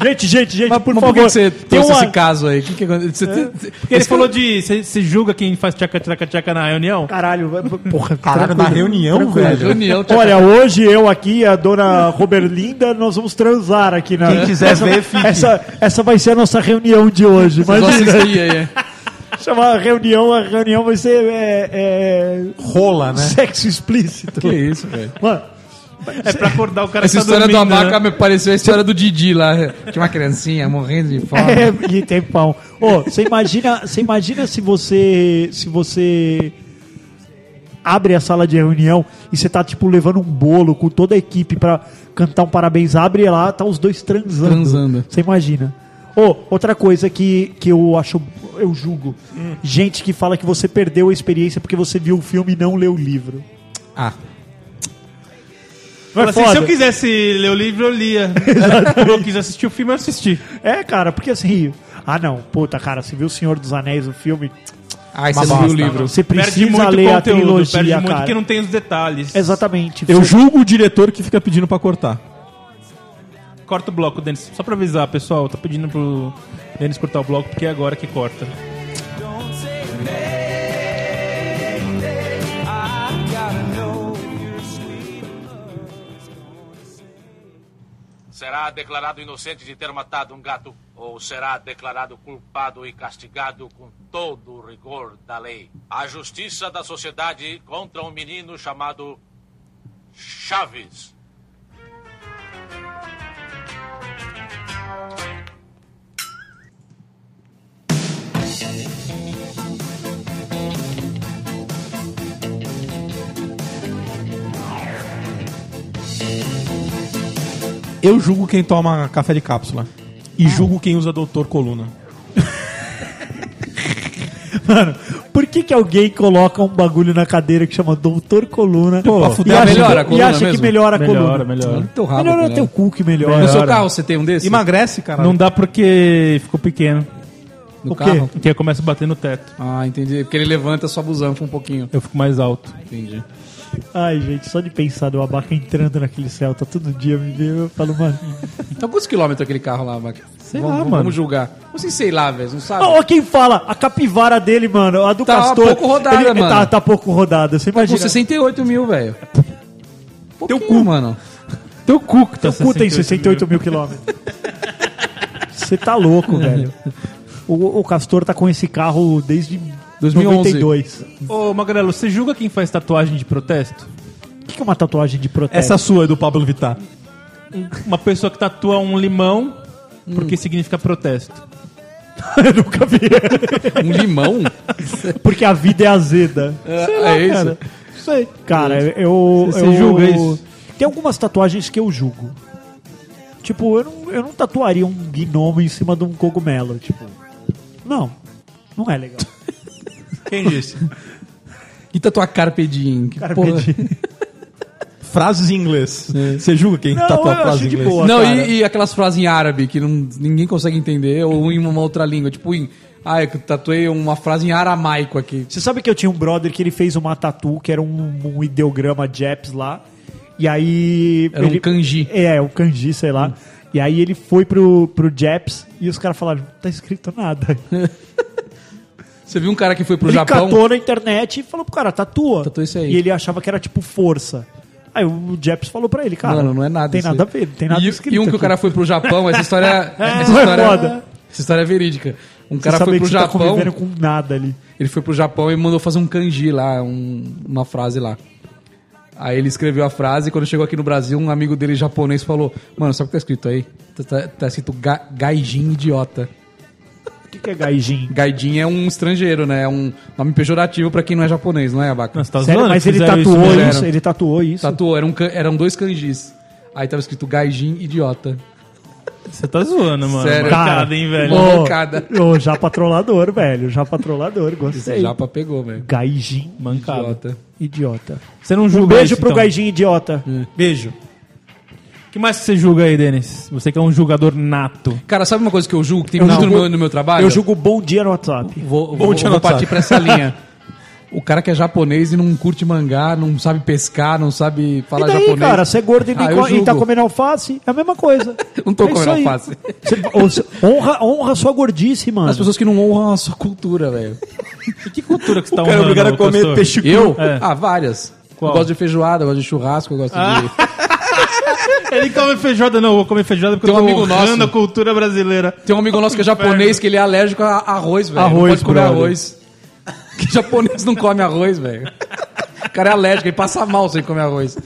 [SPEAKER 4] Gente, gente, gente,
[SPEAKER 2] Mas por
[SPEAKER 4] por
[SPEAKER 2] mas
[SPEAKER 4] favor.
[SPEAKER 2] favor, Tipo, que você
[SPEAKER 4] tem
[SPEAKER 2] trouxe
[SPEAKER 4] uma-
[SPEAKER 2] esse caso aí? Que que aconteceu? Você tem- é
[SPEAKER 3] Porque ele falou de. Você julga quem faz tchaca-tchaca-tchaca na reunião?
[SPEAKER 4] Caralho, vai- porra,
[SPEAKER 1] Caralho, na reunião, velho.
[SPEAKER 2] Reunião, tá-
[SPEAKER 4] Olha, hoje eu aqui, a dona Roberlinda, nós vamos transar aqui na.
[SPEAKER 1] Quem quiser
[SPEAKER 4] essa,
[SPEAKER 1] ver, fique.
[SPEAKER 4] Essa, essa vai ser a nossa reunião de hoje.
[SPEAKER 2] Vocês vão
[SPEAKER 4] Imagina,
[SPEAKER 2] assistir aí, é.
[SPEAKER 4] chamar a reunião, a reunião vai ser é, é,
[SPEAKER 1] Rola, né?
[SPEAKER 4] sexo explícito.
[SPEAKER 2] Que isso, velho.
[SPEAKER 4] Mano,
[SPEAKER 3] É pra acordar o cara
[SPEAKER 2] Essa
[SPEAKER 3] que tá
[SPEAKER 2] história do
[SPEAKER 3] dormindo,
[SPEAKER 2] Abaca é
[SPEAKER 3] né?
[SPEAKER 2] me pareceu a história do Didi lá. Tinha uma criancinha morrendo de fome.
[SPEAKER 4] é, e tem pão. Ô, você imagina, você imagina se você se você abre a sala de reunião e você tá tipo levando um bolo com toda a equipe pra cantar um parabéns, abre lá, tá os dois transando.
[SPEAKER 2] Transando.
[SPEAKER 4] Você imagina. Ô, outra coisa que, que eu acho, eu julgo. Gente que fala que você perdeu a experiência porque você viu o filme e não leu o livro.
[SPEAKER 2] Ah,
[SPEAKER 4] Não é
[SPEAKER 3] Fala assim,
[SPEAKER 4] foda?
[SPEAKER 3] se eu quisesse ler o livro, eu lia. se eu quis assistir o filme, eu assisti.
[SPEAKER 4] É, cara, porque assim. Ah, não. Puta, cara, você viu O Senhor dos Anéis, o filme.
[SPEAKER 2] aí você não viu o livro.
[SPEAKER 4] Você
[SPEAKER 3] Perde
[SPEAKER 4] precisa
[SPEAKER 3] muito
[SPEAKER 4] ler a
[SPEAKER 3] conteúdo,
[SPEAKER 4] trilogia,
[SPEAKER 3] perde
[SPEAKER 4] cara.
[SPEAKER 3] muito porque não tem os detalhes.
[SPEAKER 4] Exatamente.
[SPEAKER 1] Eu
[SPEAKER 4] Você-
[SPEAKER 1] julgo o diretor que fica pedindo pra cortar.
[SPEAKER 3] Corta o bloco, Denis. Só pra avisar, pessoal, tá pedindo pro Denis cortar o bloco, porque é agora que corta.
[SPEAKER 5] Será declarado inocente de ter matado um gato ou será declarado culpado e castigado com todo o rigor da lei. A justiça da sociedade contra um menino chamado Chaves.
[SPEAKER 1] Eu julgo quem toma café de cápsula. E julgo quem usa doutor coluna.
[SPEAKER 4] Mano, por que, que alguém coloca um bagulho na cadeira que chama Doutor Coluna
[SPEAKER 1] Pra
[SPEAKER 4] e
[SPEAKER 1] fuder a
[SPEAKER 4] acha,
[SPEAKER 1] melhora
[SPEAKER 4] que,
[SPEAKER 2] a coluna
[SPEAKER 4] e acha que
[SPEAKER 2] mesmo?
[SPEAKER 4] melhora a
[SPEAKER 3] Melhora,
[SPEAKER 4] coluna?
[SPEAKER 3] melhora.
[SPEAKER 2] Teu rabo,
[SPEAKER 4] Melhora
[SPEAKER 2] melhora. né?
[SPEAKER 4] teu cu que melhora.
[SPEAKER 2] No seu carro você tem um desse?
[SPEAKER 1] Emagrece, cara.
[SPEAKER 3] Não dá porque ficou pequeno.
[SPEAKER 2] No
[SPEAKER 4] o quê?
[SPEAKER 2] carro?
[SPEAKER 3] Porque aí começa a bater no teto.
[SPEAKER 2] Ah, entendi. Porque ele levanta sua busanfa um pouquinho.
[SPEAKER 3] Eu fico mais alto.
[SPEAKER 2] Entendi.
[SPEAKER 4] Ai, gente, só de pensar do abaca entrando naquele Celta todo dia, me vê, eu falo, mano.
[SPEAKER 2] Então quantos quilômetros aquele carro lá, Abaca? Sei
[SPEAKER 3] lá,
[SPEAKER 2] vamos,
[SPEAKER 3] mano.
[SPEAKER 2] Vamos julgar. Como assim, sei lá, velho? Não sabe?
[SPEAKER 4] Ah, Ó, quem fala, a capivara dele, mano, a do
[SPEAKER 2] Tá
[SPEAKER 4] Castor.
[SPEAKER 2] pouco rodada,
[SPEAKER 4] ele,
[SPEAKER 2] mano.
[SPEAKER 4] Tá, tá pouco rodada, você
[SPEAKER 2] Com
[SPEAKER 4] imagina.
[SPEAKER 2] 68 mil, velho. Teu cu, mano.
[SPEAKER 3] Teu cu que tá
[SPEAKER 4] Teu cu tem 68 mil quilômetros. Você tá louco, velho. O, o Castor tá com esse carro desde
[SPEAKER 2] 2011.
[SPEAKER 4] 92.
[SPEAKER 3] Ô, Magrelo, você julga quem faz tatuagem de protesto?
[SPEAKER 4] O que que é uma tatuagem de protesto?
[SPEAKER 1] Essa sua é do Pablo Vittar.
[SPEAKER 3] Uma pessoa que tatua um limão porque significa protesto.
[SPEAKER 4] eu nunca vi.
[SPEAKER 2] Um limão?
[SPEAKER 4] Porque a vida é azeda.
[SPEAKER 2] É, é isso?
[SPEAKER 4] Cara, isso aí. Cara, eu.
[SPEAKER 3] Você
[SPEAKER 4] eu-
[SPEAKER 3] julga isso?
[SPEAKER 4] Tem algumas tatuagens que eu julgo. Tipo, eu não, eu não tatuaria um gnomo em cima de um cogumelo. Tipo, não. Não é legal.
[SPEAKER 3] Quem disse?
[SPEAKER 2] E tatuar tá Carpe Diem? Que
[SPEAKER 4] Cara,
[SPEAKER 2] porra.
[SPEAKER 4] pedi.
[SPEAKER 1] Frases em inglês. Você julga quem
[SPEAKER 4] Não,
[SPEAKER 2] tá
[SPEAKER 1] tatuou a
[SPEAKER 4] eu
[SPEAKER 1] frase
[SPEAKER 4] achei
[SPEAKER 1] em
[SPEAKER 4] de
[SPEAKER 1] inglês?
[SPEAKER 4] boa.
[SPEAKER 2] Não,
[SPEAKER 4] cara.
[SPEAKER 2] e, e aquelas frases em árabe que não, ninguém consegue entender, ou em uma outra língua, tipo em. Ah, eu tatuei uma frase em aramaico aqui.
[SPEAKER 4] Você sabe que eu tinha um brother que ele fez uma tatu, que era um, um ideograma Japs lá. E aí.
[SPEAKER 2] Era um
[SPEAKER 4] ele-
[SPEAKER 2] kanji. Hum.
[SPEAKER 4] É, um kanji, sei lá. E aí ele foi pro, pro Japs e os caras falaram: não tá escrito nada.
[SPEAKER 2] Você viu um cara que foi pro
[SPEAKER 4] ele
[SPEAKER 2] Japão?
[SPEAKER 4] catou na internet e falou pro cara: tatua.
[SPEAKER 2] Tatua isso aí.
[SPEAKER 4] E ele achava que era tipo força. Aí o Japs falou pra ele: cara,
[SPEAKER 2] Mano, não é nada.
[SPEAKER 4] Tem
[SPEAKER 2] isso
[SPEAKER 4] nada
[SPEAKER 2] aí.
[SPEAKER 4] a ver, não tem nada
[SPEAKER 2] e,
[SPEAKER 4] escrito.
[SPEAKER 2] E um que o
[SPEAKER 4] aqui.
[SPEAKER 2] cara foi pro Japão, essa história. essa,
[SPEAKER 4] Não é
[SPEAKER 2] história
[SPEAKER 4] foda.
[SPEAKER 2] essa história é verídica. Um
[SPEAKER 4] Você
[SPEAKER 2] cara
[SPEAKER 4] sabe
[SPEAKER 2] foi
[SPEAKER 4] que
[SPEAKER 2] pro
[SPEAKER 4] você Tá
[SPEAKER 2] Japão,
[SPEAKER 4] convivendo com nada ali.
[SPEAKER 2] ele foi pro Japão e mandou fazer um kanji lá, um- uma frase lá. Aí ele escreveu a frase e quando chegou aqui no Brasil, um amigo dele japonês falou: Mano, sabe o que tá escrito aí? Tá, tá- tá escrito ga, gaijin idiota.
[SPEAKER 4] O que, que é gaijin?
[SPEAKER 2] Gaijin é um estrangeiro, né? É um nome pejorativo pra quem não é japonês, não é, Abaca?
[SPEAKER 3] Nossa, tá
[SPEAKER 4] Sério,
[SPEAKER 3] zoando
[SPEAKER 4] mas
[SPEAKER 3] que
[SPEAKER 4] ele
[SPEAKER 3] fizeram né?
[SPEAKER 4] tatuou
[SPEAKER 3] mesmo?
[SPEAKER 4] isso,
[SPEAKER 2] fizeram.
[SPEAKER 4] ele tatuou isso.
[SPEAKER 2] Tatuou, eram, kan- eram dois kanjis. Aí tava escrito gaijin idiota.
[SPEAKER 3] Você tá zoando, mano.
[SPEAKER 2] Sério.
[SPEAKER 3] Marcado, hein, velho?
[SPEAKER 2] Ô,
[SPEAKER 4] Ô,
[SPEAKER 2] Mancada.
[SPEAKER 4] ô, já patrolador, velho. Já patrolador,
[SPEAKER 2] Esse
[SPEAKER 4] gostei.
[SPEAKER 2] japa pegou, velho.
[SPEAKER 4] Gaijin
[SPEAKER 3] Mancado.
[SPEAKER 2] Idiota.
[SPEAKER 4] idiota.
[SPEAKER 3] Você não julga
[SPEAKER 4] Um beijo
[SPEAKER 3] isso,
[SPEAKER 4] pro
[SPEAKER 3] então? É.
[SPEAKER 4] Gaijin idiota.
[SPEAKER 3] Beijo. O que mais que você julga aí, Denis? Você que é um julgador nato.
[SPEAKER 2] Cara, sabe uma coisa que eu julgo que tem muito no meu, no meu trabalho?
[SPEAKER 4] Eu julgo bom dia no WhatsApp.
[SPEAKER 2] Vou,
[SPEAKER 1] Bom
[SPEAKER 2] vou,
[SPEAKER 1] dia,
[SPEAKER 2] vou
[SPEAKER 1] WhatsApp.
[SPEAKER 2] partir pra essa linha. O cara que é japonês e não curte mangá, não sabe pescar, não sabe
[SPEAKER 4] E
[SPEAKER 2] falar
[SPEAKER 4] daí,
[SPEAKER 2] japonês.
[SPEAKER 4] cara, você é gordo e, nem
[SPEAKER 2] Ah, eu
[SPEAKER 4] co- e
[SPEAKER 2] julgo.
[SPEAKER 4] tá comendo alface, é a mesma coisa.
[SPEAKER 2] Não tô
[SPEAKER 4] É isso
[SPEAKER 2] comendo
[SPEAKER 4] aí.
[SPEAKER 2] alface.
[SPEAKER 4] Você- ou você- honra, honra sua gordice, mano.
[SPEAKER 2] As pessoas que não honram a sua cultura, velho.
[SPEAKER 3] Que cultura que você tá
[SPEAKER 1] Cara,
[SPEAKER 3] honrando,
[SPEAKER 1] obrigado a comer
[SPEAKER 3] pastor?
[SPEAKER 1] peixe cru.
[SPEAKER 2] Eu?
[SPEAKER 3] É.
[SPEAKER 2] Ah, várias.
[SPEAKER 3] Qual?
[SPEAKER 2] Eu gosto de feijoada, eu gosto de churrasco, eu gosto de.
[SPEAKER 3] Ele come feijoada, não. Eu vou comer feijoada porque
[SPEAKER 2] Tem um
[SPEAKER 3] eu tô
[SPEAKER 2] amigo
[SPEAKER 3] honrando
[SPEAKER 2] nosso.
[SPEAKER 3] a cultura brasileira.
[SPEAKER 2] Tem um amigo nosso que é japonês que ele é alérgico a arroz, velho.
[SPEAKER 4] Arroz,
[SPEAKER 2] não pode comer
[SPEAKER 4] brother.
[SPEAKER 2] arroz. Que japonês não come arroz, velho. O cara é alérgico, ele passa mal sem comer arroz.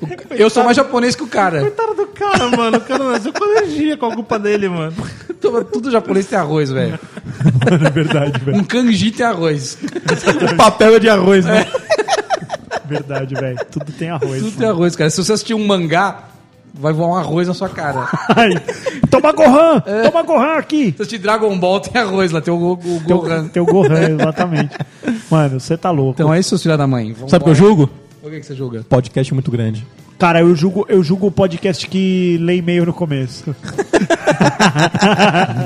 [SPEAKER 2] O ca- Eu sou mais japonês que o cara.
[SPEAKER 3] Cara do cara, mano. O cara nasceu com alergia com a culpa dele, mano.
[SPEAKER 2] Tudo tudo japonês tem arroz, velho.
[SPEAKER 4] É verdade, velho.
[SPEAKER 2] Um kanji tem arroz.
[SPEAKER 1] O papel é de arroz, né?
[SPEAKER 4] Verdade, velho. Tudo tem arroz.
[SPEAKER 2] Tudo tem
[SPEAKER 4] mano.
[SPEAKER 2] arroz, cara. Se você assistir um mangá, vai voar um arroz na sua cara. Se
[SPEAKER 4] Ai, toma Gohan! Toma Gohan aqui!
[SPEAKER 2] você assistir Dragon Ball, tem arroz lá, tem o, o, o
[SPEAKER 4] Teu,
[SPEAKER 2] Gohan.
[SPEAKER 4] teu Gohan, exatamente. Mano, você tá louco.
[SPEAKER 2] Então é isso, seus filha da mãe. Vamos
[SPEAKER 1] Sabe o que eu julgo?
[SPEAKER 2] O que, que você julga?
[SPEAKER 1] Podcast muito grande.
[SPEAKER 2] é-
[SPEAKER 4] Cara, eu julgo, eu julgo o podcast que lê e-mail no começo.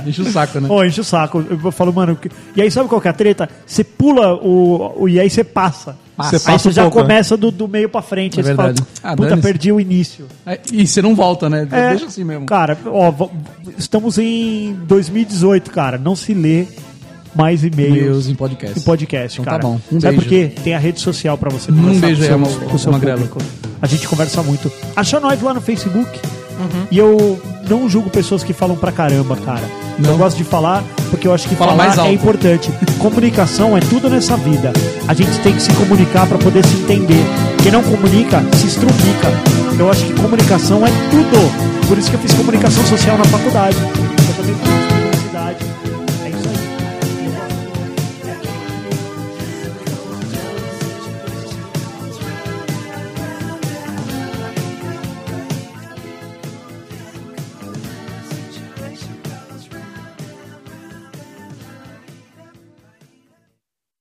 [SPEAKER 2] Enche o saco, né?
[SPEAKER 4] Ô, enche o saco. Eu falo, mano. que- E aí, sabe qual que é a treta? Você pula o. o- E aí você passa.
[SPEAKER 1] Passa.
[SPEAKER 4] aí
[SPEAKER 1] Passa
[SPEAKER 4] você
[SPEAKER 1] um
[SPEAKER 4] já
[SPEAKER 1] pouco,
[SPEAKER 4] começa do, do meio pra frente.
[SPEAKER 2] É
[SPEAKER 4] aí você fala,
[SPEAKER 2] verdade. né? Ah,
[SPEAKER 4] Puta,
[SPEAKER 2] dane-se.
[SPEAKER 4] perdi o início.
[SPEAKER 2] É, E você não volta, né?
[SPEAKER 4] É.
[SPEAKER 2] Deixa assim mesmo.
[SPEAKER 4] Cara, ó, v- estamos em 2018, cara. Não se lê mais e-mails
[SPEAKER 2] Meus em podcast.
[SPEAKER 4] em podcast,
[SPEAKER 2] Então tá
[SPEAKER 4] cara.
[SPEAKER 2] bom. Um beijo.
[SPEAKER 4] Sabe
[SPEAKER 2] Um
[SPEAKER 4] por quê? Tem a rede social pra você conversar
[SPEAKER 2] beijo aí,
[SPEAKER 4] com
[SPEAKER 2] Ma-
[SPEAKER 4] o seu, com o seu
[SPEAKER 2] Magrelo.
[SPEAKER 4] público. A gente conversa muito. Acha nós lá no Facebook. E eu não julgo pessoas que falam pra caramba, cara. Eu
[SPEAKER 2] Não.
[SPEAKER 4] gosto de falar porque eu acho que
[SPEAKER 2] Fala
[SPEAKER 4] falar
[SPEAKER 2] mais alto.
[SPEAKER 4] é importante. Comunicação é tudo nessa vida. A gente tem que se comunicar pra poder se entender. Quem não comunica, se estrupica. Eu acho que comunicação é tudo. Por isso que eu fiz comunicação social na É faculdade. Eu também